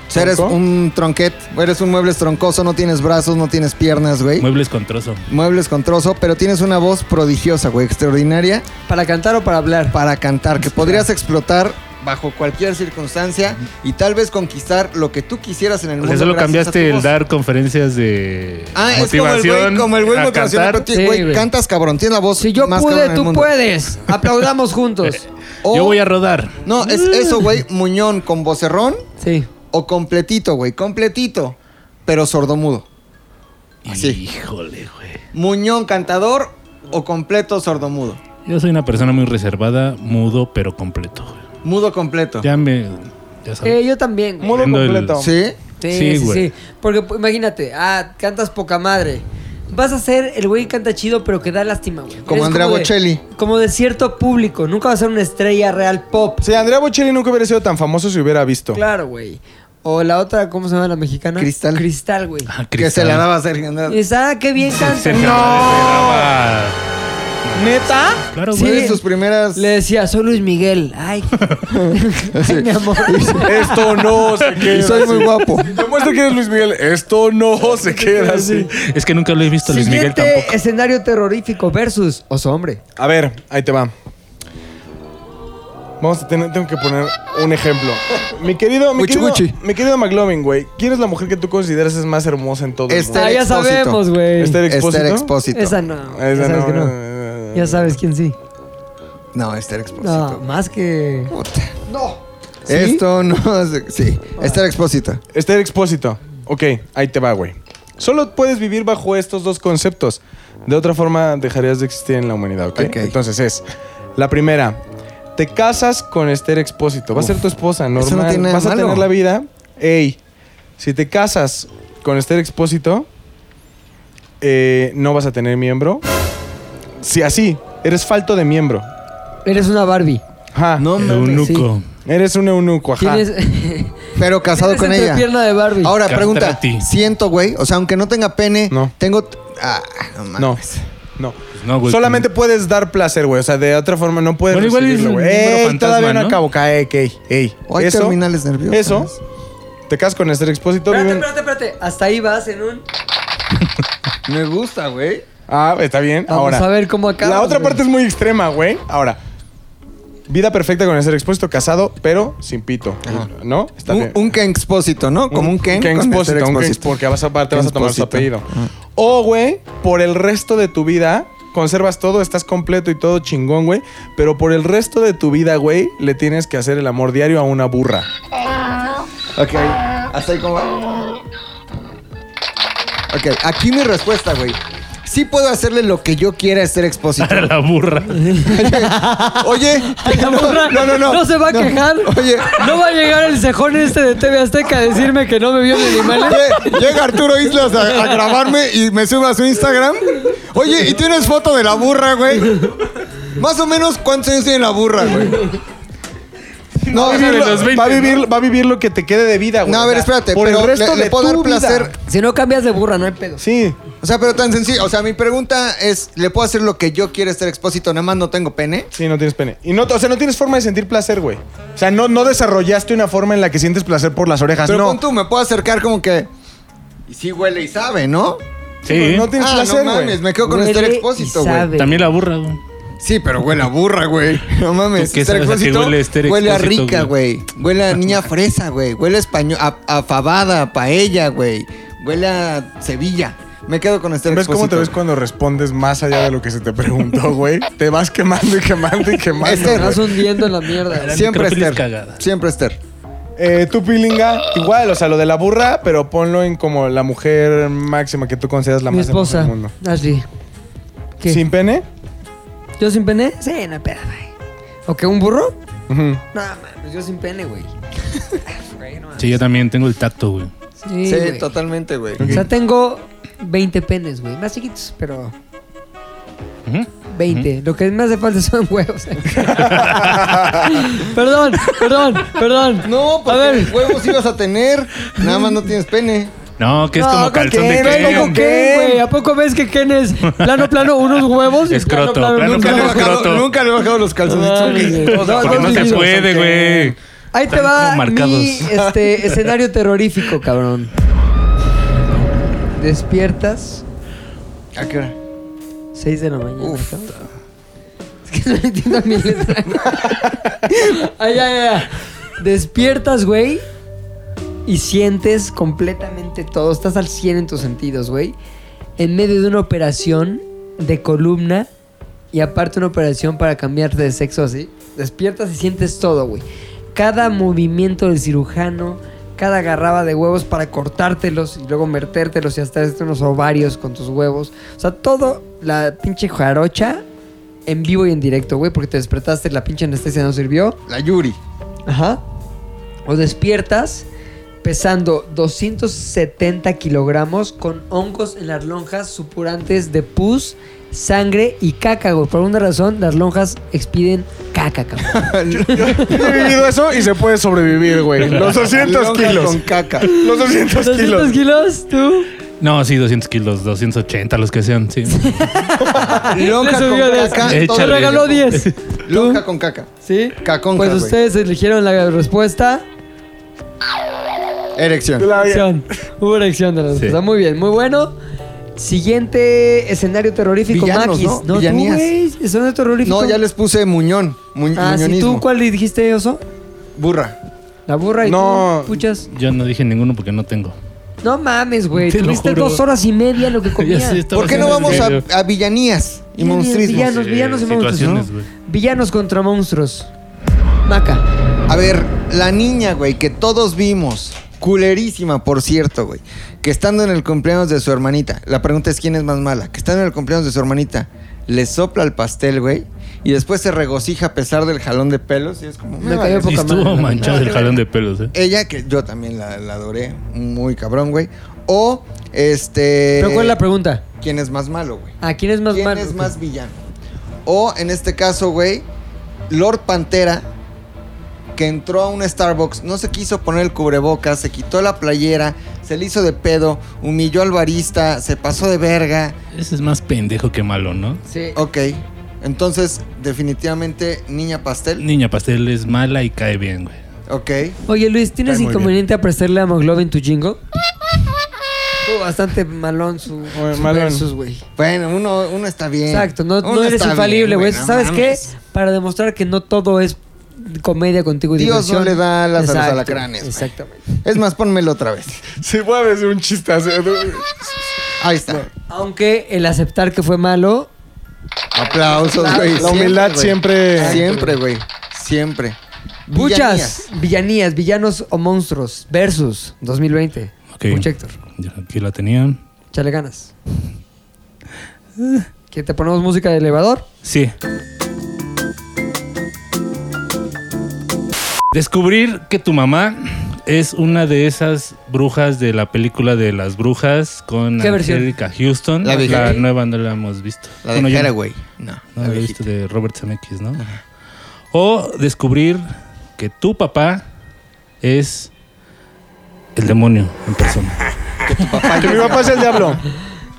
O sea, eres
¿Tronco?
un tronquet, eres un mueble troncoso, no tienes brazos, no tienes piernas, güey.
Muebles con trozo.
Muebles con trozo, pero tienes una voz prodigiosa, güey, extraordinaria
¿Para cantar o para hablar?
para cantar, que podrías explotar bajo cualquier circunstancia y tal vez conquistar lo que tú quisieras en el
O
mundo.
sea, solo
gracias a tu
cambiaste el
voz.
dar conferencias de
Ah, es como el
motivación
güey, como el güey
a
motivacional, pero
cantar.
ti-
Sí,
güey,
güey.
cantas cabrón, tienes la voz
Si yo
más
pude,
cabrón en el
tú
mundo.
puedes. Aplaudamos juntos.
O-
Yo voy a rodar.
No, es eso, güey, muñón con vocerrón
Sí.
o completito, güey, completito, pero sordomudo. Así.
Híjole, güey.
Muñón cantador o completo sordomudo.
Yo soy una persona muy reservada, mudo, pero completo. güey.
Mudo completo.
Ya me. Ya sabes.
Eh, yo también. güey.
Mudo
Viendo el-
completo.
¿Sí?
Sí, sí,
Sí, güey.
sí. Porque pues, imagínate, ah, cantas poca madre. Vas a ser el güey que canta chido, pero que da lástima, güey.
Como
Eres
Andrea
de-
Bocelli.
como de cierto público. Nunca vas a ser una estrella real pop.
Sí, Andrea Bocelli nunca hubiera sido tan famoso si hubiera visto.
Claro, güey. O la otra, ¿cómo se llama la mexicana?
Cristal.
Cristal, güey.
Ah,
Que se
Cristal.
la daba a Sergio Andrade.
Dices, ah, qué bien canta.
Sergio Andrade
¿Neta?
se la daba. Claro,
Sí.
güey.
Fue de sus primeras.
Le decía, soy Luis Miguel. Ay,
Sí.
ay mi amor.
Esto no se queda.
Y soy muy
así.
guapo.
Demuestra que eres Luis Miguel. Esto no se queda así.
Es que nunca lo he visto, Luis Miguel
Siguiente
tampoco.
escenario terrorífico versus oso hombre.
A ver, ahí te va. Vamos a tener, tengo que poner un ejemplo. Mi querido, mi
Gucci,
querido,
gucci.
mi querido McLovin, güey. ¿Quién es la mujer que tú consideras es más hermosa en todo
Este-
Ah,
el mundo?
ya
Expósito.
sabemos, güey.
Esther Expósito.
Esther Expósito.
Esa no.
Esa
ya sabes
no,
que no.
eh,
Ya sabes quién sí.
No, Esther
No,
Expósito.
más que.
Puta.
¿Sí?
Esto no. se- Sí, Esther Expósito.
Esther Expósito. Ok, ahí te va, güey. Solo puedes vivir bajo estos dos conceptos. De otra forma, dejarías de existir en la humanidad, ¿ok?
Ok.
Entonces es, la primera, te casas con Esther Expósito. Va a ser tu esposa, normal.
no tiene nada
Vas a
malo.
tener la vida. Ey, si te casas con Esther Expósito, eh, no vas a tener miembro. Si así, eres falto de miembro.
Eres una Barbie.
Ajá.
No
Eunuco.
Eres un eunuco, ajá.
Tienes.
Pero casado con ella.
pierna de Barbie.
Ahora, pregunta.
Castrati.
Siento, güey. O sea, aunque no tenga pene,
No.
tengo. Ah, no
No,
mames.
no.
Pues no, güey.
Solamente puedes dar placer, güey. O sea, de otra forma no puedes
Bueno, igual es
recibirlo,
un
güey.
número
Ey,
fantasma,
todavía no
¿no?
acabo. Ca- Ey, ey, ey.
O hay
Eso,
terminales nerviosas.
eso. Te casas con Esther Expósito.
Espérate,
viven-
espérate, espérate. Hasta ahí vas en un.
Me gusta, güey.
Ah, está bien.
Vamos
Ahora.
a ver cómo acaba. Pues,
La otra parte es muy extrema, güey. Ahora. Vida perfecta con Esther Expósito, casado, pero sin pito. ¿No? Está
Un,
bien.
un Ken Expósito, ¿no? Como un Ken. con
expósito,
Esther
un Ken,
Expósito.
porque vas a, te
Ken
vas a tomar su
Expósito. Ah.
apellido. O, güey, por el resto de tu vida, conservas todo, estás completo y todo chingón, güey. Pero por el resto de tu vida, güey, le tienes que hacer el amor diario a una burra.
Ok, hasta ahí cómo va. Ok, aquí mi respuesta, güey. Sí puedo hacerle lo que yo quiera a Esther Expósito.
Para la burra.
Oye, no, no, no, no.
No se va a quejar.
Oye,
No va a llegar el cejón este de TV Azteca a decirme que no me vio mi animal.
oye, llega Arturo Islas a, a grabarme y me sube a su Instagram. Oye, ¿y tienes foto de la burra, güey? Más o menos, ¿cuántos años tiene la burra, güey? No,
Va a vivir, lo- va, a vivir, va a vivir lo que te quede de vida, güey.
No, a ver,
O sea,
espérate,
Por
pero
el resto
le- le
de
puedo
tu
dar
vida.
placer.
Si no cambias de burra, no hay pedo.
Sí.
O sea, pero tan sencillo. O sea, mi pregunta es, ¿le puedo hacer lo que yo quiera a Esther Expósito? Nada más no tengo pene.
Sí, no tienes pene. Y no, o sea, no tienes forma de sentir placer, güey. O sea, no, no desarrollaste una forma en la que sientes placer por las orejas,
Pero
no.
pon tú, me puedo acercar como que. Y sí huele y sabe, ¿no?
Sí.
No tienes
ah,
placer,
no
güey.
mames, me quedo con
Huele
Esther
y
Expósito, güey.
sabe.
También la burra, güey.
Sí, pero huele a burra, güey. No mames.
¿Tú qué sabes a qué huele Esther
huele a
Expósito,
rica, güey. Huele a niña fresa, güey. Huele a español, a, a fabada, a paella, güey. Huele a Sevilla. Me quedo con Esther
¿Ves cómo te
Expósito.
ves cuando respondes más allá de lo que se te preguntó, güey? Te vas quemando y quemando y quemando.
Esther.
güey.
Estás hundiendo en la mierda.
Siempre
necrófilis
Esther.
cagada.
Siempre Esther.
Eh, tú, Pilinga, igual, o sea, lo de la burra, pero ponlo en como la mujer máxima que tú consideras la
Mi
más hermosa
esposa,
del mundo.
Ashley. ¿Qué?
¿Sin pene?
¿Yo sin pene? Sí, no hay pedo, güey. ¿O qué, un burro?
Ujú.
No, mames, yo sin pene, güey.
Sí, yo también tengo el tacto, güey.
Sí,
Sí,
güey.
totalmente, güey.
O sea, tengo 20 penes, güey. Más chiquitos, pero
Ujú.
20. Lo que me hace falta son huevos. perdón, perdón, perdón.
No, porque
A ver.
huevos ibas a tener. Nada más no tienes pene.
No, que es
No,
como
¿con
calzón
qué?
de
No,
Ken.
¿con qué, güey? ¿A poco ves que Ken es plano, plano, unos huevos? y
Escroto, plano,
nunca?
plano, escroto. Roto.
Nunca le he bajado los
Ay,
calzoncitos.
güey.
O sea,
Porque
No,
no
sí,
se
sí,
puede, güey.
Ahí te
Están
va
como marcados.
mi este, escenario terrorífico, cabrón. Despiertas
¿A qué hora?
6 de la mañana.
Uf.
cabrón. Es que no le entiendo a mi letra. Ay, ay, ay. Despiertas, güey. Y sientes completamente todo. Estás al 100 en tus sentidos, güey. En medio de una operación de columna. Y aparte una operación para cambiarte de sexo así. Despiertas y sientes todo, güey. Cada movimiento del cirujano. Cada garraba de huevos para cortártelos y luego metértelos y hasta hacerte unos ovarios con tus huevos. O sea, todo la pinche jarocha en vivo y en directo, güey, porque te despertaste, la pinche anestesia no sirvió.
La Yuri.
Ajá. O despiertas pesando 270 kilogramos con hongos en las lonjas supurantes de pus, sangre y caca, güey. Por alguna razón, las lonjas expiden caca, cabrón.
Yo he vivido eso y se puede sobrevivir, güey. Los 200
Lonja
kilos.
Con caca.
Los 200
¿200
kilos.
kilos? ¿Tú?
No, sí, 200 kilos, 280, los que sean, sí.
Lonja
Le
con
subió diez.
caca.
Échale.
todo
Te
el
regaló
tiempo.
10.
Lonja con caca.
¿Sí?
Caconja,
Pues
güey.
ustedes eligieron la respuesta.
Erección.
Acción. Hubo erección de la respuesta. Muy bien, muy bueno. Siguiente escenario terrorífico,
Villanos,
Maquis.
¿no?
tú,
Villanías.
güey, escenario terrorífico.
No, ya les puse muñón. Mu-
Ah, sí,
muñonismo.
¿tú cuál le dijiste, Oso?
Burra.
La burra y
No.
tú, puchas.
Yo no dije ninguno porque no tengo.
No mames, güey.
Te lo
Tuviste
juro.
dos horas y media lo que comías.
Ya sí estaba
¿Por qué no
haciendo
vamos
en
a,
serio.
a villanías y
Villanos,
monstrismos?
Villanos, villanos y
Eh,
monstruos,
situaciones,
¿no?
güey.
Villanos contra monstruos. Maca.
A ver, la niña, güey, que todos vimos, culerísima, por cierto, güey, que estando en el cumpleaños de su hermanita, la pregunta es quién es más mala, que estando en el cumpleaños de su hermanita, le sopla el pastel, güey, y después se regocija a pesar del jalón de pelos, y es como,
Me
me
cayó
vale.
Y
poca
estuvo
madre.
manchado el jalón de pelos, eh.
Ella, que yo también la, la adoré, muy cabrón, güey, o este...
¿Pero cuál es la pregunta?
¿Quién es más malo, güey?
¿A quién es más
¿Quién
malo?
es más villano? O en este caso, güey, Lord Pantera, que entró a un Starbucks, no se quiso poner el cubrebocas, se quitó la playera, se le hizo de pedo, humilló al barista, se pasó de verga.
Ese es más pendejo que malo, ¿no?
Sí.
Ok, entonces, definitivamente, niña pastel.
Niña pastel es mala y cae bien, güey.
Ok,
Oye, Luis, ¿tienes
Cae muy
inconveniente a prestarle a Moglovin tu jingo? Estuvo bastante malón su,
Oye,
su
malón.
versus, güey.
bueno, uno, uno está bien.
Exacto, no, no
Uno
eres
está
infalible,
bien,
güey.
no
¿Sabes qué?
mames.
Para demostrar que no todo es comedia contigo y
Dios no
diversión.
le da alas a los
Exacto,
alacranes, güey.
Exactamente.
Es más, pónmelo otra vez.
Se puede hacer un chistazo.
Ahí está.
Aunque el aceptar que fue malo,
Aplausos, güey.
La humildad
güey.
siempre-
Siempre, güey. Siempre. Villanías.
buchas, villanías, villanos o monstruos versus 2020.
Ok.
Mucho Héctor,
Yo aquí la tenían.
échale ganas. ¿Que te ponemos música de elevador?
Sí. Descubrir que tu mamá es una de esas brujas de la película de las brujas con
¿Qué versión?
Angelica Houston.
La
La,
viejita.
nueva no la hemos visto.
La
Bueno,
de
yo no.
Haraway. No,
No,
la
la he
viejita.
visto de Robert Zemeckis, ¿no? O descubrir que tu papá es el demonio en persona.
Que mi papá es el diablo.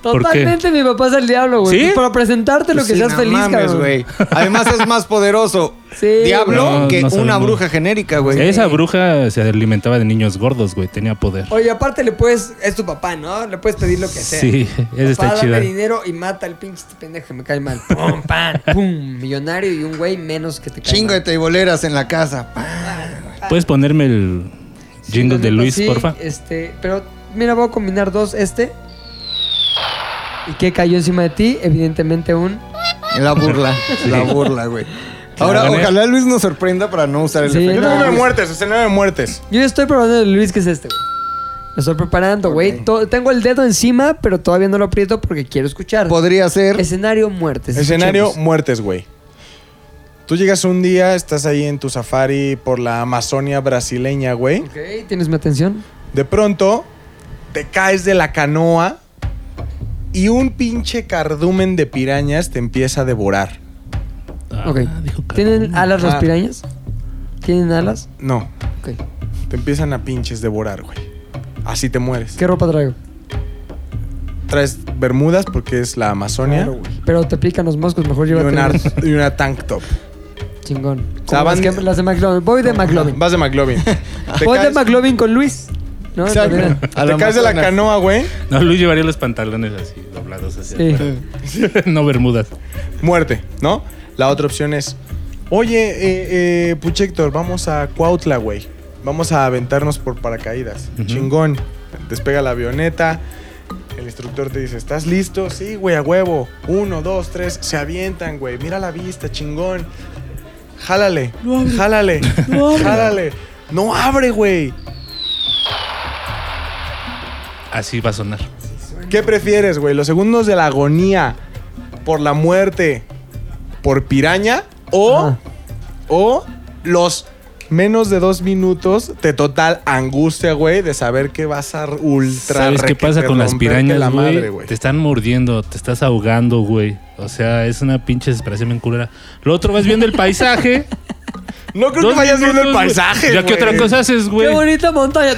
¿Por qué?
Totalmente mi papá es el diablo, güey.
¿Sí?
Pues Para presentarte lo que
Sí,
seas
no
feliz,
mames,
cabrón.
güey. Además es más poderoso
Sí,
Diablo
No,
que
no
una
sabemos.
bruja genérica, güey.
Esa bruja se alimentaba de niños gordos, güey. Tenía poder.
Oye, aparte le puedes, es tu papá, ¿no? Le puedes pedir lo que sea.
Sí, esa está
Papá,
chida.
dame dinero y mata al pinche este pendejo que me cae mal. Pum, pam, pum. Millonario y un güey menos que te cae
Chingo de
mal.
teiboleras en la casa. pa.
¿Puedes ponerme el jingle
Sí,
de Luis,
sí, eh.
porfa?
Este, pero mira, voy a combinar dos. Este. ¿Y qué cayó encima de ti? Evidentemente un...
La burla, la burla, güey. Ahora,
Claro, ¿eh?
ojalá Luis nos sorprenda para no usar el
Sí,
efecto.
Yo
no.
tengo nueve muertes, o sea, nueve muertes.
Yo estoy probando el Luis, que es este, güey. Lo estoy preparando, güey. To- Tengo el dedo encima, pero todavía no lo aprieto porque quiero escuchar.
Podría ser.
Escenario muertes.
Escenario,
escuchemos.
muertes, güey. Tú llegas un día, estás ahí en tu safari por la Amazonia brasileña, güey.
Ok, ¿tienes mi atención?
De pronto, te caes de la canoa y un pinche cardumen de pirañas te empieza a devorar.
Ah,
Ok.
dijo que-
¿Tienen alas las
Ah.
pirañas? ¿Tienen alas?
No,
Ok.
te empiezan a pinches devorar, güey. Así te mueres.
¿Qué ropa traigo?
Traes bermudas porque es la Amazonia
Pero te pican los moscos, mejor
y,
llévate.
una,
unos.
y una tank top.
Chingón. Como
Saban-
las, que- las de McLovin. Voy de McLovin.
Vas de McLovin. Te
Voy de
caes-
McLovin con Luis. ¿No?
Exacto.
También.
A la
Te caes de la
Amazonia.
canoa, güey.
No, Luis llevaría los pantalones así, doblados así.
Sí.
afuera. no bermudas.
muerte, ¿no? La otra opción es, oye, eh, eh, Puchector, vamos a Cuautla, güey. Vamos a aventarnos por paracaídas.
Ujú.
Chingón. Despega la avioneta. El instructor te dice, ¿estás listo? Sí, güey, a huevo. Uno, dos, tres. Se avientan, güey. Mira la vista, chingón. Jálale. jálale. jálale. No abre, güey.
Así va a sonar.
¿Qué prefieres, güey? ¿Los segundos de la agonía por la muerte por piraña o,
Ajá.
o los menos de dos minutos de total angustia, güey, de saber que vas a ultra
¿Sabes qué
requete
pasa con las
romperte
pirañas,
la madre,
güey? Te están mordiendo, te estás ahogando, güey. O sea, es una pinche desesperación bien culera. Lo otro, vas viendo el paisaje.
No creo
dos
que vayas viendo el
minutos, güey.
paisaje,
¿Ya qué
güey.
otra cosa haces, güey?
¡Qué bonita montaña!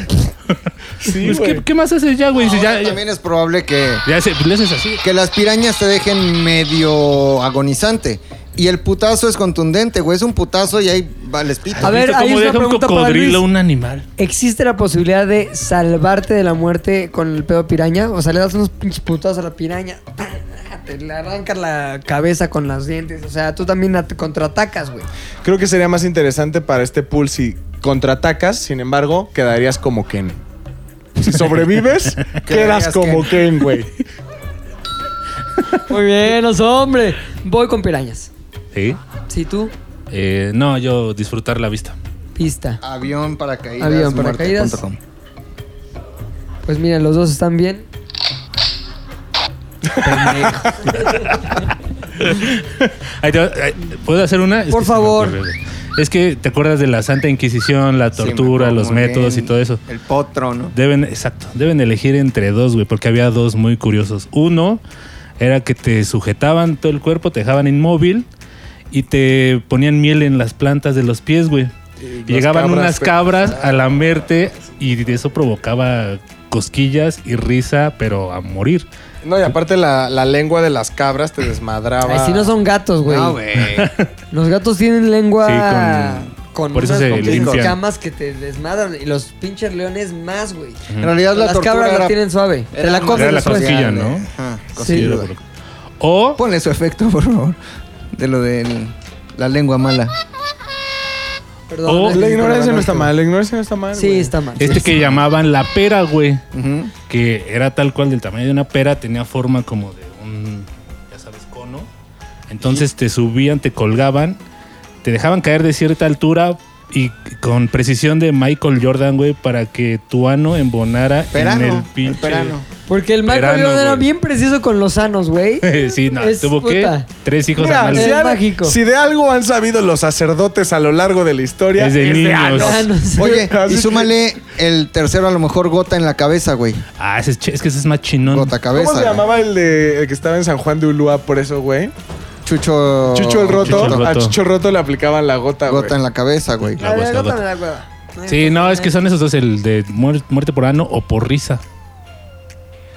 Sí,
Pues,
güey.
¿qué, qué más haces ya, güey? Si
Ahora
ya, ya,
También es probable que,
ya se- le haces así.
que las pirañas te dejen medio agonizante. Y el putazo es contundente, güey. Es un putazo y ahí va el espito.
A ver,
¿Viste
ahí
cómo
es una
deja un
pregunta para
cocodrilo
Luis.
un animal?
¿Existe la posibilidad de salvarte de la muerte con el pedo piraña? O sea, le das unos pinches putazos a la piraña. ¡pam! Te le arrancas la cabeza con los dientes. O sea, tú también at- contraatacas, güey.
Creo que sería más interesante para este pool si contraatacas, sin embargo, quedarías como Ken. Si sobrevives, quedas
Quedarías
como Ken, güey.
Muy bien, los hombre. Voy con pirañas.
Sí.
Si tú,
Eh, no, yo disfrutar la vista.
pista.
Avión paracaídas.
Avión,
muerte
paracaídas.
punto com.
Pues mira, los dos están bien.
Ahí te va- ahí- ¿Puedo hacer una? Es
Por
que se me
favor.
ocurre, güey. Es que te acuerdas de la Santa Inquisición, la
Sí, me
tortura,
acuerdo
los
muy
métodos
bien.
y todo eso.
El potro, ¿no?
Deben, exacto, deben elegir entre dos, güey, porque había dos muy curiosos. Uno era que te sujetaban todo el cuerpo, te dejaban inmóvil y te ponían miel en las plantas de los pies, güey. Y Llegaban
cabras,
unas
güey.
cabras a lamerte y de eso provocaba cosquillas y risa, pero a morir.
No, y aparte la, la lengua de las cabras te desmadraba.
Ay, si no son gatos, güey.
Ah, No, güey.
Los gatos tienen lengua
Sí,
con,
por eso se
con
limpian.
escamas que te desmadran. Y los pinches leones más, güey.
En realidad la
Las
tortura
cabras la
era-
tienen suave. Te
era
la
más
cogen
Era la
después.
cosquilla,
social,
¿no?
¿eh? Ajá,
Sí,
cosquilla.
güey.
O
Ponle su efecto, por favor. De lo de la lengua mala.
Perdón,
O-
es que
La
sí,
ignorancia
perdón,
no está
es que-
mal, la ignorancia no está mal.
Pues, Sí,
güey.
está mal.
este que llamaban la pera, güey.
Ujú.
que era tal cual del tamaño de una pera, tenía forma como de un, ya sabes, cono. Entonces te subían, te colgaban, te dejaban caer de cierta altura y con precisión de Michael Jordan, güey, para que tu ano embonara en el
Perano. El,
pinche.
perano.
Porque el Michael
Verano,
Jordan era
güey.
bien preciso con los sanos, güey.
sí, no,
Es
tuvo
puta.
que tres hijos
Mira,
anales.
si,
Es
al-
mágico.
si de algo han sabido los sacerdotes a lo largo de la historia,
Desde
es de
niños.
anos.
Sanos.
Oye,
Así
y
que-
súmale el tercero, a lo mejor gota en la cabeza, güey.
Ah, ese es, ch- es que ese es más chinón.
Gota cabeza.
¿Cómo se
güey.
llamaba el, de, el que estaba en San Juan de Ulúa por eso, güey?
Chucho.
Chucho el Roto.
Chucho el Roto.
A Chucho el Roto le aplicaban la Oh, gota, güey.
Gota en la cabeza, güey.
La huesca,
Agárrame
gota.
la hueva.
Sí, no, es que son esos dos, el de muer- muerte por ano o por risa.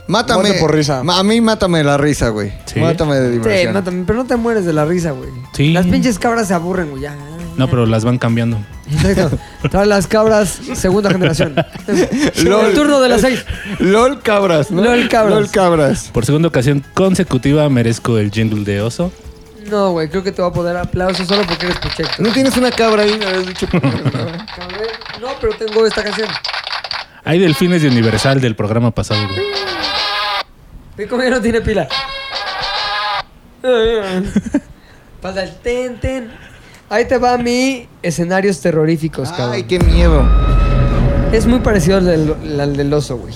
Mátame.
Muerte por risa.
Ma- A mí mátame la risa, güey.
Sí.
Mátame de
Sí,
diversión.
mátame, pero no te mueres de la risa, güey.
Sí.
Las pinches cabras se aburren, güey. ya.
No, pero las van cambiando.
Exacto. Todas las cabras, segunda generación. El turno de las seis.
LOL cabras, ¿no?
LOL cabras.
LOL cabras.
Por segunda ocasión consecutiva merezco el jingle de oso.
No, güey, creo que te voy a poder aplauso solo porque eres puchecto.
¿No tienes una cabra ahí? Me habías dicho.
Cabrón, No, pero tengo esta canción.
Hay delfines de Universal del programa pasado, güey.
Mi comida no tiene pila. Pasa el ten, ten. Ahí te va mi escenarios terroríficos, cabrón.
Ay, qué miedo.
Es muy parecido al del, al del oso, güey.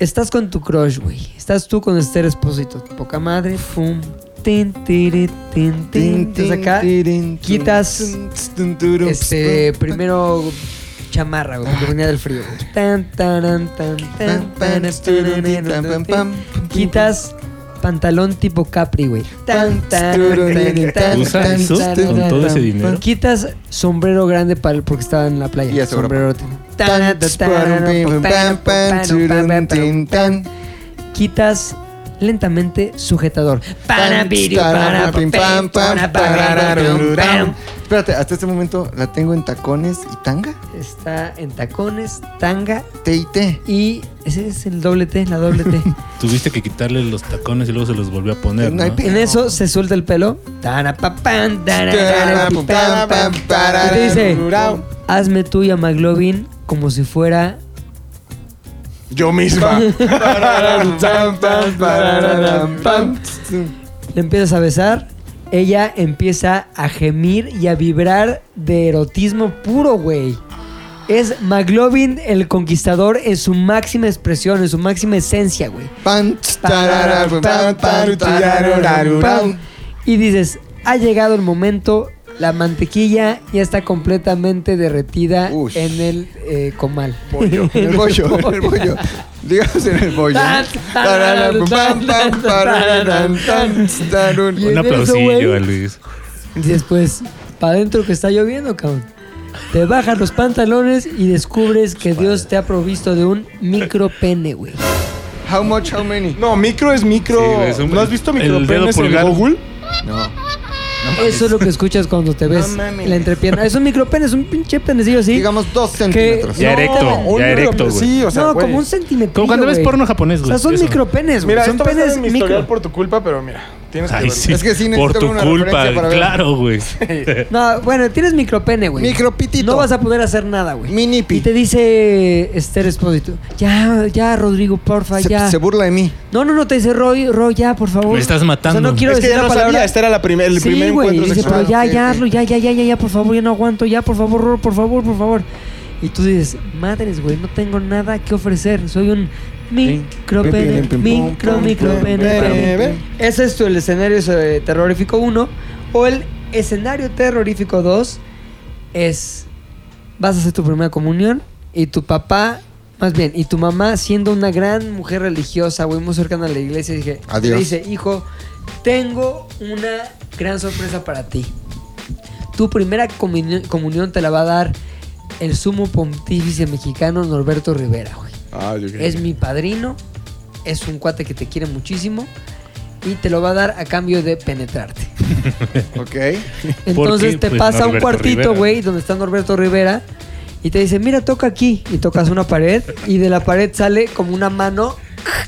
Estás con tu crush, güey. Estás tú con Esther Espósito. Poca madre, pum. Tin, tiri, tin, tin. Entonces acá quitas este, primero chamarra, güey, porque venía del frío. güey. Tan, taran, tan, tan, taran, taran, taran. este Quitas pantalón tipo Capri, güey. Tan, taran, taran, taran,
¿Usa
taran,
eso
taran,
con todo
taran.
ese dinero?
Quitas sombrero grande para el- porque estaba en la playa.
Y eso,
sombrero.
Tan, tan, tan, tan, tan, tan, tan.
Quitas lentamente sujetador.
Espérate, hasta este momento la tengo en tacones y tanga.
Está en tacones, tanga
TIT.
y ese es el doble T, la doble T.
Tuviste que quitarle los tacones y luego se los volvió a poner,
No hay
¿no?
pe-
En eso se suelta el pelo. Tarapapán, tarapapán, Y te dice, hazme tuya McLovin como si fuera...
Yo misma.
Le empiezas a besar. Ella empieza a gemir y a vibrar de erotismo puro, güey. Es McLovin el conquistador en su máxima expresión, en su máxima esencia, güey. Y dices, ha llegado el momento, la mantequilla ya está completamente derretida
Ush.
en el eh, comal.
En el bollo, en el bollo. Digamos en el bollo.
Y
Un
en eso,
aplausillo
güey,
a Luis.
Y Después, para adentro que está lloviendo, cabrón. Te bajas los pantalones y descubres que Dios te ha provisto de un micro pene, güey.
How much, how many?
No, micro es micro.
Sí, güey, es un-
¿No has visto
el
micro
dedo
penes en
pulgar.
Google?
Eso es lo que escuchas cuando te ves
mames.
la entrepierna. Es un micro pene, es un pinche penecillo así.
Digamos dos centímetros.
Ya erecto,
un
ya
micro-
erecto, güey.
Sí, o sea,
no,
güey.
como un centímetro.
Como cuando ves porno japonés,
O
güey.
sea, son
eso.
micropenes, güey.
Mira,
Pues Son
esto va a estar
penes
en mi historial
micro.
por tu culpa, pero mira, tienes que
Ay,
verlo.
sí.
Es que sí
Por
necesito
tu
una
culpa,
referencia para ver.
claro, güey.
No, bueno, tienes micropene, güey.
Micropitito.
No vas a poder hacer nada, güey.
Mini pi.
Y te dice Esther Espósito, ya, ya, Rodrigo, porfa, ya.
Se, se burla de mí.
No, no, no, te dice Roy, Roy, ya, por favor.
Me estás matando.
O sea, no quiero
Es que
decir
ya
una
no
palabra.
sabía, este era la primer, el
sí,
primer
güey.
encuentro
dice,
sexual.
pero ya,
ok,
ya,
ok.
hazlo, ya, ya, ya, ya, ya, por favor, ya no aguanto, ya, por favor, Roy, por favor, por favor. Y tú dices, madres, güey, no tengo nada que ofrecer, soy un micro,
Pim,
pene,
pim, pim, pum,
micro,
pum,
micro,
pum,
pene,
pum,
pene.
pum,
Ese es tu, el escenario eh, terrorífico 1 o el escenario terrorífico 2 es vas a hacer tu primera comunión y tu papá, más bien, y tu mamá siendo una gran mujer religiosa, güey, muy cercana a la iglesia, dije,
Adiós.
le dice, hijo, tengo una gran sorpresa para ti. Tu primera comuni- comunión te la va a dar el sumo pontífice mexicano Norberto Rivera, güey.
Ah, yo qué-
Es mi padrino, es un cuate que te quiere muchísimo y te lo va a dar a cambio de penetrarte.
Ok.
Entonces
qué?
te
Pues,
pasa un
Norberto
cuartito,
Rivera.
güey, donde está Norberto Rivera. Y te dice, mira, toca aquí. Y tocas una pared. Y de la pared sale como una mano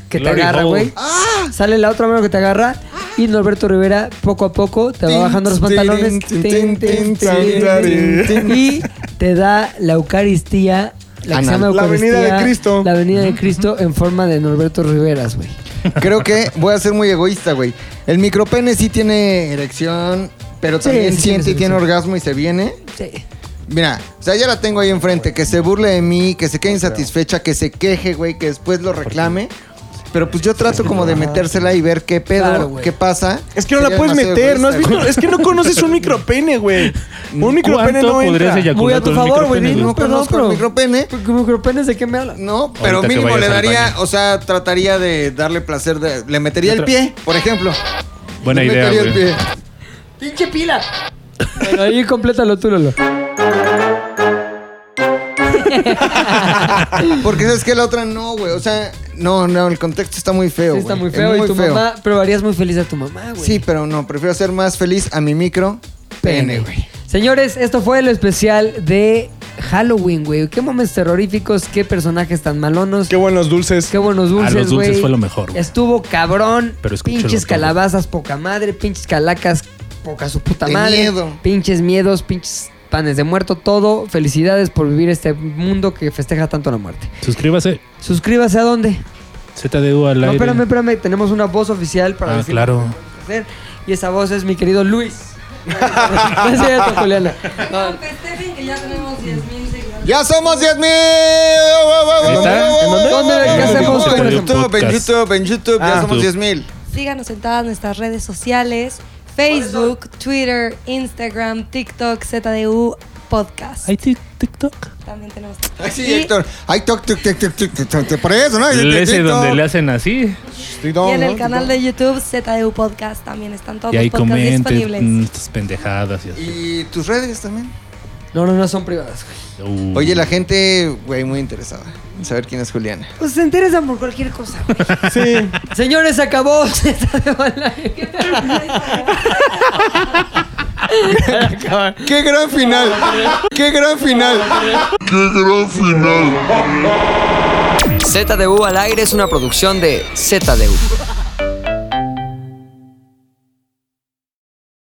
que te
Glory
agarra,
hole.
güey.
Ah.
Sale la otra mano que te agarra. Y Norberto Rivera, poco a poco, te va
Tin,
bajando los
tin,
pantalones.
tin,
Tin,
tin,
tin,
tin,
tin,
tin,
tin. Y te da la Eucaristía. La, que se
Anal.
llama
La venida de
Eucaristía,
Cristo.
La venida de Cristo en forma de Norberto Riveras, güey.
Creo que voy a ser muy egoísta, güey. El micropene sí tiene erección, pero
Sí,
también
sí tiene
siente y tiene
erección.
orgasmo y se viene.
Sí.
Mira, o sea, ya la tengo ahí enfrente. Que se burle de mí, que se quede insatisfecha, que se queje, güey, que después lo reclame. Pero pues yo trato como de metérsela y ver qué pedo,
Claro, güey.
qué pasa.
Es que no la
Sería
puedes
demasiado
meter, ¿no has
egoísta,
visto?
güey.
Es que no conoces un micropene, güey. Un micropene
¿Cuánto
no entra.
podrías eyacular
Muy a tu
con un
favor, güey.
micropene,
No
No conozco
conozco.
el micropene.
¿Micropenes de qué me hablas?
No, pero
Ahorita que
mínimo
vayas
le
al
daría,
baño.
o sea, trataría de darle placer. de- le metería el pie, por ejemplo.
Buena
Le
idea,
metería el
güey.
pie.
¡Pinche pila! Bueno, ahí complétalo tú, Lolo.
Porque sabes que la otra no, güey. O sea, no, no, el contexto está muy feo.
Sí, está
güey.
muy
Es
feo. y tu mamá, pero harías muy feliz a tu mamá, güey.
Sí, pero no, prefiero ser más feliz a mi micro pene, güey.
Señores, esto fue lo especial de Halloween, güey. Qué momentos terroríficos, qué personajes tan malonos. Qué,
Qué buenos dulces.
buenos dulces,
A los dulces
güey.
fue lo mejor, güey.
Estuvo cabrón.
Pero escúchalo
pinches
todo.
calabazas, poca madre. Pinches calacas, poca su puta
De
madre.
miedo.
Pinches miedos, pinches panes de muerto, todo. Felicidades por vivir este mundo que festeja tanto la muerte.
Suscríbase.
Suscríbase a dónde.
ZDU al
No,
aire.
espérame, espérame. Tenemos una voz oficial para
ah,
decir
claro.
lo que hacer. Y esa voz es mi querido Luis. no es cierto, Juliana. No,
No, festejen que ya tenemos 10.000 seguidores.
¡Ya somos 10 mil!
está? ¿En dónde?
¿Qué hacemos?
En
¿Cómo lo
YouTube, en
hacemos?
YouTube, en YouTube,
Ah.
ya somos
YouTube.
10 mil.
Síganos en todas nuestras redes sociales. Facebook, Twitter, Instagram, TikTok, ZDU, Podcast.
¿Hay tic- TikTok?
También tenemos.
Ay, sí,
Y-
Héctor. Ay, toc, toc, toc, toc, toc, toc, toc, Por eso, ¿no?
El ese
Tic, toc.
donde le hacen así.
Tic,
Y
toc,
en el
¿no?
canal de YouTube ZDU Podcast también están todos
Y ahí
los podcasts disponibles.
Mm.
comenten estas pendejadas y así.
Y tus redes también.
no, no, no son privadas.
Uh.
Oye, la gente, güey, muy interesada en saber quién es Juliana.
Pues se interesan por cualquier cosa.
Sí.
Señores, acabó. ZDU al aire.
¡Qué gran final! ¡Qué gran final!
¡Qué gran final!
ZDU al aire es una producción de ZDU.